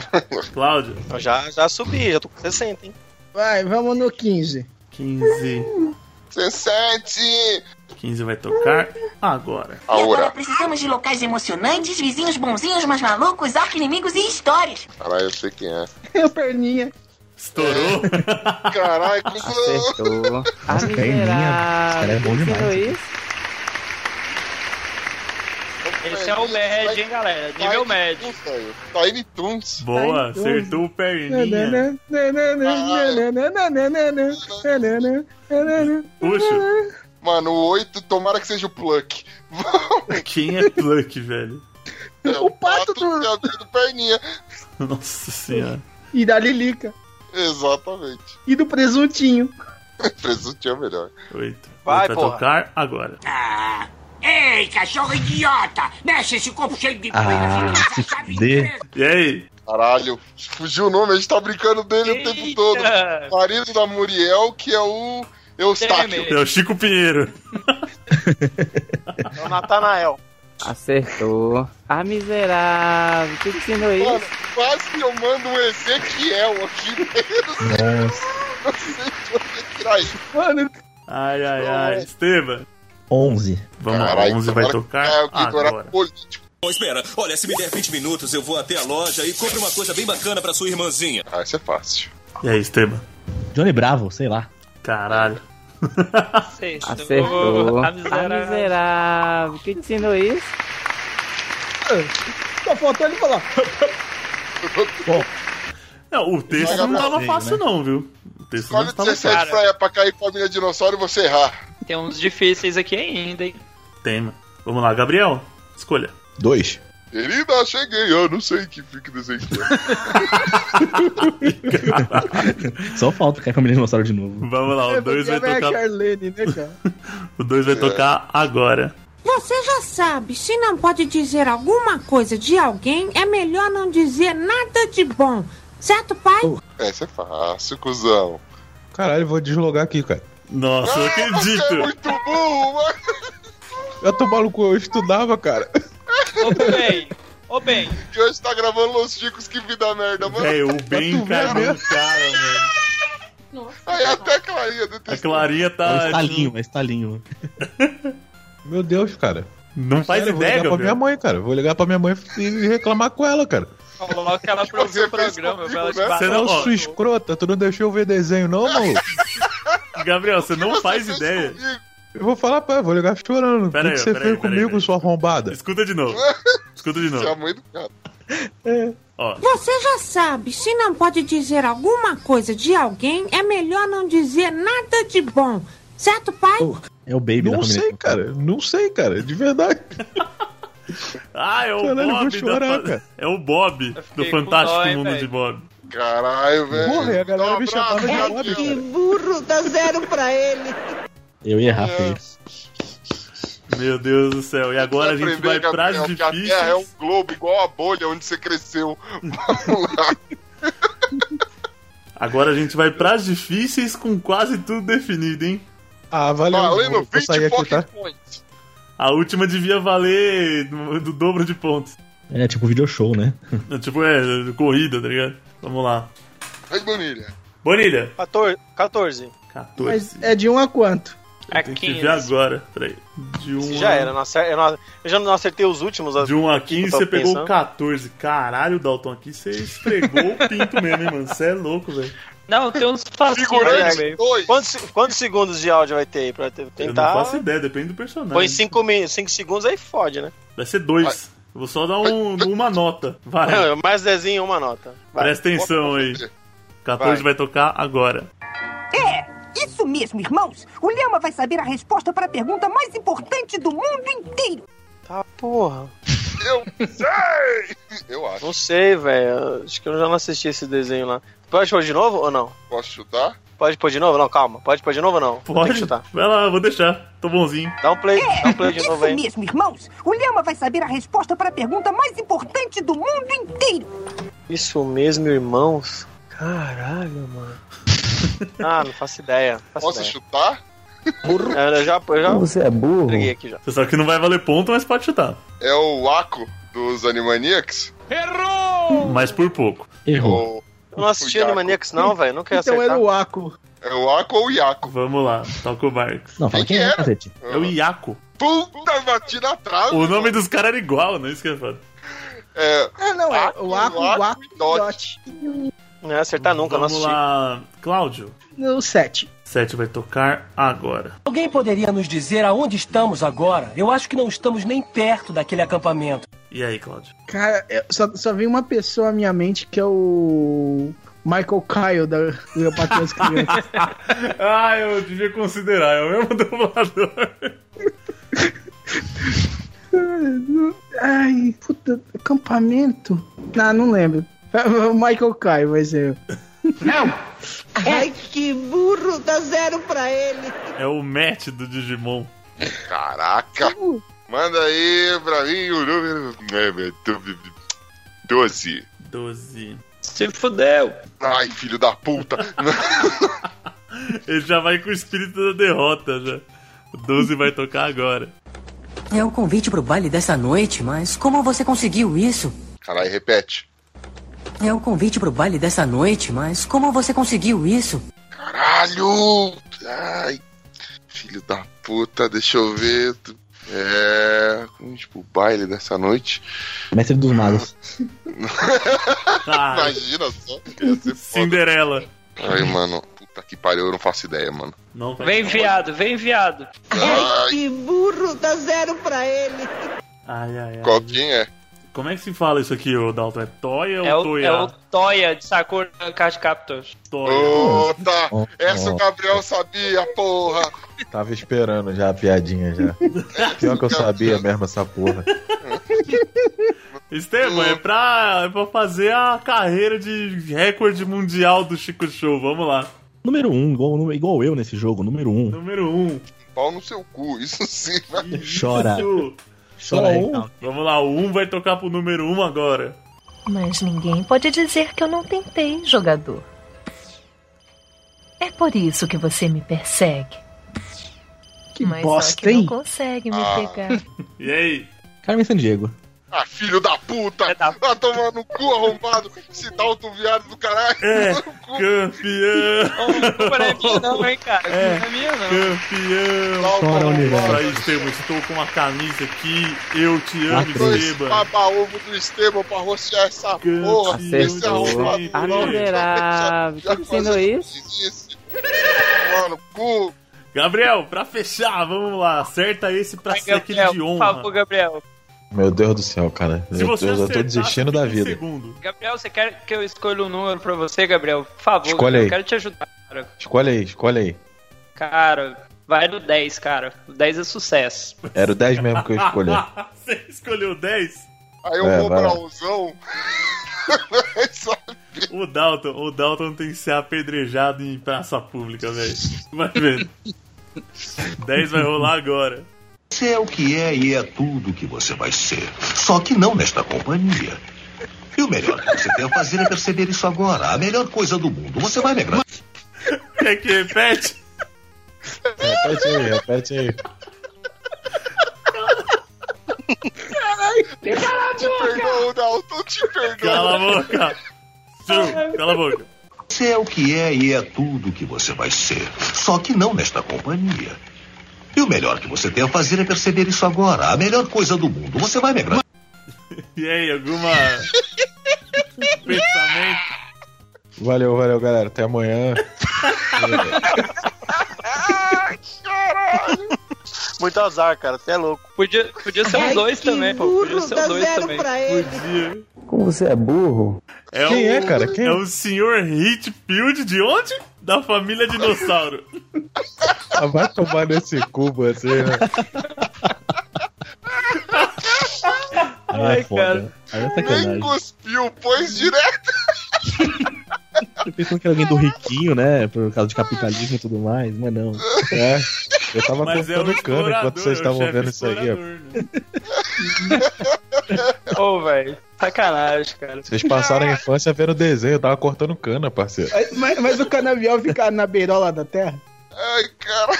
[SPEAKER 1] Cláudio.
[SPEAKER 9] Eu já, já subi, já tô com 60, hein?
[SPEAKER 8] Vai, vamos no 15.
[SPEAKER 1] 15.
[SPEAKER 2] 17!
[SPEAKER 1] 15 vai tocar agora.
[SPEAKER 2] Aura.
[SPEAKER 20] Precisamos de locais emocionantes, vizinhos bonzinhos, mas malucos, arqui-inimigos e histórias.
[SPEAKER 2] Caralho, eu sei quem é.
[SPEAKER 8] Eu perninha.
[SPEAKER 1] Estourou?
[SPEAKER 2] Caralho,
[SPEAKER 7] Acertou. A
[SPEAKER 6] Nossa, perninha. Esse cara é bom demais.
[SPEAKER 18] Esse é o médio, hein, galera? Nível médio.
[SPEAKER 2] Tiny Toons.
[SPEAKER 1] Boa,
[SPEAKER 8] Tiny Toons.
[SPEAKER 1] acertou o perninha. Puxa.
[SPEAKER 2] Mano, o 8, tomara que seja o Pluck.
[SPEAKER 1] Quem é Pluck, velho?
[SPEAKER 2] É o pato do... abriu do perninha.
[SPEAKER 1] Nossa senhora.
[SPEAKER 8] E da Lilica.
[SPEAKER 2] Exatamente.
[SPEAKER 8] E do presuntinho.
[SPEAKER 2] Presuntinho é melhor.
[SPEAKER 1] Oito.
[SPEAKER 2] Vai,
[SPEAKER 1] vai
[SPEAKER 2] porra.
[SPEAKER 1] tocar agora.
[SPEAKER 21] Ei, cachorro idiota! Mexe esse corpo cheio de
[SPEAKER 6] Ah, se fuder.
[SPEAKER 1] E aí?
[SPEAKER 2] Caralho, fugiu o nome, a gente tá brincando dele o tempo todo. Marido da Muriel, que é o
[SPEAKER 1] É
[SPEAKER 2] Eustáquio.
[SPEAKER 1] o Chico Pinheiro.
[SPEAKER 9] É o Natanael.
[SPEAKER 7] Acertou. A Ah, miserável. Que ensinou
[SPEAKER 2] Mano,
[SPEAKER 7] isso?
[SPEAKER 2] quase que eu mando um Ezequiel aqui. Eu não sei,
[SPEAKER 6] Nossa.
[SPEAKER 2] não sei de onde eu tirar isso.
[SPEAKER 8] Mano,
[SPEAKER 1] Ai, ai, ai. Esteban.
[SPEAKER 6] 11.
[SPEAKER 1] Vamos lá, 11 vai tocar
[SPEAKER 9] é
[SPEAKER 1] agora. é
[SPEAKER 2] político.
[SPEAKER 12] Bom, espera, olha, se me der 20 minutos, eu vou até a loja e compro uma coisa bem bacana pra sua irmãzinha.
[SPEAKER 2] Ah, isso é fácil.
[SPEAKER 1] E aí, Esteban?
[SPEAKER 6] Johnny Bravo, sei lá.
[SPEAKER 1] Caralho.
[SPEAKER 7] Acertou.
[SPEAKER 18] A
[SPEAKER 9] tá
[SPEAKER 7] A Ah,
[SPEAKER 18] miserável.
[SPEAKER 7] miserável. Que ensinou isso?
[SPEAKER 8] Só faltou ele falar.
[SPEAKER 1] Bom. Não, o texto
[SPEAKER 2] Joga
[SPEAKER 1] não
[SPEAKER 2] pra
[SPEAKER 1] tava
[SPEAKER 2] ver,
[SPEAKER 1] fácil,
[SPEAKER 2] né?
[SPEAKER 1] não, viu? O texto
[SPEAKER 2] Escolhe
[SPEAKER 1] não tava
[SPEAKER 2] 17
[SPEAKER 1] fácil.
[SPEAKER 2] pra, pra cair pra mina dinossauro e você errar.
[SPEAKER 4] Tem uns difíceis aqui ainda, hein?
[SPEAKER 1] Tem, mano. Vamos lá, Gabriel, escolha.
[SPEAKER 3] Dois.
[SPEAKER 2] Querida, cheguei. Eu não sei que fica desenho que é.
[SPEAKER 16] Só falta cair com a menina dinossauro de novo.
[SPEAKER 1] Vamos lá, o 2 vai
[SPEAKER 8] Porque é a
[SPEAKER 1] tocar.
[SPEAKER 8] Charlene, né, cara?
[SPEAKER 1] O 2 vai tocar agora.
[SPEAKER 22] Você já sabe, se não pode dizer alguma coisa de alguém, é melhor não dizer nada de bom. Certo, pai?
[SPEAKER 2] Essa é fácil, cuzão.
[SPEAKER 3] Caralho, eu vou deslogar aqui, cara.
[SPEAKER 1] Nossa, eu acredito.
[SPEAKER 2] é muito burro, mano.
[SPEAKER 3] Eu tô maluco, eu estudava, cara.
[SPEAKER 4] Ô, bem.
[SPEAKER 2] E hoje tá gravando Los Chicos, que vida merda, mano.
[SPEAKER 1] É, o bem caiu no cara, mano.
[SPEAKER 2] Aí
[SPEAKER 9] tá
[SPEAKER 2] até a Clarinha né?
[SPEAKER 1] A Clarinha tá.
[SPEAKER 16] É estalinho, é estalinho.
[SPEAKER 3] Meu Deus, cara.
[SPEAKER 1] Não
[SPEAKER 4] faz
[SPEAKER 3] Vou
[SPEAKER 4] ideia,
[SPEAKER 3] ligar pra
[SPEAKER 4] Gabriel.
[SPEAKER 3] minha mãe, cara. Vou ligar pra minha mãe e reclamar com ela, cara.
[SPEAKER 4] Coloca ela pra ouvir o programa. pra ela te
[SPEAKER 1] Tá,
[SPEAKER 3] Você
[SPEAKER 4] bater.
[SPEAKER 3] não, é sua escrota, tu não deixou eu ver desenho, não, maluco?
[SPEAKER 1] Gabriel, você não faz ideia.
[SPEAKER 3] Eu vou falar pra ela, vou ligar chorando. O que,
[SPEAKER 1] Pera aí,
[SPEAKER 3] que você
[SPEAKER 1] pera
[SPEAKER 3] fez
[SPEAKER 1] aí, pera aí,
[SPEAKER 3] comigo, sua arrombada?
[SPEAKER 1] Escuta de novo. Escuta de novo.
[SPEAKER 2] Você é a mãe do cara.
[SPEAKER 1] Ó,
[SPEAKER 22] Você já sabe, se não pode dizer alguma coisa de alguém, é melhor não dizer nada de bom. Certo, pai?
[SPEAKER 16] É o baby
[SPEAKER 3] Não
[SPEAKER 16] da família.
[SPEAKER 3] sei, cara. Não sei, cara. De verdade.
[SPEAKER 1] Ah, é o
[SPEAKER 3] Caralho, eu vou
[SPEAKER 1] Bob.
[SPEAKER 3] chorar,
[SPEAKER 1] da...
[SPEAKER 3] cara.
[SPEAKER 1] É o Bob do
[SPEAKER 2] com
[SPEAKER 1] Fantástico
[SPEAKER 2] dó, hein,
[SPEAKER 1] Mundo
[SPEAKER 2] velho.
[SPEAKER 1] de Bob.
[SPEAKER 2] Caralho, velho.
[SPEAKER 3] Porra, e a galera me chamava de
[SPEAKER 5] É
[SPEAKER 3] Bob.
[SPEAKER 5] que burro, dá zero pra ele.
[SPEAKER 16] Eu ia errar feio.
[SPEAKER 1] Meu Deus do céu. E agora a gente vai
[SPEAKER 2] Gabriel,
[SPEAKER 1] pras
[SPEAKER 2] que a Terra é um
[SPEAKER 1] difíceis.
[SPEAKER 2] globo igual a bolha onde você cresceu. Vamos lá.
[SPEAKER 1] Agora a gente vai pras difíceis com quase tudo definido, hein?
[SPEAKER 3] Ah, valeu.
[SPEAKER 1] Valendo
[SPEAKER 3] vou, vou
[SPEAKER 1] 20
[SPEAKER 3] sair aqui,
[SPEAKER 1] pocket
[SPEAKER 3] tá?
[SPEAKER 1] A última devia valer do, do dobro de pontos.
[SPEAKER 16] É tipo video show, né?
[SPEAKER 3] Hum.
[SPEAKER 1] É, Tipo, é, corrida, tá ligado? Vamos lá.
[SPEAKER 2] Vai, Bonilha.
[SPEAKER 1] Bonilha,
[SPEAKER 9] 14. 14.
[SPEAKER 1] 14.
[SPEAKER 8] Mas é de um a quanto?
[SPEAKER 9] É
[SPEAKER 1] Tem que ver agora. Peraí. De um
[SPEAKER 9] Já
[SPEAKER 1] a-
[SPEAKER 9] era, eu não acer- eu, não, eu já não acertei os últimos.
[SPEAKER 1] De 1 a 15,
[SPEAKER 9] eu tava
[SPEAKER 1] você pegou
[SPEAKER 9] pensando.
[SPEAKER 1] 14. Caralho, Dalton, aqui você esfregou o pinto mesmo, hein, mano? Você é louco, velho.
[SPEAKER 4] Não, tem uns facinhos
[SPEAKER 9] Olha
[SPEAKER 4] aí,
[SPEAKER 9] aí,
[SPEAKER 4] velho.
[SPEAKER 9] né, Quantos, se- quantos segundos de áudio vai ter aí pra ter-
[SPEAKER 1] Eu
[SPEAKER 9] tentar?
[SPEAKER 1] não faço ideia, depende do personagem.
[SPEAKER 9] Põe 5 segundos aí fode, né?
[SPEAKER 1] Vai ser dois. Eu Vou só dar um- uma nota. Vai.
[SPEAKER 9] Não, mais dezinho, uma nota. Vai.
[SPEAKER 1] Presta atenção aí. 14 vai. tocar agora.
[SPEAKER 18] É, isso mesmo, irmãos. O Lhama vai saber a resposta para a pergunta mais importante do mundo inteiro.
[SPEAKER 9] Tá, porra.
[SPEAKER 2] Eu sei! Eu acho.
[SPEAKER 9] Não sei, velho. Acho que eu já não assisti esse desenho lá. Pode pôr de novo ou não?
[SPEAKER 2] Posso chutar?
[SPEAKER 9] Pode pôr de novo? Não, calma. Pode pôr de novo ou não? Tem que
[SPEAKER 1] Pode?
[SPEAKER 9] chutar.
[SPEAKER 1] Vai lá, vou deixar. Tô bonzinho.
[SPEAKER 9] Dá um play, dá um play de
[SPEAKER 18] É Isso
[SPEAKER 9] novo aí.
[SPEAKER 18] mesmo, irmãos. O Lhama vai saber a resposta para a pergunta mais importante do mundo inteiro.
[SPEAKER 9] Isso mesmo, irmãos? Caralho, mano. Ah, não faço ideia. não Faço
[SPEAKER 2] Posso
[SPEAKER 9] ideia.
[SPEAKER 2] chutar?
[SPEAKER 9] É, Eu já, eu já
[SPEAKER 14] Você é burro.
[SPEAKER 9] peguei aqui já.
[SPEAKER 1] Você sabe que não vai valer ponto, mas pode chutar.
[SPEAKER 2] É o Waco dos Animaniacs? Oh.
[SPEAKER 1] Mas por pouco.
[SPEAKER 2] Errou.
[SPEAKER 9] Eu não assisti Animaniacs não, velho. Não quero
[SPEAKER 8] Então
[SPEAKER 9] acertar.
[SPEAKER 8] era o Aco.
[SPEAKER 2] É o Waco ou o Iaco?
[SPEAKER 1] Vamos lá, toca o Marcos.
[SPEAKER 16] Não, fala quem é, cacete.
[SPEAKER 1] É o Iaco.
[SPEAKER 2] Puta, bati na trave.
[SPEAKER 1] O nome dos caras era igual, não é isso que eu falo.
[SPEAKER 2] Ah, É,
[SPEAKER 8] Ah, não, é o Aco, o Aco e o Dot.
[SPEAKER 9] Não ia acertar nunca,
[SPEAKER 1] Vamos
[SPEAKER 9] não assisti.
[SPEAKER 1] lá, Cláudio.
[SPEAKER 8] No 7.
[SPEAKER 1] 7 vai tocar agora.
[SPEAKER 23] Alguém poderia nos dizer aonde estamos agora? Eu acho que não estamos nem perto daquele acampamento.
[SPEAKER 1] E aí, Cláudio?
[SPEAKER 8] Cara, eu- só, só vem uma pessoa à minha mente que é o Michael Kyle da do Patrão das Crianças.
[SPEAKER 1] Ah, eu devia considerar, é o mesmo dublador.
[SPEAKER 8] Ai, puta, acampamento? Ah, não lembro. O Michael Kyle é. vai ser.
[SPEAKER 5] Não! Ai, que burro, dá zero pra ele.
[SPEAKER 1] É o Matt do Digimon.
[SPEAKER 2] Caraca. Manda aí pra mim o número. É, velho, tu- 12.
[SPEAKER 1] 12.
[SPEAKER 4] Se fudeu.
[SPEAKER 2] Ai, filho da puta.
[SPEAKER 1] Ele já vai com o espírito da derrota já. O 12 vai tocar agora.
[SPEAKER 23] É o convite pro baile dessa noite, mas como você conseguiu isso?
[SPEAKER 2] Caralho, repete.
[SPEAKER 23] É o convite pro baile dessa noite, mas como você conseguiu isso?
[SPEAKER 2] Caralho! Ai, filho da puta, deixa eu ver. É. como, Tipo, o baile dessa noite.
[SPEAKER 16] Mestre dos magos.
[SPEAKER 2] Imagina só. que ia ser é foda.
[SPEAKER 1] Cinderela.
[SPEAKER 2] Ai, mano, puta que pariu, eu não faço ideia, mano.
[SPEAKER 1] Não vai.
[SPEAKER 4] Vem, viado, vem, viado.
[SPEAKER 5] Ai, que burro, dá zero pra ele.
[SPEAKER 1] Ai, ai, ai.
[SPEAKER 2] Qual quem é?
[SPEAKER 1] Como é que se fala isso aqui, ô Dalton? É Toya
[SPEAKER 4] É
[SPEAKER 1] ou
[SPEAKER 4] o,
[SPEAKER 1] Toya?
[SPEAKER 4] é o Toya de Sakura Card Captors.
[SPEAKER 2] Puta! tá. Essa o
[SPEAKER 3] Ó.
[SPEAKER 2] Gabriel sabia, porra!
[SPEAKER 3] Tava esperando já a piadinha já. Pior que eu sabia mesmo essa porra.
[SPEAKER 1] Esteban,
[SPEAKER 2] Hum.
[SPEAKER 1] é pra, é pra fazer a carreira de recorde mundial do Chico Show. Vamos lá.
[SPEAKER 6] Número 1, um, igual, igual eu nesse jogo, número 1. Um.
[SPEAKER 1] Número 1. Um.
[SPEAKER 2] Pau no seu cu, isso sim, velho.
[SPEAKER 6] Chora.
[SPEAKER 1] Só
[SPEAKER 6] Chora aí,
[SPEAKER 1] um?
[SPEAKER 6] Dalton.
[SPEAKER 1] Vamos lá, o 1 um vai tocar pro número 1 um agora.
[SPEAKER 7] Mas ninguém pode dizer que eu não tentei, jogador. É por isso que você me persegue.
[SPEAKER 8] Que
[SPEAKER 7] Mas
[SPEAKER 6] bosta,
[SPEAKER 7] só que
[SPEAKER 6] hein?
[SPEAKER 7] não consegue me
[SPEAKER 6] Ah.
[SPEAKER 7] pegar.
[SPEAKER 1] E aí?
[SPEAKER 6] Carmen Sandiego.
[SPEAKER 2] Ah, filho da puta! Vai tomar no cu arrombado, esse Dalton viado do caralho!
[SPEAKER 1] É, campeão!
[SPEAKER 4] Não é minha não, hein, cara.
[SPEAKER 1] É.
[SPEAKER 4] Não é minha não.
[SPEAKER 1] Campeão!
[SPEAKER 4] Chora, universo.
[SPEAKER 1] Fala aí, Esteban, estou com uma camisa aqui. Eu te amo,
[SPEAKER 2] Dois
[SPEAKER 1] Esteban.
[SPEAKER 2] baba-ovo do Esteban pra rostear essa porra! Esse
[SPEAKER 1] é um
[SPEAKER 11] Acertou.
[SPEAKER 2] arrombado!
[SPEAKER 4] Tá
[SPEAKER 11] Ah, miserável. Tá dizendo
[SPEAKER 2] isso? Mano, cu!
[SPEAKER 1] Gabriel, pra fechar, vamos lá. Acerta esse pra ser aquele de honra. Por favor,
[SPEAKER 4] Gabriel.
[SPEAKER 3] Meu Deus do céu, cara.
[SPEAKER 1] Se
[SPEAKER 3] eu,
[SPEAKER 1] você
[SPEAKER 3] eu já tô
[SPEAKER 1] acertar,
[SPEAKER 3] desistindo da vida.
[SPEAKER 4] Gabriel, você quer que eu escolha um número pra você, Gabriel? Por favor,
[SPEAKER 3] Escolhe
[SPEAKER 4] Gabriel,
[SPEAKER 3] aí.
[SPEAKER 4] eu quero te ajudar, cara.
[SPEAKER 3] Escolhe aí, escolhe aí.
[SPEAKER 4] Cara, vai no 10, cara. O 10 é sucesso.
[SPEAKER 3] Era o 10 mesmo que eu escolhi.
[SPEAKER 1] Você escolheu 10?
[SPEAKER 2] Aí
[SPEAKER 3] eu É, vou vai pra lá.
[SPEAKER 1] o Dalton, o Dalton tem que ser apedrejado em praça pública, velho. Vai ver. 10 vai rolar agora.
[SPEAKER 13] Você é o que é e é tudo o que você vai ser. Só que não nesta companhia. E o melhor que você tem a fazer é perceber isso agora. A melhor coisa do mundo. Você vai lembrar.
[SPEAKER 1] Quer É que repete?
[SPEAKER 3] Repete aí, repete aí.
[SPEAKER 2] Caralho! Te perdoa, Dalton, te perdoa!
[SPEAKER 1] Cala a boca! Ju, cala a boca.
[SPEAKER 13] Você é o que é e é tudo o que você vai ser. Só que não nesta companhia. E o melhor que você tem a fazer é perceber isso agora. A melhor coisa do mundo. Você vai lembrar.
[SPEAKER 1] E aí, alguma. pensamento?
[SPEAKER 3] Valeu, valeu, galera. Até amanhã.
[SPEAKER 9] Muito azar, cara. Você é louco.
[SPEAKER 4] Podia, podia ser um 2 também, pô. Podia ser um 2 também.
[SPEAKER 1] Podia.
[SPEAKER 14] Como você é burro?
[SPEAKER 1] É
[SPEAKER 14] Quem
[SPEAKER 1] o,
[SPEAKER 14] é, cara? Quem?
[SPEAKER 1] É o senhor Hitfield de onde? Da família Dinossauro.
[SPEAKER 3] Ah, Vai tomar nesse cubo assim, né?
[SPEAKER 6] Aí
[SPEAKER 3] Ai,
[SPEAKER 6] é foda. Aí é
[SPEAKER 2] Nem
[SPEAKER 6] sacanagem.
[SPEAKER 2] cuspiu, pôs direto!
[SPEAKER 6] Eu pensando que era alguém do riquinho, né? Por causa de capitalismo e tudo mais, mas não.
[SPEAKER 3] É. Eu tava
[SPEAKER 6] Mas é
[SPEAKER 3] cortando
[SPEAKER 6] o
[SPEAKER 3] cano
[SPEAKER 6] explorador,
[SPEAKER 3] enquanto vocês
[SPEAKER 6] é o
[SPEAKER 3] estavam
[SPEAKER 6] chefe
[SPEAKER 3] vendo isso aí. ó.
[SPEAKER 4] Ô, velho. Sacanagem, cara.
[SPEAKER 3] Vocês passaram a infância vendo desenho, eu tava cortando cana, parceiro.
[SPEAKER 8] Mas- Mas, mas o canavial fica na beirola da terra?
[SPEAKER 2] Ai, cara!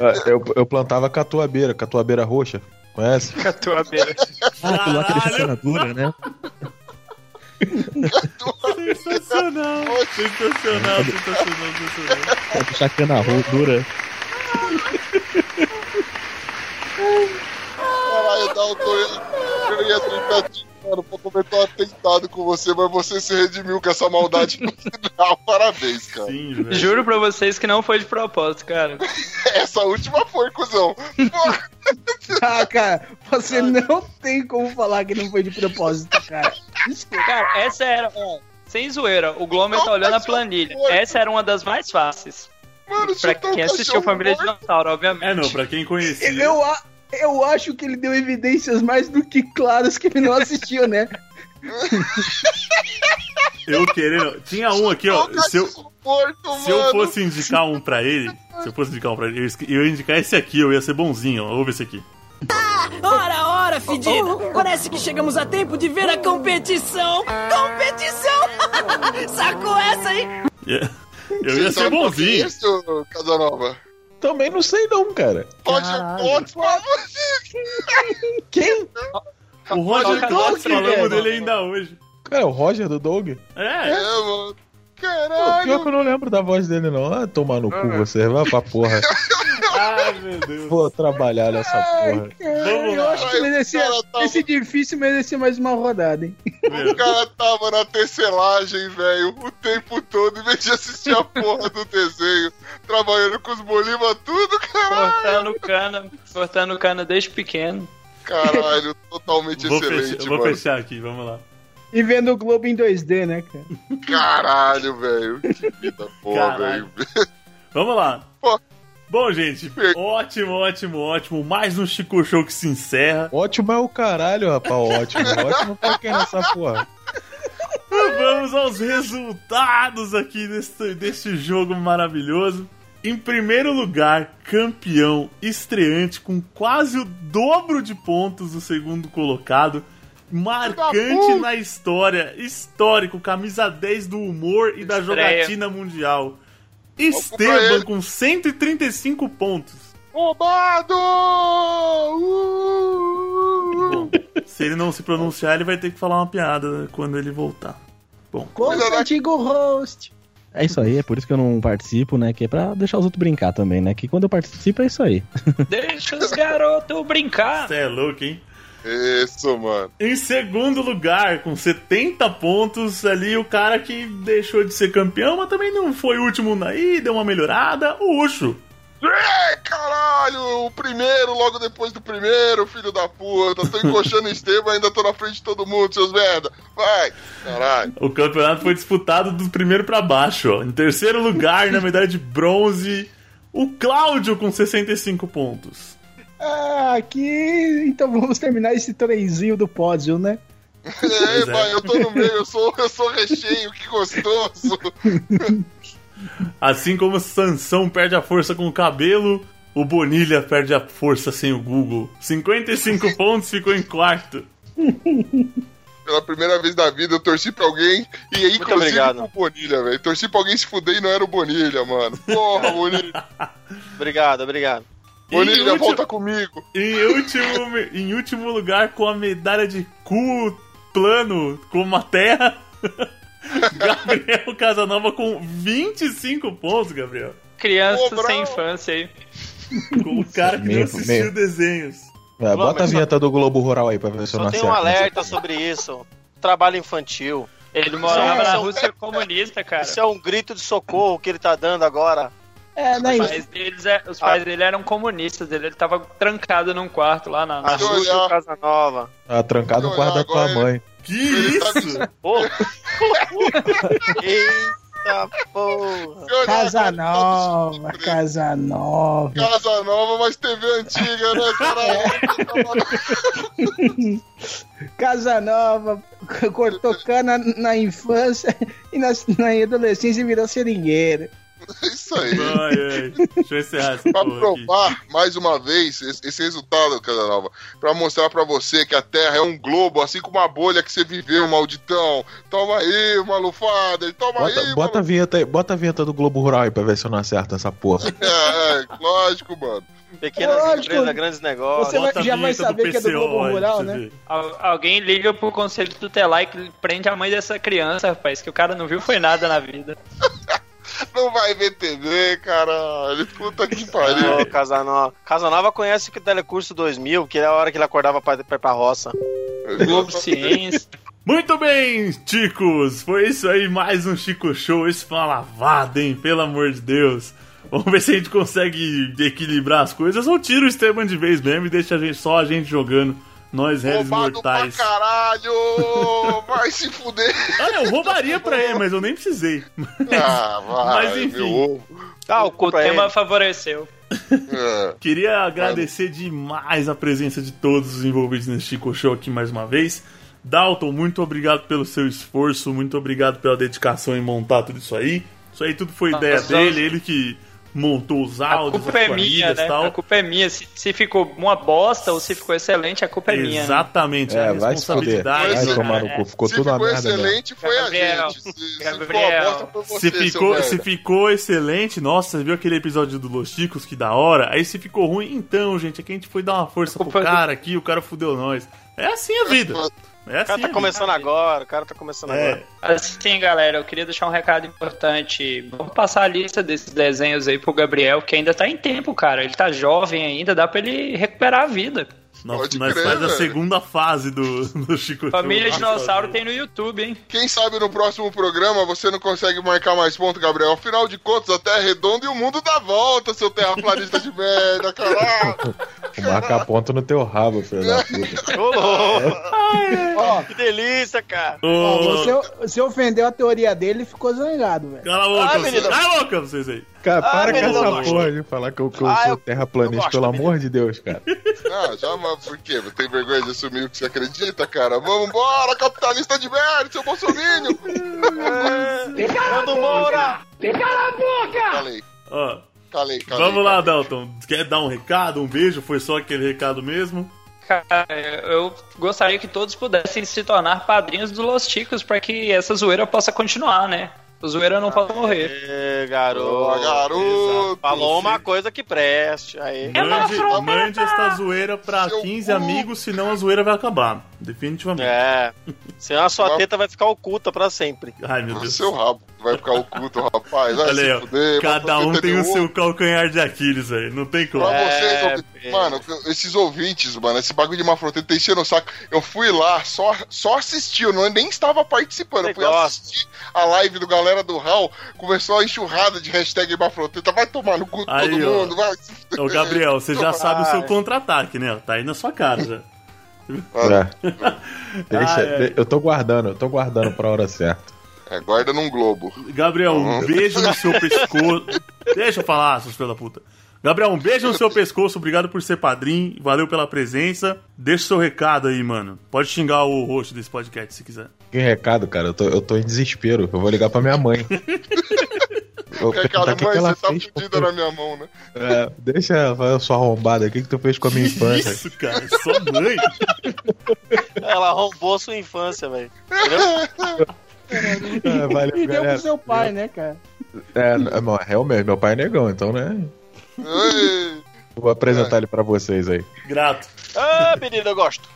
[SPEAKER 3] Ah, Eu, eu plantava catuabeira, catuabeira roxa. Conhece?
[SPEAKER 4] Catuabeira.
[SPEAKER 6] Ah, aquilo lá que deixa a cena dura, né?
[SPEAKER 1] Sensacional! Sensacional, sensacional, sensacional.
[SPEAKER 16] Tá
[SPEAKER 6] Pra deixar a cana ro- dura.
[SPEAKER 2] Caralho, Dalton, eu, eu ia tentar te mano, pra cometer um atentado com você, mas você se redimiu com essa maldade no final. Parabéns, cara.
[SPEAKER 1] Sim,
[SPEAKER 4] Juro pra vocês que não foi de propósito, cara.
[SPEAKER 2] Essa última foi, É, cuzão.
[SPEAKER 8] Ah, cara, você não tem como falar que não foi de propósito, cara.
[SPEAKER 4] Cara, essa era. ó, sem zoeira, o Glomer tá olhando a planilha. Essa era uma das mais fáceis.
[SPEAKER 2] Mano, tá
[SPEAKER 4] pra quem assistiu Família de Dinossauro, obviamente.
[SPEAKER 1] É, não, pra quem conhecia.
[SPEAKER 8] Eu, a- eu acho que ele deu evidências mais do que claras que ele não assistiu, né?
[SPEAKER 1] Eu querendo. Tinha um aqui, ó. Se eu,
[SPEAKER 2] Porto,
[SPEAKER 1] se eu fosse indicar um pra ele, se eu fosse indicar um pra ele, eu esque- eu ia indicar esse aqui, eu ia ser bonzinho, ó. Ouve esse aqui.
[SPEAKER 12] Ora, ora, fedida! Parece que chegamos a tempo de ver a competição! Competição! Sacou essa, hein?
[SPEAKER 1] Yeah. É. Eu ia ser bonzinho.
[SPEAKER 2] Isso, Casanova.
[SPEAKER 3] Também não sei não, cara.
[SPEAKER 2] Pode pode falar.
[SPEAKER 8] Quem?
[SPEAKER 1] O Roger
[SPEAKER 2] Pode falar,
[SPEAKER 1] Cox, falamos
[SPEAKER 2] velho.
[SPEAKER 1] dele ainda hoje.
[SPEAKER 3] Cara, o Roger do Dog.
[SPEAKER 1] É.
[SPEAKER 2] mano.
[SPEAKER 3] Pô, pior que eu
[SPEAKER 2] Caralho.
[SPEAKER 3] não lembro da voz dele, não. Ah, tomar no cu você, vai pra porra.
[SPEAKER 1] Ai, meu Deus.
[SPEAKER 3] Vou trabalhar nessa porra.
[SPEAKER 8] É, eu acho que merecia,
[SPEAKER 2] tá
[SPEAKER 8] esse difícil merecia mais uma rodada, hein?
[SPEAKER 2] O cara tava na tecelagem, velho, o tempo todo, em vez de assistir a porra do desenho, trabalhando com os Bolívar, tudo, caralho.
[SPEAKER 4] Cortando cana, cortando cana desde pequeno.
[SPEAKER 2] Caralho, totalmente
[SPEAKER 1] Vou
[SPEAKER 2] excelente,
[SPEAKER 1] fechar, vou
[SPEAKER 2] mano.
[SPEAKER 1] fechar Tá aqui, vamos lá.
[SPEAKER 8] E vendo o Globo em 2D, né, cara?
[SPEAKER 2] Caralho, velho. Que vida boa,
[SPEAKER 1] Caralho.
[SPEAKER 2] velho.
[SPEAKER 1] Vamos lá. Bom, gente, ótimo, ótimo, ótimo. Mais um Chico Show que se encerra.
[SPEAKER 3] Ótimo é o caralho, rapaz. Ótimo, ótimo pra quem nessa porra.
[SPEAKER 1] Vamos aos resultados aqui deste, deste jogo maravilhoso. Em primeiro lugar, campeão estreante com quase o dobro de pontos do segundo colocado. Marcante na história, histórico, camisa 10 do humor e da
[SPEAKER 4] Estreia.
[SPEAKER 1] jogatina mundial. Esteban com 135 pontos.
[SPEAKER 2] Roubado!
[SPEAKER 1] Uh! Se ele não se pronunciar, ele vai ter que falar uma piada quando ele voltar. Bom,
[SPEAKER 8] Bolsa antigo host.
[SPEAKER 16] É isso aí, é por isso que eu não participo, né? Que é pra deixar os outros brincar também, né? Que quando eu participo é isso aí.
[SPEAKER 4] Deixa os garotos brincar.
[SPEAKER 1] Você é louco, hein?
[SPEAKER 2] Isso, mano.
[SPEAKER 1] Em segundo lugar, com 70 pontos ali, o cara que deixou de ser campeão, mas também não foi o último naí, deu uma melhorada, o Ucho.
[SPEAKER 2] É, caralho, o primeiro, logo depois do primeiro, filho da puta. Tô encoxando o Esteban, ainda tô na frente de todo mundo, seus merda. Vai, caralho.
[SPEAKER 1] O campeonato foi disputado do primeiro pra baixo, ó. Em terceiro lugar, na medalha de bronze, o Cláudio com 65 pontos.
[SPEAKER 8] Ah, aqui. Então vamos terminar esse trenzinho do pódio, né?
[SPEAKER 2] É, pai, eu tô no meio, eu sou, eu sou recheio, que gostoso.
[SPEAKER 1] Assim como Sansão perde a força com o cabelo, o Bonilha perde a força sem o Google. 55 pontos, ficou em quarto.
[SPEAKER 2] Pela primeira vez da vida, eu torci pra alguém e aí, inclusive,
[SPEAKER 9] obrigado.
[SPEAKER 2] pro Bonilha, velho. Torci pra alguém se fuder e não era o Bonilha, mano. Porra, Bonilha.
[SPEAKER 9] Obrigado, obrigado.
[SPEAKER 2] Bonilha,
[SPEAKER 1] último-
[SPEAKER 2] volta comigo.
[SPEAKER 1] Em último, em último lugar, com a medalha de cu plano como a terra, Gabriel Casanova com 25 pontos, Gabriel.
[SPEAKER 4] Criança sem infância aí.
[SPEAKER 1] Com o cara que não
[SPEAKER 3] Meio-
[SPEAKER 1] assistiu
[SPEAKER 3] meio-
[SPEAKER 1] desenhos.
[SPEAKER 3] Vai, É, bota a vinheta do Globo Rural aí pra ver se eu não
[SPEAKER 9] Só tem
[SPEAKER 3] acerto.
[SPEAKER 9] um alerta sobre isso. Trabalho infantil.
[SPEAKER 4] Ele morava
[SPEAKER 9] Isso
[SPEAKER 4] na
[SPEAKER 9] é um-
[SPEAKER 4] Rússia comunista, cara.
[SPEAKER 9] Isso é um grito de socorro que ele tá dando agora.
[SPEAKER 8] É,
[SPEAKER 4] Os pais, deles é- os pais dele eram comunistas, ele, ele tava trancado num quarto lá na, na
[SPEAKER 9] Ah,
[SPEAKER 4] Rússia
[SPEAKER 9] olha.
[SPEAKER 4] Casa Nova.
[SPEAKER 3] Tá trancado no quarto da tua mãe.
[SPEAKER 1] Que
[SPEAKER 2] tá
[SPEAKER 1] isso?
[SPEAKER 9] Eita porra!
[SPEAKER 8] Casa nova, casa nova.
[SPEAKER 2] Casa nova, mas TV antiga, né, caralho?
[SPEAKER 8] Casa nova, cortou cana na infância e na, na adolescência virou seringueira.
[SPEAKER 2] Isso aí.
[SPEAKER 1] Ai, ai. Deixa eu encerrar essa
[SPEAKER 2] Pra
[SPEAKER 1] porra aqui.
[SPEAKER 2] provar mais uma vez esse esse resultado, Casanova, pra mostrar pra você que a Terra é um globo, assim como a bolha que você viveu, malditão. Toma aí, malufada, toma
[SPEAKER 3] Bota,
[SPEAKER 2] aí.
[SPEAKER 3] bota a vinheta aí, bota a vinheta do Globo Rural aí pra ver se eu não acerto essa porra.
[SPEAKER 2] É, é, lógico, mano.
[SPEAKER 9] Pequenas
[SPEAKER 8] Lógico.
[SPEAKER 9] empresas, grandes negócios.
[SPEAKER 8] Você vai- já vai saber que é do Globo Rural, né?
[SPEAKER 4] Al- alguém liga pro conselho tutelar e que prende a mãe dessa criança, rapaz, que o cara não viu foi nada na vida.
[SPEAKER 2] Não vai ver TV, caralho. Puta que pariu.
[SPEAKER 9] Ô, Casanova. Casanova conhece o Telecurso 2000, que é a hora que ele acordava pra, pra ir pra roça.
[SPEAKER 4] Globo Ciência.
[SPEAKER 1] Muito bem, Chicos! Foi isso aí, mais um Chico Show. Isso foi uma lavada, hein? Pelo amor de Deus. Vamos ver se a gente consegue equilibrar as coisas ou tira o Esteban de vez mesmo e deixa a gente, só a gente jogando. Nós, réis
[SPEAKER 2] Roubado pra
[SPEAKER 1] mortais.
[SPEAKER 2] caralho! Vai se fuder!
[SPEAKER 1] Ah, eu roubaria pra ele, mas eu nem precisei.
[SPEAKER 2] Ah, vai,
[SPEAKER 1] Mas enfim.
[SPEAKER 2] meu ovo.
[SPEAKER 9] Ah, o,
[SPEAKER 4] O tema favoreceu.
[SPEAKER 2] É.
[SPEAKER 1] Queria agradecer demais a presença de todos os envolvidos nesse Chico Show aqui mais uma vez. Dalton, muito obrigado pelo seu esforço, muito obrigado pela dedicação em montar tudo isso aí. Isso aí tudo foi
[SPEAKER 4] Não,
[SPEAKER 1] ideia
[SPEAKER 4] nós
[SPEAKER 1] dele,
[SPEAKER 4] vamos-
[SPEAKER 1] ele que montou os
[SPEAKER 4] Ah, A
[SPEAKER 1] áudios,
[SPEAKER 4] culpa é
[SPEAKER 1] as
[SPEAKER 4] minha,
[SPEAKER 1] planilhas e
[SPEAKER 4] né? A
[SPEAKER 1] tal.
[SPEAKER 4] culpa é minha. Se, se ficou uma bosta ou se ficou excelente, a culpa é minha.
[SPEAKER 1] Exatamente, é,
[SPEAKER 3] É,
[SPEAKER 1] a
[SPEAKER 3] vai se fuder.
[SPEAKER 1] responsabilidade.
[SPEAKER 3] Vai
[SPEAKER 1] né?
[SPEAKER 3] tomar no cu. Ficou tudo uma merda. né? mesmo.
[SPEAKER 2] foi
[SPEAKER 4] Gabriel,
[SPEAKER 2] a gente. Se, se
[SPEAKER 4] Gabriel.
[SPEAKER 2] ficou a bosta, foi você,
[SPEAKER 1] Se ficou,
[SPEAKER 2] seu
[SPEAKER 1] se
[SPEAKER 2] merda.
[SPEAKER 1] ficou excelente, nossa, você viu aquele episódio do Los Chicos, que da hora. Aí se ficou ruim, então, gente, aqui a gente foi dar uma força pro
[SPEAKER 4] culpa é do-
[SPEAKER 1] cara aqui, o cara fudeu nós. É assim a vida. É
[SPEAKER 9] O cara
[SPEAKER 1] assim.
[SPEAKER 9] tá começando agora, o cara tá começando
[SPEAKER 1] É.
[SPEAKER 9] agora.
[SPEAKER 4] Assim, galera, eu queria deixar um recado importante. Vamos passar a lista desses desenhos aí pro Gabriel, que ainda tá em tempo, cara. Ele tá jovem ainda, dá pra ele recuperar a vida.
[SPEAKER 1] Nós,
[SPEAKER 2] Pode
[SPEAKER 1] nós
[SPEAKER 2] crer,
[SPEAKER 1] faz a
[SPEAKER 2] velho.
[SPEAKER 1] segunda fase do, do Chico
[SPEAKER 4] Família
[SPEAKER 1] Show.
[SPEAKER 4] Dinossauro tem no YouTube, hein?
[SPEAKER 2] Quem sabe no próximo programa você não consegue marcar mais ponto, Gabriel. Afinal de contas, a Terra é redonda e o mundo dá volta, seu terraplanista de merda, caralho.
[SPEAKER 3] Marca a ponta no teu rabo, filho da puta.
[SPEAKER 9] Ô, louco. Ó, que delícia, cara.
[SPEAKER 8] Ó,
[SPEAKER 1] é
[SPEAKER 8] você, você ofendeu a teoria dele e ficou zangado, velho.
[SPEAKER 1] Cala a boca, vocês. Cala a boca, tá vocês aí.
[SPEAKER 3] Cara,
[SPEAKER 1] Ah,
[SPEAKER 3] para com
[SPEAKER 1] menino, eu
[SPEAKER 3] essa
[SPEAKER 1] gosto.
[SPEAKER 3] porra de falar que eu, que eu
[SPEAKER 1] Ah,
[SPEAKER 3] sou
[SPEAKER 1] eu-
[SPEAKER 3] terraplanista,
[SPEAKER 1] eu gosto,
[SPEAKER 3] pelo amor de Deus, cara.
[SPEAKER 2] Ah, já, mas por quê? Tem vergonha de assumir o que você acredita, cara? Vambora, capitalista de merda, seu Bolsonaro!
[SPEAKER 9] Manda Moura!
[SPEAKER 2] Cala a boca! Calei,
[SPEAKER 1] Ó,
[SPEAKER 2] calei, calei.
[SPEAKER 1] vamos lá, Dalton. Quer dar um recado, um beijo? Foi só aquele recado mesmo?
[SPEAKER 4] Cara, eu gostaria que todos pudessem se tornar padrinhos dos Los Ticos pra que essa zoeira possa continuar, né? A zoeira não pode morrer.
[SPEAKER 9] É, garoto.
[SPEAKER 4] Ô, garoto.
[SPEAKER 9] Falou uma coisa que preste. Aí.
[SPEAKER 1] Mande,
[SPEAKER 8] né?
[SPEAKER 1] mande esta zoeira pra 15 amigos, senão a zoeira vai acabar. Definitivamente.
[SPEAKER 9] É. Senão a sua teta vai ficar oculta pra sempre.
[SPEAKER 1] Ai, Ah, meu Deus.
[SPEAKER 2] Seu rabo vai ficar oculto, rapaz. Vai
[SPEAKER 1] Olha aí,
[SPEAKER 2] se
[SPEAKER 1] ó,
[SPEAKER 2] fuder,
[SPEAKER 1] cada
[SPEAKER 2] vai
[SPEAKER 1] um
[SPEAKER 2] fazer
[SPEAKER 1] tem o
[SPEAKER 2] TDO.
[SPEAKER 1] seu calcanhar de Aquiles aí, não tem como.
[SPEAKER 2] Pra vocês, ouvi- mano, esses ouvintes, mano, esse bagulho de uma fronteira tá enchendo o saco. Eu fui lá, só, só assisti, eu não, nem estava participando. Eu fui assistir a live do galera do Hall, começou a enxurrada de hashtag uma fronteira. Vai tomar no cu de
[SPEAKER 1] Aí,
[SPEAKER 2] todo
[SPEAKER 1] ó.
[SPEAKER 2] mundo, vai. se
[SPEAKER 1] Ô, Gabriel, você
[SPEAKER 2] Tomar.
[SPEAKER 1] já sabe o seu contra-ataque, né? Tá aí na sua cara já.
[SPEAKER 3] É. Deixa-
[SPEAKER 1] Ai, ai.
[SPEAKER 3] de- Eu tô guardando, eu tô guardando pra hora certa.
[SPEAKER 2] É, guarda num globo. Uhum.
[SPEAKER 1] Gabriel, um beijo no seu pescoço. Deixa eu falar, seus filhos da puta. Gabriel, um beijo no seu pescoço, obrigado por ser padrinho, valeu pela presença. Deixa o seu recado aí, mano. Pode xingar o host desse podcast se quiser.
[SPEAKER 3] Que recado, cara, eu tô, eu tô em desespero. Eu vou ligar pra minha mãe. Eu vou perguntar
[SPEAKER 2] Cara,
[SPEAKER 3] o que
[SPEAKER 2] mãe,
[SPEAKER 3] que ela
[SPEAKER 2] você tá
[SPEAKER 3] fez
[SPEAKER 2] fudida na minha mão, né?
[SPEAKER 3] É, deixa ela falar sua arrombada, o que, que tu fez com a minha infância?
[SPEAKER 1] Isso, cara, só mãe.
[SPEAKER 9] Ela arrombou sua infância, velho.
[SPEAKER 3] É, valeu,
[SPEAKER 8] e deu
[SPEAKER 3] galera.
[SPEAKER 8] pro seu pai, né, cara?
[SPEAKER 3] É, é, mas é o meu, meu pai é negão, então, né? Vou
[SPEAKER 1] É.
[SPEAKER 3] apresentar ele pra vocês aí.
[SPEAKER 1] Grato.
[SPEAKER 9] Ah, menino, eu gosto.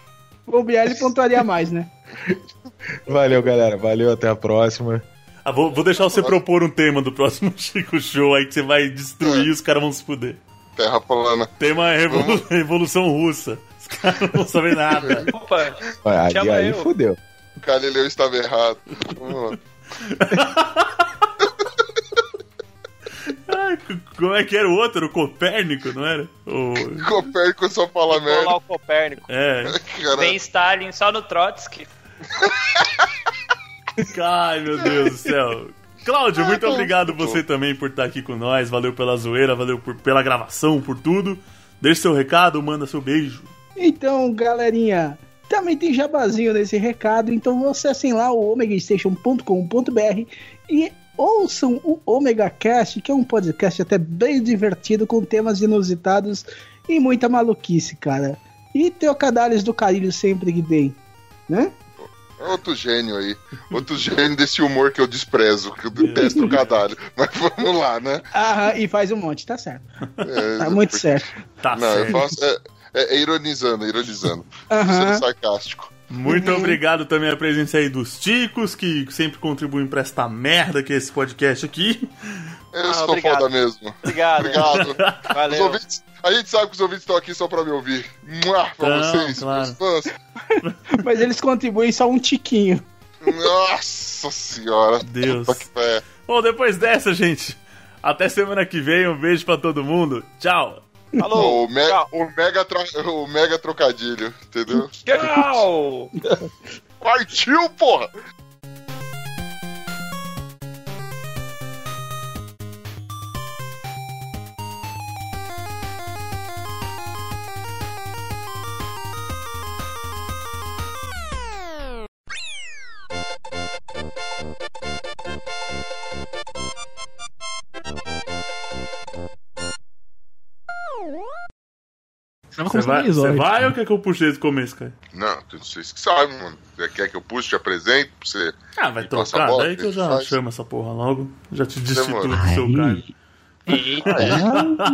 [SPEAKER 8] Bobear ele pontuaria mais, né?
[SPEAKER 3] Valeu, galera. Valeu, até a próxima.
[SPEAKER 1] Ah, vou, vou deixar você propor um tema do próximo Chico Show aí que você vai destruir e os caras vão se fuder.
[SPEAKER 2] É. Terra plana.
[SPEAKER 1] Tema é revolu- Revolução Russa. Os caras não vão saber nada.
[SPEAKER 4] Opa,
[SPEAKER 3] Ué, aí,
[SPEAKER 1] Chama
[SPEAKER 3] aí
[SPEAKER 1] eu.
[SPEAKER 3] fudeu.
[SPEAKER 2] O Galileu estava errado. Vamos lá.
[SPEAKER 1] Ai, c- como é que era o outro? Era o Copérnico, não era? O...
[SPEAKER 2] Copérnico só fala
[SPEAKER 4] Vou lá o Copérnico.
[SPEAKER 1] É.
[SPEAKER 4] Vem Stalin só no Trotsky.
[SPEAKER 1] Ai, meu Deus do céu. Cláudio, muito obrigado você também por estar aqui com nós. Valeu pela zoeira, valeu por- pela gravação, por tudo. Deixe seu recado, manda seu beijo.
[SPEAKER 8] Então, galerinha, também tem jabazinho nesse recado, então acessem lá o omegastation.com.br e ouçam o Omega Cast, que é um podcast até bem divertido, com temas inusitados e muita maluquice, cara. E Teocadales do Carilho sempre que tem, né?
[SPEAKER 2] É outro gênio aí. Outro gênio desse humor que eu desprezo, que eu detesto o cadalho. Mas vamos lá, né?
[SPEAKER 8] Aham, e faz um monte, tá certo.
[SPEAKER 2] É,
[SPEAKER 8] Tá muito certo.
[SPEAKER 1] Tá
[SPEAKER 2] não,
[SPEAKER 1] certo.
[SPEAKER 2] eu faço. É, é- é ironizando, é ironizando.
[SPEAKER 8] Aham.
[SPEAKER 2] Sendo sarcástico.
[SPEAKER 1] Muito
[SPEAKER 2] Uhum.
[SPEAKER 1] obrigado também a presença aí dos Ticos, que sempre contribuem pra esta merda que é esse podcast aqui.
[SPEAKER 2] Eu sou foda mesmo.
[SPEAKER 9] Ah, Obrigado.
[SPEAKER 2] Obrigado.
[SPEAKER 9] Valeu.
[SPEAKER 2] Os ouvintes, a gente sabe que os ouvintes estão aqui só pra me ouvir. Mua, pra
[SPEAKER 1] Então,
[SPEAKER 2] vocês,
[SPEAKER 1] claro.
[SPEAKER 2] pros fãs.
[SPEAKER 8] Mas eles contribuem só um tiquinho.
[SPEAKER 2] Nossa senhora.
[SPEAKER 1] Deus.
[SPEAKER 2] Puta que pé.
[SPEAKER 1] Bom, depois dessa, gente, até semana que vem. Um beijo pra todo mundo. Tchau.
[SPEAKER 2] O, me- o mega tro- o mega trocadilho, entendeu?
[SPEAKER 4] Tchau!
[SPEAKER 2] Partiu, porra!
[SPEAKER 1] Você vai,
[SPEAKER 6] dez
[SPEAKER 1] você
[SPEAKER 6] horas,
[SPEAKER 1] vai ou quer que eu puxe desde o começo, cara?
[SPEAKER 2] Não, que vocês que sabem, mano. Você Quer que eu puxe, te apresente pra você?
[SPEAKER 1] Ah, vai
[SPEAKER 2] a
[SPEAKER 1] trocar.
[SPEAKER 2] bola?
[SPEAKER 1] Daí que eu já chamo essa porra logo. Já te destituo do
[SPEAKER 2] Demorou.
[SPEAKER 1] seu cargo.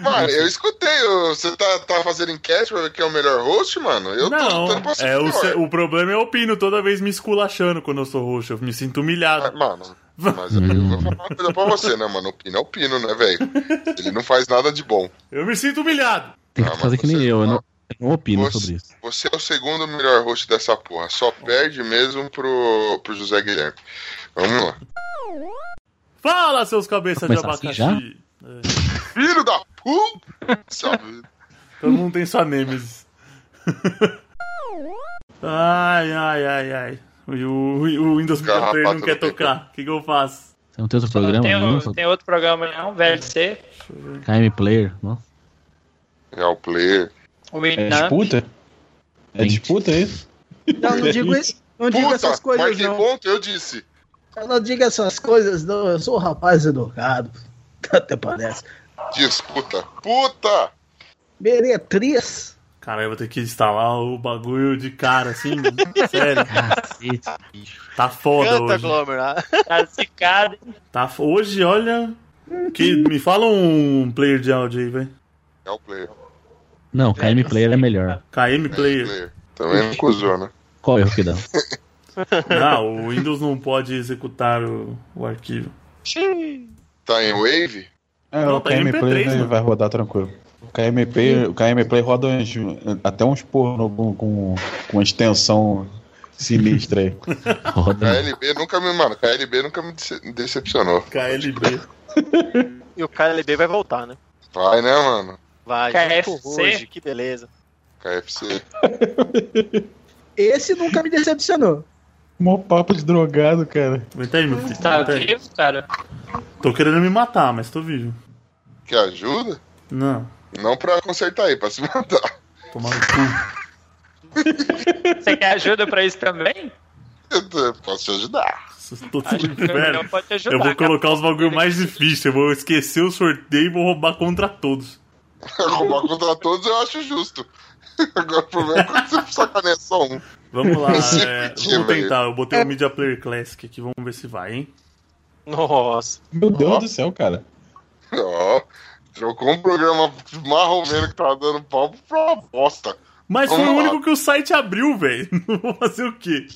[SPEAKER 2] Mano, eu escutei. eu- Você tá, tá fazendo enquete pra ver quem é o melhor host, mano? Eu tô
[SPEAKER 1] não,
[SPEAKER 2] lutando pra ser
[SPEAKER 1] é, o,
[SPEAKER 2] melhor.
[SPEAKER 1] se- o problema é o Pino toda vez me esculachando quando eu sou roxo. Eu me sinto humilhado.
[SPEAKER 2] Ah, Mano, mas eu vou falar uma coisa pra você, né, mano? O Pino é o Pino, né, velho? Ele não faz nada de bom.
[SPEAKER 1] Eu me sinto humilhado.
[SPEAKER 6] Tem
[SPEAKER 3] Ah,
[SPEAKER 6] que fazer que nem eu, eu não, eu não opino sobre isso.
[SPEAKER 2] Você é o segundo melhor host dessa porra. Só perde mesmo pro, pro José Guilherme. Vamos lá.
[SPEAKER 1] Fala, seus cabeças de É.
[SPEAKER 2] Começar assim
[SPEAKER 1] abacaxi.
[SPEAKER 2] já? Filho da puta!
[SPEAKER 1] Todo mundo tem sua Nemesis. ai, ai, ai, ai. O, o, o Windows Media
[SPEAKER 4] Carrapato
[SPEAKER 1] Player não
[SPEAKER 4] do
[SPEAKER 1] quer
[SPEAKER 4] PP.
[SPEAKER 1] tocar. O que, que eu faço?
[SPEAKER 6] Você não tem outro
[SPEAKER 4] Não
[SPEAKER 6] programa,
[SPEAKER 4] tem,
[SPEAKER 6] não?
[SPEAKER 4] o-
[SPEAKER 6] Só
[SPEAKER 4] tem outro programa né? Um não, VLC.
[SPEAKER 6] KM Player, não?
[SPEAKER 2] É o player.
[SPEAKER 4] O Winamp.
[SPEAKER 3] É disputa isso?
[SPEAKER 8] Não, não digo isso. Não digo
[SPEAKER 2] Puta,
[SPEAKER 8] essas coisas,
[SPEAKER 2] marquei
[SPEAKER 8] não.
[SPEAKER 2] ponto, eu disse.
[SPEAKER 8] Eu não digo essas coisas, não. Eu sou um rapaz educado. Até parece.
[SPEAKER 2] Disputa. Puta!
[SPEAKER 8] Meretriz.
[SPEAKER 1] Cara, eu vou ter que instalar o bagulho de cara, assim. sério. Tá foda
[SPEAKER 9] Canta,
[SPEAKER 1] hoje.
[SPEAKER 9] Glomer. ah.
[SPEAKER 4] Tá zicado.
[SPEAKER 1] Tá fo- Hoje, olha... Que, me fala um player de áudio aí, velho.
[SPEAKER 2] É o player.
[SPEAKER 6] Não, KM Player é melhor.
[SPEAKER 1] KM Player.
[SPEAKER 2] Também não cozou, né?
[SPEAKER 6] Qual é o que dá?
[SPEAKER 1] Não, o Windows não pode executar o, o arquivo.
[SPEAKER 2] Tá em Wave?
[SPEAKER 3] É,
[SPEAKER 1] Não,
[SPEAKER 3] o
[SPEAKER 1] tá em
[SPEAKER 3] KM
[SPEAKER 1] MP3,
[SPEAKER 3] Play
[SPEAKER 1] mano.
[SPEAKER 3] vai rodar tranquilo. O KMP, o KM Play roda uns- até uns porno com, com, com uma extensão sinistra aí. né?
[SPEAKER 2] KLB nunca me, mano, KLB nunca me dece- decepcionou.
[SPEAKER 1] KLB.
[SPEAKER 9] E o KLB vai voltar, né?
[SPEAKER 2] Vai, né, mano?
[SPEAKER 9] Vai,
[SPEAKER 4] KFC.
[SPEAKER 9] junto hoje, que beleza.
[SPEAKER 2] KFC.
[SPEAKER 8] Esse nunca me decepcionou.
[SPEAKER 3] Mó papo de drogado, cara.
[SPEAKER 1] Aguenta aí, meu filho.
[SPEAKER 4] Tá
[SPEAKER 1] aguenta aí.
[SPEAKER 4] vivo, cara?
[SPEAKER 1] Tô querendo me matar, mas tô vivo.
[SPEAKER 2] Que ajuda?
[SPEAKER 1] Não.
[SPEAKER 2] Não pra consertar aí, pra se matar.
[SPEAKER 1] Tomar no cu.
[SPEAKER 4] Você quer ajuda pra isso também?
[SPEAKER 2] Eu tô- Posso te ajudar.
[SPEAKER 1] Tô
[SPEAKER 4] Acho que o Daniel pode te ajudar,
[SPEAKER 1] eu vou
[SPEAKER 4] cara.
[SPEAKER 1] colocar os bagulho mais difíceis. Eu vou esquecer o sorteio e vou roubar contra todos.
[SPEAKER 2] Roubar contra um todos eu acho justo. Agora o problema é quando você sacaneia só um.
[SPEAKER 1] Vamos lá,
[SPEAKER 2] Esse
[SPEAKER 1] é,
[SPEAKER 2] mentira,
[SPEAKER 1] vamos tentar.
[SPEAKER 2] velho.
[SPEAKER 1] Eu botei o Media Player Classic aqui, vamos ver se vai, hein?
[SPEAKER 9] Nossa.
[SPEAKER 3] Meu Deus do céu, cara.
[SPEAKER 2] Ó, trocou um programa marromeno que tava dando pau pra uma bosta.
[SPEAKER 1] Mas foi
[SPEAKER 2] Vamos
[SPEAKER 1] o
[SPEAKER 2] lá.
[SPEAKER 1] único que o site abriu, velho. Vou fazer o quê?